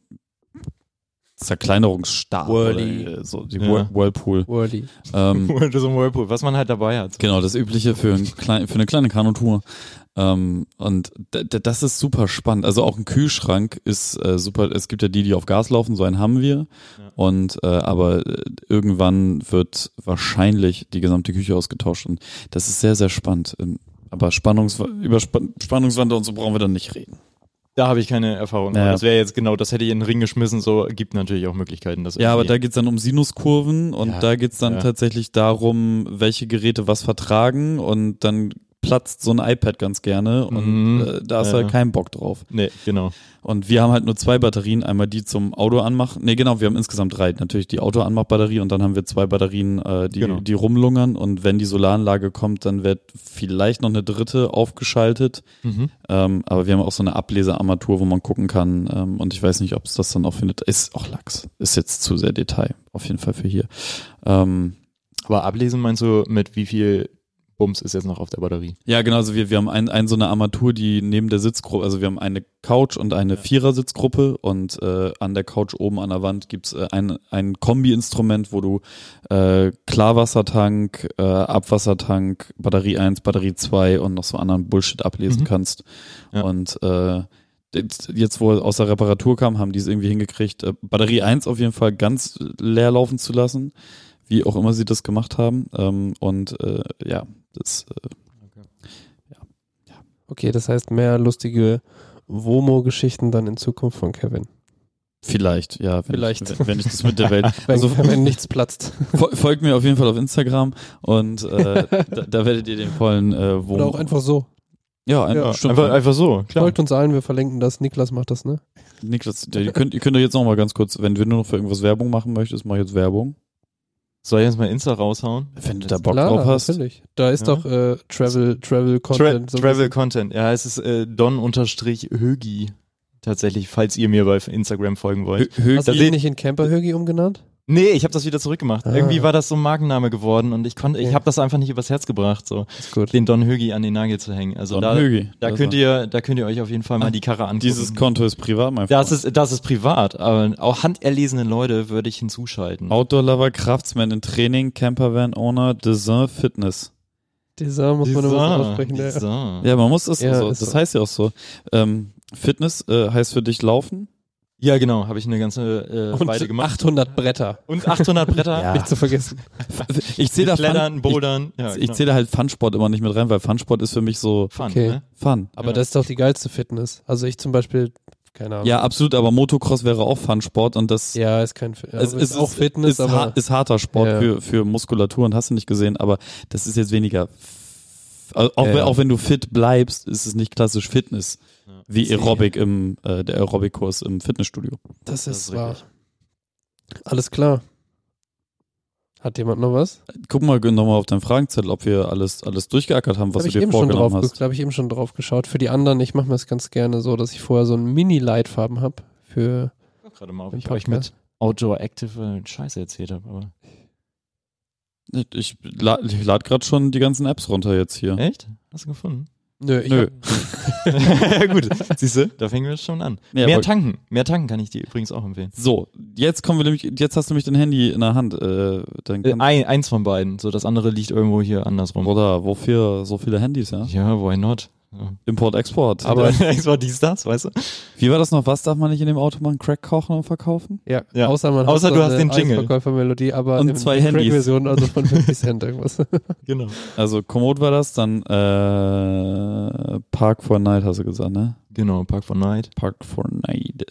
Zerkleinerungsstab
Whirly.
oder äh, so die
Ja.
Whirl- Whirlpool.
Whirly.
Ähm,
Whirlpool, so ein Whirlpool, was man halt dabei hat.
Genau, das Übliche für, ein klein, für eine kleine Kanutour. Ähm, und d- d- das ist super spannend. Also auch ein Kühlschrank ist äh, super. Es gibt ja die, die auf Gas laufen, so einen haben wir.
Ja.
Und äh, aber äh, irgendwann wird wahrscheinlich die gesamte Küche ausgetauscht. Und das ist sehr, sehr spannend. Ähm, aber Spannungs über Spann Spannungswandel und so brauchen wir dann nicht reden.
Da habe ich keine Erfahrung.
Ja.
Aber Das wäre jetzt genau, das hätte ich in den Ring geschmissen, so gibt natürlich auch Möglichkeiten. Dass
Ja, aber da
irgendwie-
geht's dann um Sinuskurven und
Ja,
da geht's dann
ja.
tatsächlich darum, welche Geräte was vertragen und dann platzt so ein iPad ganz gerne und
Mhm.
äh, da ist
Ja,
halt
ja.
kein Bock drauf.
Nee, genau.
Und wir haben halt nur zwei Batterien, einmal die zum Auto anmachen. Nee, genau, wir haben insgesamt drei. Natürlich die Autoanmachbatterie und dann haben wir zwei Batterien, äh, die,
Genau.
die rumlungern. Und wenn die Solaranlage kommt, dann wird vielleicht noch eine dritte aufgeschaltet. Ähm, aber wir haben auch so eine Ablesearmatur, wo man gucken kann. Ähm, und ich weiß nicht, ob es das dann auch findet. Ist auch Lachs. Ist jetzt zu sehr Detail. Auf jeden Fall für hier. Ähm,
Aber ablesen meinst du, mit wie viel Bums ist jetzt noch auf der Batterie?
Ja, genau. Also wir, wir haben ein, ein, so eine Armatur, die neben der Sitzgruppe, also wir haben eine Couch und eine Vierersitzgruppe und äh, an der Couch oben an der Wand gibt's äh, ein, ein Kombi-Instrument, wo du äh, Klarwassertank, äh, Abwassertank, Batterie 1, Batterie 2 und noch so anderen Bullshit ablesen
Mhm.
kannst.
Ja.
Und äh, jetzt, jetzt, wo er aus der Reparatur kam, haben die es irgendwie hingekriegt, äh, Batterie 1 auf jeden Fall ganz leer laufen zu lassen, wie auch immer sie das gemacht haben. Ähm, und äh, ja, das
Okay, das heißt mehr lustige Womo-Geschichten dann in Zukunft von Kevin.
Vielleicht, ja. Wenn
Vielleicht.
Ich, wenn, wenn ich das mit der Welt.
Wenn,
Also
wenn nichts platzt.
fol- folgt mir auf jeden Fall auf Instagram und äh, da, da werdet ihr den vollen äh, Wohn.
Oder auch einfach so.
ja, ein,
ja,
stimmt.
Einfach, einfach so, klar.
Folgt uns allen, wir verlinken das. Niklas macht das, ne?
Niklas, der- ihr könnt, ihr könnt doch jetzt noch mal ganz kurz, wenn du nur noch für irgendwas Werbung machen möchtest, mach jetzt Werbung.
Soll ich jetzt mal Insta raushauen?
Wenn du da Bock
Klar,
drauf hast.
Natürlich. Da ist
Ja.
doch äh, Travel, Travel
Tra
Content. so ein
Travel Content. Ja, es ist äh, Don-Högi. Tatsächlich, falls ihr mir bei Instagram folgen wollt.
Hö- Hö-
bisschen. Hast du
Da
ihn
seht-
nicht in Camper Högi umgenannt?
Nee, ich habe das wieder zurückgemacht.
Ah.
Irgendwie war das so ein Markenname geworden und ich konnte, ich
Ja.
habe das einfach nicht übers Herz gebracht, so
Ist gut.
den Don Högi an den Nagel zu hängen. Also
Don
da,
Högi.
da
Das
könnt
war-
ihr, da könnt ihr euch auf jeden Fall mal
Ah,
die Karre angucken.
Dieses Konto ist privat, mein
das
Freund.
ist, das ist privat, aber auch handerlesene Leute würde ich hinzuschalten.
Outdoor-Lover, Craftsman in Training, Campervan-Owner, Design, Fitness.
Dieser muss man immer so aussprechen. Ja.
dieser.
Ja, man muss es
Ja,
so.
ist
Das
so.
heißt ja auch so. Ähm, Fitness äh, heißt für dich Laufen.
ja, genau, habe ich eine ganze äh, Weile
Und
gemacht.
800 Bretter.
Und 800 Bretter.
Ja.
Nicht zu vergessen.
Ich zähle da
Mit Klettern,
Fun,
Bouldern.
ich,
ja, genau.
ich zähle halt Funsport immer nicht mit rein, weil Funsport ist für mich so
Fun,
Okay.
ne?
Fun.
Aber
Ja.
das ist doch die geilste Fitness. Also ich zum Beispiel, keine Ahnung.
Ja, absolut, aber Motocross wäre auch Funsport und das
Ja, ist kein Fitness. Also ist, auch Fitness,
ist,
aber
har- ist harter Sport
Ja.
für, für Muskulatur und hast du nicht gesehen, aber das ist jetzt weniger. f- also Auch,
Ja,
wenn,
ja.
auch wenn du fit bleibst, ist es nicht klassisch Fitness,
Ja.
wie Aerobic im, äh, der Aerobic-Kurs im Fitnessstudio.
das,
das
ist
ist
wahr. Alles klar. Hat jemand noch was?
Guck mal nochmal auf deinen Fragenzettel, ob wir alles, alles durchgeackert haben, was
Habe
du
ich,
dir
eben schon drauf
vorgenommen
ge-
hast.
glaub ich eben schon drauf geschaut. Für die anderen, ich mache mir das ganz gerne so, dass ich vorher so einen Mini-Leitfarben habe. Für
Guck Gerade mal, ob
Im
ich euch
Podcast.
mit Outdoor Active äh, Scheiße erzählt habe, aber.
Ich lade ich lad gerade schon die ganzen Apps runter jetzt hier.
Echt? Hast du gefunden?
Nö, ich
Nö.
ja, gut. Siehst du, da fängen wir schon an.
Nee,
mehr
aber-
tanken. Mehr tanken kann ich dir übrigens auch empfehlen.
So, jetzt kommen wir nämlich, jetzt hast du nämlich dein Handy in der Hand. Äh, dann
Äh,
kannst,
ein, eins von beiden. So, das andere liegt irgendwo hier andersrum.
Bruder, wofür so viele Handys, ja?
Ja, why not?
Import, Export. Äh,
Aber es war dies, das, weißt du?
Wie war das noch? Was darf man nicht in dem Auto machen? Crack kochen und verkaufen?
Ja,
Ja.
außer man
Außer
hat
du hast den Jingle.
Verkäufermelodie, aber
Und
in
zwei
der
Handys.
Crack-Version, also von 50 Cent irgendwas.
Genau.
Also Komoot war das, dann äh, Park for Night hast du gesagt, ne?
Genau, Park for Night.
Park for Night.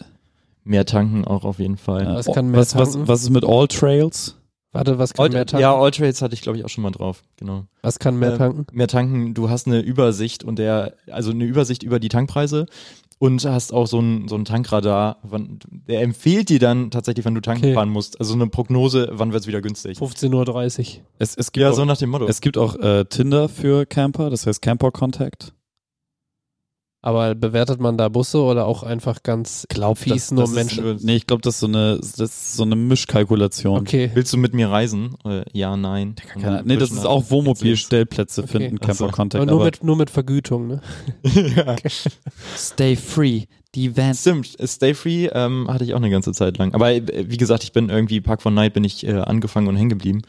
Mehr tanken auch auf jeden Fall.
Ja.
Was kann mehr
was, was,
tanken?
was ist mit All Trails?
Warte, was kann
All,
mehr tanken?
ja, All Trades hatte ich, glaube ich, auch schon mal drauf. Genau.
was kann mehr
Ähm,
tanken?
Mehr tanken, du hast eine Übersicht und der, also eine Übersicht über die Tankpreise und hast auch so ein, so ein Tankradar. Wann, der empfiehlt dir dann tatsächlich, wann du tanken
Okay.
fahren musst. Also eine Prognose, wann wird es wieder günstig.
15.30 Uhr.
Es, es gibt
Ja,
auch,
so nach dem Motto.
es gibt auch äh, Tinder für Camper, das heißt Camper Contact.
Aber bewertet man da Busse oder auch einfach ganz
Glaub,
fies
das,
nur
das
Menschen?
Ist, nee, ich glaube, das ist so eine, das ist so eine Mischkalkulation.
Okay.
Willst du mit mir reisen? Äh, ja, nein.
Keine, nee, das ist auch Wohnmobilstellplätze
Okay.
finden,
Ach
Camper
so.
Contact.
Aber nur mit, nur mit Vergütung, ne?
ja.
Stay free, die Vans.
Stimmt, Stay Free ähm, hatte ich auch eine ganze Zeit lang. Aber äh, wie gesagt, ich bin irgendwie Park von Night bin ich äh, angefangen und hängen geblieben.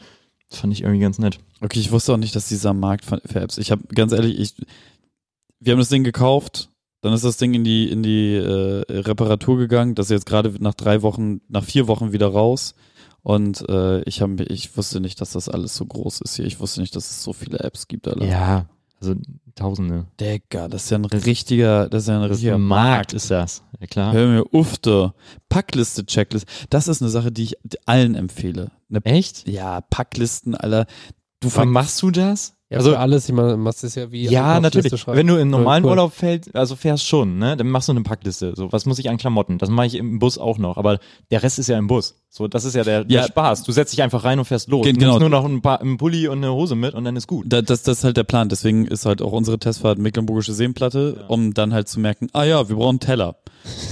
Das fand ich irgendwie ganz nett.
Okay, ich wusste auch nicht, dass dieser Markt für für Apps. Ich habe ganz ehrlich, ich, wir haben das Ding gekauft, dann ist das Ding in die in die äh, Reparatur gegangen, das ist jetzt gerade nach drei Wochen, nach vier Wochen wieder raus. Und äh, ich habe, ich wusste nicht, dass das alles so groß ist hier. Ich wusste nicht, dass es so viele Apps gibt. Alter.
Ja, also Tausende.
Digga, das ist ja ein richtiger, das ist ja ein
Das ist
richtiger
ein Markt ist das. Ja, klar.
Hör mir, ufte. Packliste, Checkliste. Das ist eine Sache, die ich allen empfehle. Eine,
Echt?
ja, Packlisten, Alter. Du
Wann machst du das?
Ja,
Also-
also alles, ich meine, machst es ja wie.
Ja, natürlich. Wenn du im normalen
Cool.
Urlaub fällst, also fährst schon, ne, dann machst du eine Packliste. So, was muss ich an Klamotten? Das mache ich im Bus auch noch. Aber der Rest ist ja im Bus. So, das ist ja der, der
Ja.
Spaß. Du setzt dich einfach rein und fährst los.
Ge-
Du
genau.
nimmst nur noch ein paar, einen Pulli und eine Hose mit und dann ist gut.
Da, das, das ist halt der Plan. Deswegen ist halt auch unsere Testfahrt Mecklenburgische Seenplatte, um dann halt zu merken, ah ja, wir brauchen einen Teller.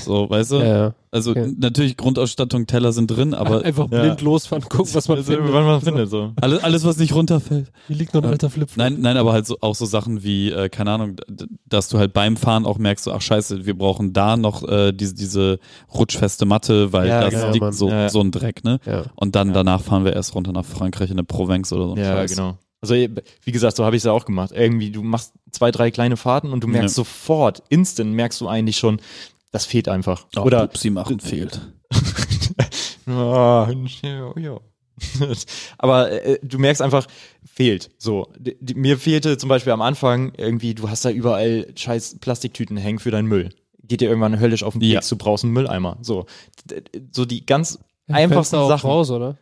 So, weißt du?
Ja, ja.
Also
Okay.
n- natürlich Grundausstattung, Teller sind drin, aber
Einfach
Ja.
blind losfahren, gucken, was man
Also,
findet.
wann man findet so.
alles, alles, was nicht runterfällt.
Hier liegt noch ein
Ähm,
alter Flip.
Nein, nein, aber halt so, auch so Sachen wie, äh, keine Ahnung, d- d- dass du halt beim Fahren auch merkst, so, ach scheiße, wir brauchen da noch äh, diese, diese rutschfeste Matte, weil
Ja,
das
genau,
liegt
Mann.
so,
Ja.
so ein Dreck, ne?
Ja.
Und dann
Ja.
danach fahren wir erst runter nach Frankreich in eine Provence oder so. ein
Ja,
Scheiß.
genau. Also wie gesagt, so habe ich es ja auch gemacht. Irgendwie, du machst zwei, drei kleine Fahrten und du merkst
Ja.
sofort, instant merkst du eigentlich schon, das fehlt einfach.
Oh,
Oder
Pupsi machen fehlt.
Ah, ja, ja. Aber äh, du merkst einfach, fehlt. So, D d- mir fehlte zum Beispiel am Anfang irgendwie, du hast da überall scheiß Plastiktüten hängen für deinen Müll. Geht dir irgendwann höllisch auf den Keks,
Ja.
du brauchst einen Mülleimer. So, D- d- so die ganz
Fällst du
einfachsten
auch
Sachen.
raus, oder?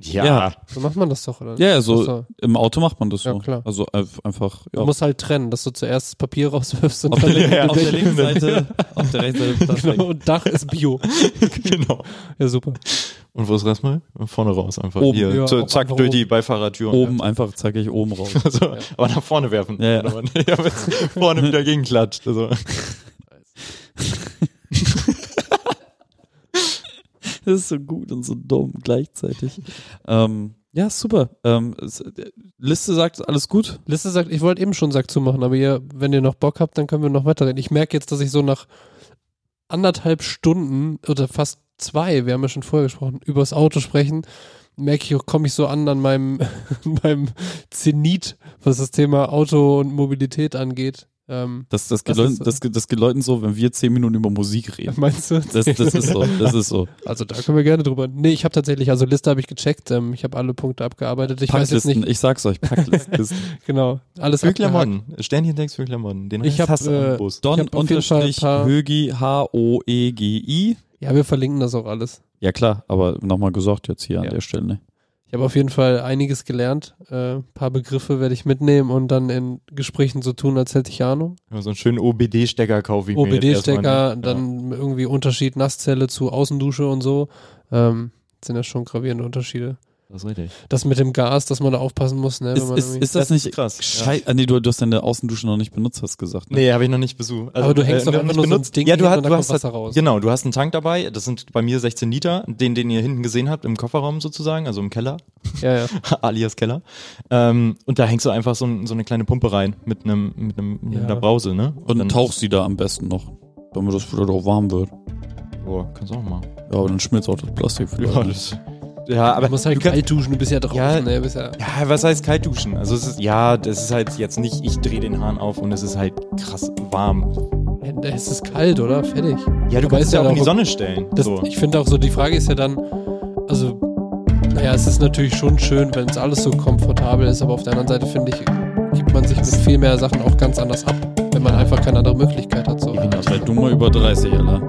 Ja.
Ja.
So macht man das doch, oder?
Ja, ja, so
Ach so.
im Auto macht man das
Ja,
so.
klar.
Also einf- einfach.
Du
Ja.
musst halt trennen, dass du zuerst das Papier rauswirfst und
auf, der,
dann
linken-
Ja,
auf der linken Seite, auf der rechten Seite Plastik.
genau, und Dach ist Bio.
genau.
Ja, super.
Und wo ist Restmüll? Vorne raus einfach.
Oben,
Hier,
ja,
zu-
auch
zack,
einfach
durch die Beifahrertür.
Oben einfach, zeig ich oben raus.
Also, Aber nach vorne werfen.
Ja, ja.
Oder was? ja. wenn's vorne wieder gegenklatscht. Also.
Das ist so gut und so dumm gleichzeitig. ähm, ja, super. Ähm, es- Liste sagt alles gut.
Liste sagt, ich wollte eben schon Sack zumachen, aber ihr, wenn ihr noch Bock habt, dann können wir noch weiterreden. Ich merke jetzt, dass ich so nach anderthalb Stunden oder fast zwei, wir haben ja schon vorher gesprochen, über das Auto sprechen, merke ich, auch, komme ich so an an meinem, meinem Zenit, was das Thema Auto und Mobilität angeht. Ähm,
Das, das, geht,
Das
Leuten,
ist so.
das, geht- das geht Leuten so, wenn wir zehn Minuten über Musik reden.
meinst du?
Das, das ist so. Das ist so.
Also da können wir gerne drüber. Nee, ich habe tatsächlich, also Liste habe ich gecheckt, ähm, ich habe alle Punkte abgearbeitet. Ich weiß jetzt
Packlisten.
nicht
Ich sag's euch. Packlisten.
genau alles
Für
abgehakt.
Klamotten. Sternchentext für Klamotten. Den
Ich
Rest
hab,
hast du am
äh,
Bus.
Don
hab auf jeden Fall ein
unterstrich
paar-
Högi H-O-E-G-I.
Ja, wir verlinken das auch alles.
Ja klar, aber nochmal gesagt jetzt hier an
Ja.
der Stelle. Ne?
Ich habe auf jeden Fall einiges gelernt. Ein äh, paar Begriffe werde ich mitnehmen und dann in Gesprächen so tun, als hätte ich Ahnung.
Ja, so einen schönen OBD-Stecker kaufe ich mir jetzt
OBD-Stecker,
erstmal, ne? Ja.
dann irgendwie Unterschied Nasszelle zu Außendusche und so. Ähm, sind ja schon gravierende Unterschiede.
Das ist richtig.
Das mit dem Gas, dass man da aufpassen muss, ne?
Ist,
man
ist,
irgendwie-
ist das,
Das ist
nicht
krass, ja.
Schei ah, nee, du, du hast deine Außendusche noch nicht benutzt, hast du gesagt. Ne?
Nee, habe ich noch nicht besucht. Also,
Aber du hängst doch
noch
einfach
nicht
nur so ein Ding
ja, du,
hin
hast,
und dann
du
kommt
hast halt-
Wasser raus.
Genau, du hast einen Tank dabei. Das sind bei mir 16 Liter, den, den ihr hinten gesehen habt, im Kofferraum sozusagen, also im Keller,
ja, ja.
alias Keller. Ähm, und da hängst du einfach so, ein, so eine kleine Pumpe rein mit einem mit einem mit
Ja.
einer Brause, ne?
Und tauchst sie da am besten noch, damit das wieder doch warm wird.
Boah, Oh, kannst du auch mal.
Ja, aber dann schmilzt auch das Plastik wieder.
Ja, das, ja aber
Du musst halt
du kannst,
kalt duschen, du bist ja draußen,
Ja.
ne? Du Bist ja,
ja, was heißt kalt duschen? Also es ist ja, das ist halt jetzt nicht, ich drehe den Hahn auf und es ist halt krass warm.
Ja, es ist kalt, oder? Fertig.
Ja, du
Aber
kannst
ist
ja
ja
auch in
auch-
die Sonne stellen.
Das,
so.
Ich finde auch so, die Frage ist ja dann, also, naja, es ist natürlich schon schön, wenn es alles so komfortabel ist, aber auf der anderen Seite finde ich, gibt man sich mit viel mehr Sachen auch ganz anders ab, wenn man einfach keine andere Möglichkeit hat. So.
Sei Halt du mal über 30, Alter.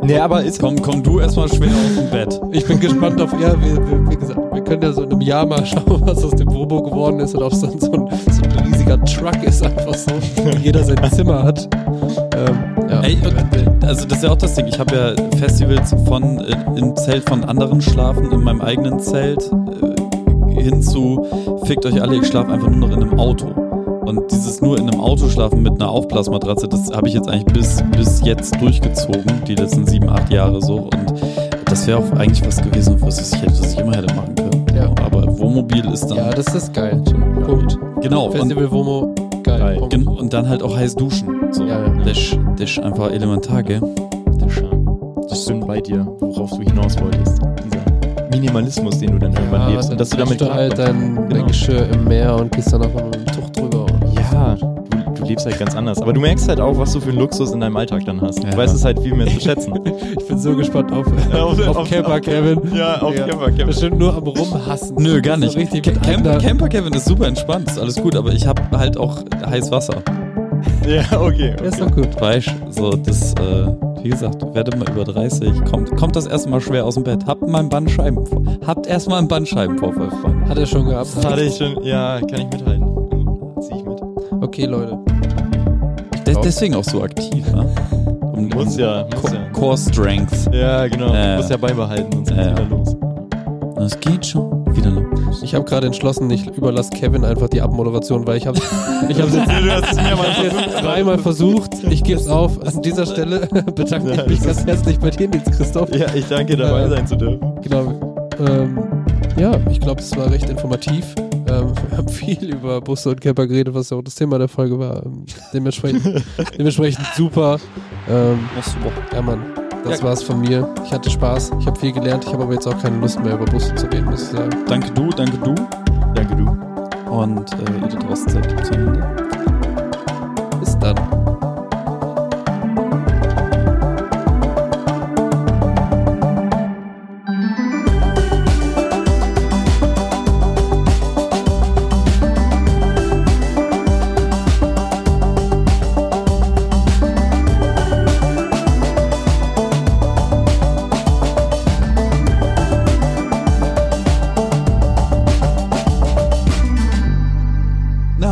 Nee, aber ist
Komm, komm du erstmal schwer aus dem Bett.
Ich bin gespannt auf, ja, wie, wie, wie gesagt, wir können ja so in einem Jahr mal schauen, was aus dem Bobo geworden ist und ob es dann so ein, so ein riesiger Truck ist, einfach so, wo jeder sein Zimmer hat. Ähm, ja.
Ey, und, äh, also das ist ja auch das Ding. Ich habe ja Festivals von äh, im Zelt von anderen schlafen, in meinem eigenen Zelt äh, hinzu, fickt euch alle, ich schlafe einfach nur noch in einem Auto. Und dieses nur in einem Auto schlafen mit einer Aufblasmatratze, das habe ich jetzt eigentlich bis, bis jetzt durchgezogen, die letzten sieben, acht Jahre so. Und das wäre auch eigentlich was gewesen, was ich, hätte- was ich immer hätte machen können.
Ja.
Aber Wohnmobil ist dann.
ja, das ist geil. Punkt.
genau. Und
Festival Womo, geil.
Geil.
Punkt.
Gen- Und dann halt auch heiß duschen. So.
Ja, ja.
Das, ist- das ist einfach elementar, gell?
Das stimmt bei dir, worauf du hinaus wolltest. Dieser Minimalismus, den du dann irgendwann
Ja,
lebst. Und dass du damit
wäschst Ah, halt
klarkommst.
dein, dein
Genau.
Geschirr im Meer und gehst dann nochmal mit dem Tuch drüber. oder?
Ja, du, du lebst halt ganz anders. Aber du merkst halt auch, was du für einen Luxus in deinem Alltag dann hast.
Ja.
Du weißt es halt viel mehr zu schätzen.
Ich bin so gespannt auf, auf, Camper Kevin.
Ja, auf
Ja.
Camper Kevin.
Bestimmt nur am Rumhassen.
Nö, gar
So
nicht.
Richtig
Ca-
mit
Camp
Camper,
Camper Kevin ist super entspannt, ist alles gut, aber ich habe halt auch heiß Wasser.
Ja, okay.
Ja, ist doch gut.
Weißt so das, äh, wie gesagt, werdet mal über 30, kommt, kommt das erstmal schwer aus dem Bett. Habt mal einen Bandscheiben, habt erstmal einen Bandscheibenvorfall, Freunde.
Hat er schon gehabt.
Hatte ich schon. Ja, kann ich mithalten. Zieh ich mit.
Okay, Leute.
De
glaub-
deswegen auch so aktiv, ne? Um,
Muss ja, muss
Co
ja.
Core Strength.
Ja, genau.
Äh.
Muss ja beibehalten, sonst geht's
Äh.
wieder los.
Das geht schon wieder los.
Ich habe gerade entschlossen, ich überlasse Kevin einfach die Abmoderation, weil ich habe ich hab's jetzt,
du hast es mir mal
ich hab's jetzt dreimal versucht. Ich gebe es auf. An dieser Stelle bedanke
Ja,
ich mich
das
ganz herzlich bei dir, Nils Christoph.
Ja, ich danke, dabei sein zu dürfen.
Genau. Ähm, ja, ich glaube, es war recht informativ. Ähm, wir haben viel über Busse und Camper geredet, was ja auch das Thema der Folge war. Ähm, dementsprechend, dementsprechend super. Ähm,
Machst du Bock.
ja, Mann, das
Ja.
war's von mir. Ich hatte Spaß, ich habe viel gelernt, ich habe aber jetzt auch keine Lust mehr, über Busse zu reden, muss ich sagen.
Danke du, danke du.
Danke, du.
Und äh, ihr da draußen seid lieb zueinander.
Bis dann.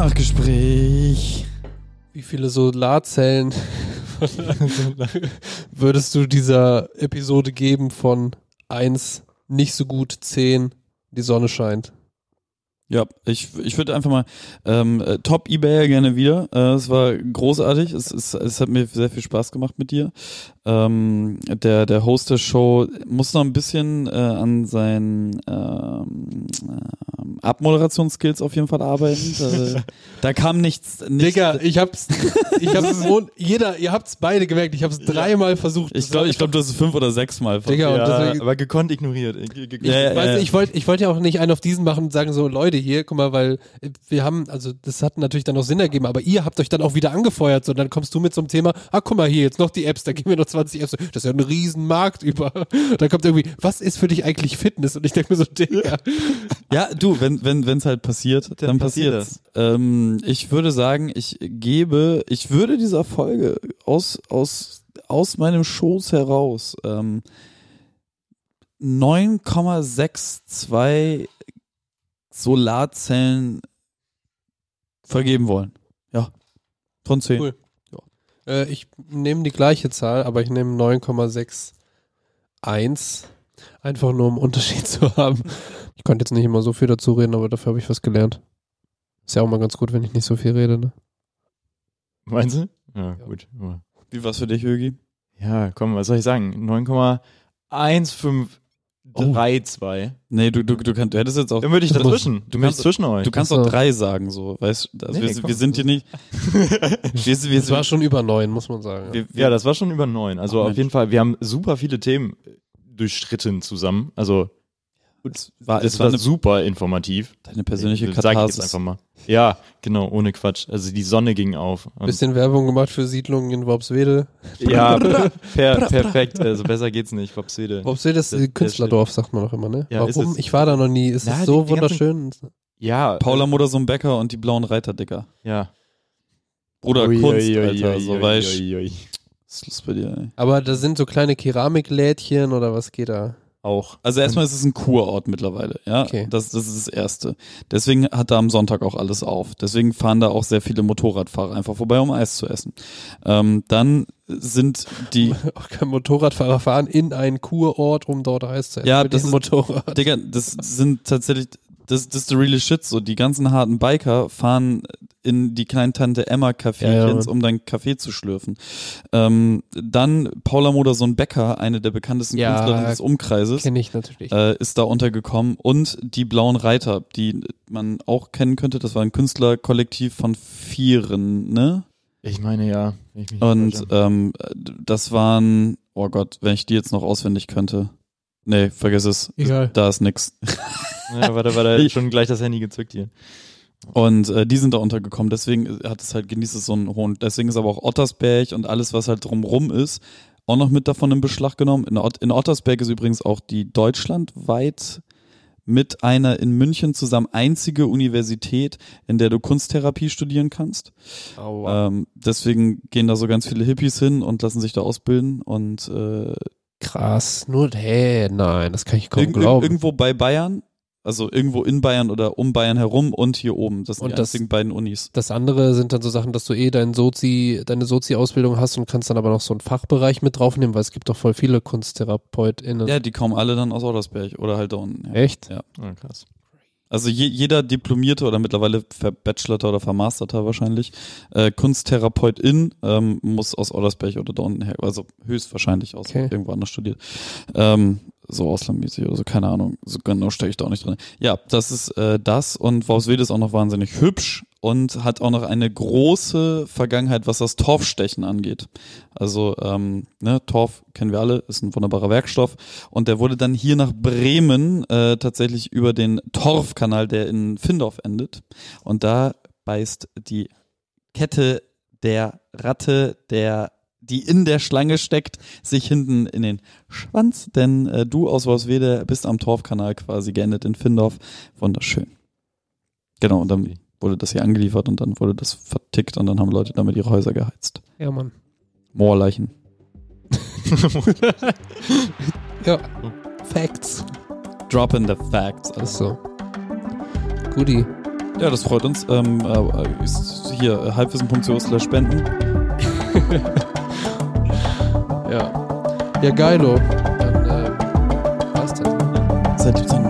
Nachgespräch.
Wie viele Solarzellen würdest du dieser Episode geben von 1, nicht so gut, 10, die Sonne scheint?
Ja, ich, ich würde einfach mal ähm, äh, Top Ebayer gerne wieder. Äh, es war großartig. Es, es, es hat mir sehr viel Spaß gemacht mit dir. ähm, der, der Host der Show muss noch ein bisschen äh, an seinen ähm, ähm, Abmoderationsskills auf jeden Fall arbeiten. Da, da kam nichts. nichts
Digga, ich hab's, ich hab's, so- jeder, ihr habt's beide gemerkt, ich hab's dreimal versucht.
ich glaube, ich glaub, du hast es fünf oder sechs Mal.
Digga, und
ja,
deswegen,
aber gekonnt ignoriert. Ge- ge-
Ja, ja,
Weißt
ja.
du, ich wollte ich wollt ja auch nicht einen auf diesen machen und sagen so, Leute, hier, guck mal, weil äh, wir haben, also das hat natürlich dann auch Sinn ergeben, aber ihr habt euch dann auch wieder angefeuert, so, dann kommst du mit so einem Thema, ah, guck mal, hier, jetzt noch die Apps, da gehen wir noch 20 Apps, das ist ja ein Riesenmarkt über. Dann kommt irgendwie, was ist für dich eigentlich Fitness? Und ich denke mir so, Digga,
Ja, du, wenn wenn wenn's halt passiert, dann,
Dann
passiert
passiert
es. Ähm, ich würde sagen, ich gebe, ich würde dieser Folge aus aus aus meinem Schoß heraus ähm, 9,62 Solarzellen vergeben wollen. Ja. Von 10.
Cool. äh, ich nehme die gleiche Zahl, aber ich nehme 9,61, einfach nur um Unterschied zu haben. Ich konnte jetzt nicht immer so viel dazu reden, aber dafür habe ich was gelernt. Ist ja auch mal ganz gut, wenn ich nicht so viel rede, ne?
Meinst du? Ja, gut.
Wie war's für dich, Högi?
Ja, komm, was soll ich sagen? 9,1532.
Nee, du du du, kannst, du hättest jetzt auch
Dann würde ich
du
dazwischen. Du bist
kannst-
zwischen euch.
Du kannst
Ach so.
auch drei sagen, so, weißt du, also
Nee,
wir,
komm.
wir sind hier nicht. wir, sind- wir,
Es war
sind-
schon über neun, muss man sagen.
wir, wir,
ja, das war schon über neun. Also
Ach,
auf
Mensch.
jeden Fall, wir haben super viele Themen durchstritten zusammen. Also
Es war,
das
es war
war
eine,
super informativ.
deine persönliche
Sag ich jetzt
Katharsis.
einfach mal. Ja, genau, ohne Quatsch. Also die Sonne ging auf. Und-
Bisschen Werbung gemacht für Siedlungen in Worpswede.
ja, per, perfekt. Also besser geht's nicht. Bobsede.
Worpswede ist
Das-
äh,
das
Künstlerdorf, sagt man doch immer, ne?
Ja, ist
Warum?
es.
Ich war da noch nie. Es
Na,
ist so
die- die
wunderschön.
Ja, äh,
Paula Modersohn Becker und die blauen Reiter, Dicker.
ja.
Bruder,
Ui,
Kunst,
ui, ui,
Alter,
ui,
so
ui,
weißt
ui, ui.
Was ist los bei dir, ey?
Aber da sind so kleine Keramiklädchen oder was geht da?
Auch.
Also erstmal ist es ein Kurort mittlerweile, ja.
Okay.
Das, das ist das Erste. Deswegen hat da am Sonntag auch alles auf. Deswegen fahren da auch sehr viele Motorradfahrer einfach vorbei, um Eis zu essen. Ähm, dann sind die,
Auch kein Motorradfahrer fahren in einen Kurort, um dort Eis zu essen.
Ja,
mit
das
dem
ist-
Motorrad.
Digga, das sind tatsächlich, das, das ist the real shit so. Die ganzen harten Biker fahren in die Kleintante Emma
Ja, ja,
Caféchens,
Mann.
um deinen Kaffee zu schlürfen. Ähm, dann Paula Modersohn Becker, eine der bekanntesten
Ja,
Künstlerinnen des Umkreises,
Kenne ich natürlich.
äh, ist da untergekommen. Und die Blauen Reiter, die man auch kennen könnte, das war ein Künstlerkollektiv von Vieren, ne?
Ich meine ja. wenn ich mich nicht falsch
Und
erinnere.
ähm, das waren, oh Gott, wenn ich die jetzt noch auswendig könnte. Nee, vergiss es.
Egal.
Da ist nix. äh,
ja, warte, warte,
ich-
schon gleich das Handy gezückt hier.
Und äh, die sind da untergekommen, deswegen hat es halt, genießt es so einen hohen. Deswegen ist aber auch Ottersberg und alles, was halt drumrum ist, auch noch mit davon in Beschlag genommen. In, Ott in Ottersberg ist übrigens auch die deutschlandweit mit einer in München zusammen einzige Universität, in der du Kunsttherapie studieren kannst. Ähm, deswegen gehen da so ganz viele Hippies hin und lassen sich da ausbilden. Und äh,
Krass. Nur, hey, nein, das kann ich kaum
irg irg-
glauben.
irgendwo bei Bayern, also irgendwo in Bayern oder um Bayern herum und hier oben. Das sind
Und
die
das-
einzigen beiden Unis.
Das andere sind dann so Sachen, dass du eh dein Sozi, deine Sozi-Ausbildung hast und kannst dann aber noch so einen Fachbereich mit draufnehmen, weil es gibt doch voll viele KunsttherapeutInnen.
Ja, die kommen alle dann aus Ottersberg oder halt da unten. Ja.
Echt?
Ah, krass.
Also je, jeder Diplomierte oder mittlerweile Verbachelorter oder Vermasterter wahrscheinlich, äh, Kunsttherapeutin ähm, muss aus Ottersberg oder da unten her, also höchstwahrscheinlich aus
Okay.
irgendwo anders studiert. Ähm, so auslandmäßig oder so, keine Ahnung, so genau stecke ich da auch nicht drin. Ja, das ist äh, das und Worpswede ist auch noch wahnsinnig hübsch und hat auch noch eine große Vergangenheit, was das Torfstechen angeht. Also ähm, ne, Torf kennen wir alle, ist ein wunderbarer Werkstoff und der wurde dann hier nach Bremen äh, tatsächlich über den Torfkanal, der in Findorf endet und da beißt die Kette der Ratte, der die in der Schlange steckt, sich hinten in den Schwanz, denn äh, du aus Worpswede bist am Torfkanal quasi geendet in Findorf. Wunderschön. Genau, und dann wurde das hier angeliefert und dann wurde das vertickt und dann haben Leute damit ihre Häuser geheizt.
Ja, Mann.
Moorleichen.
Ja. Facts.
Drop in the facts.
Das ist
Also,
so. Guti.
ja, das freut uns. Ähm, äh, ist hier äh, halbwissen.co slash spenden.
Ja. Ja, geilo. Dann, ähm, war's das.
Seid lieb zueinander.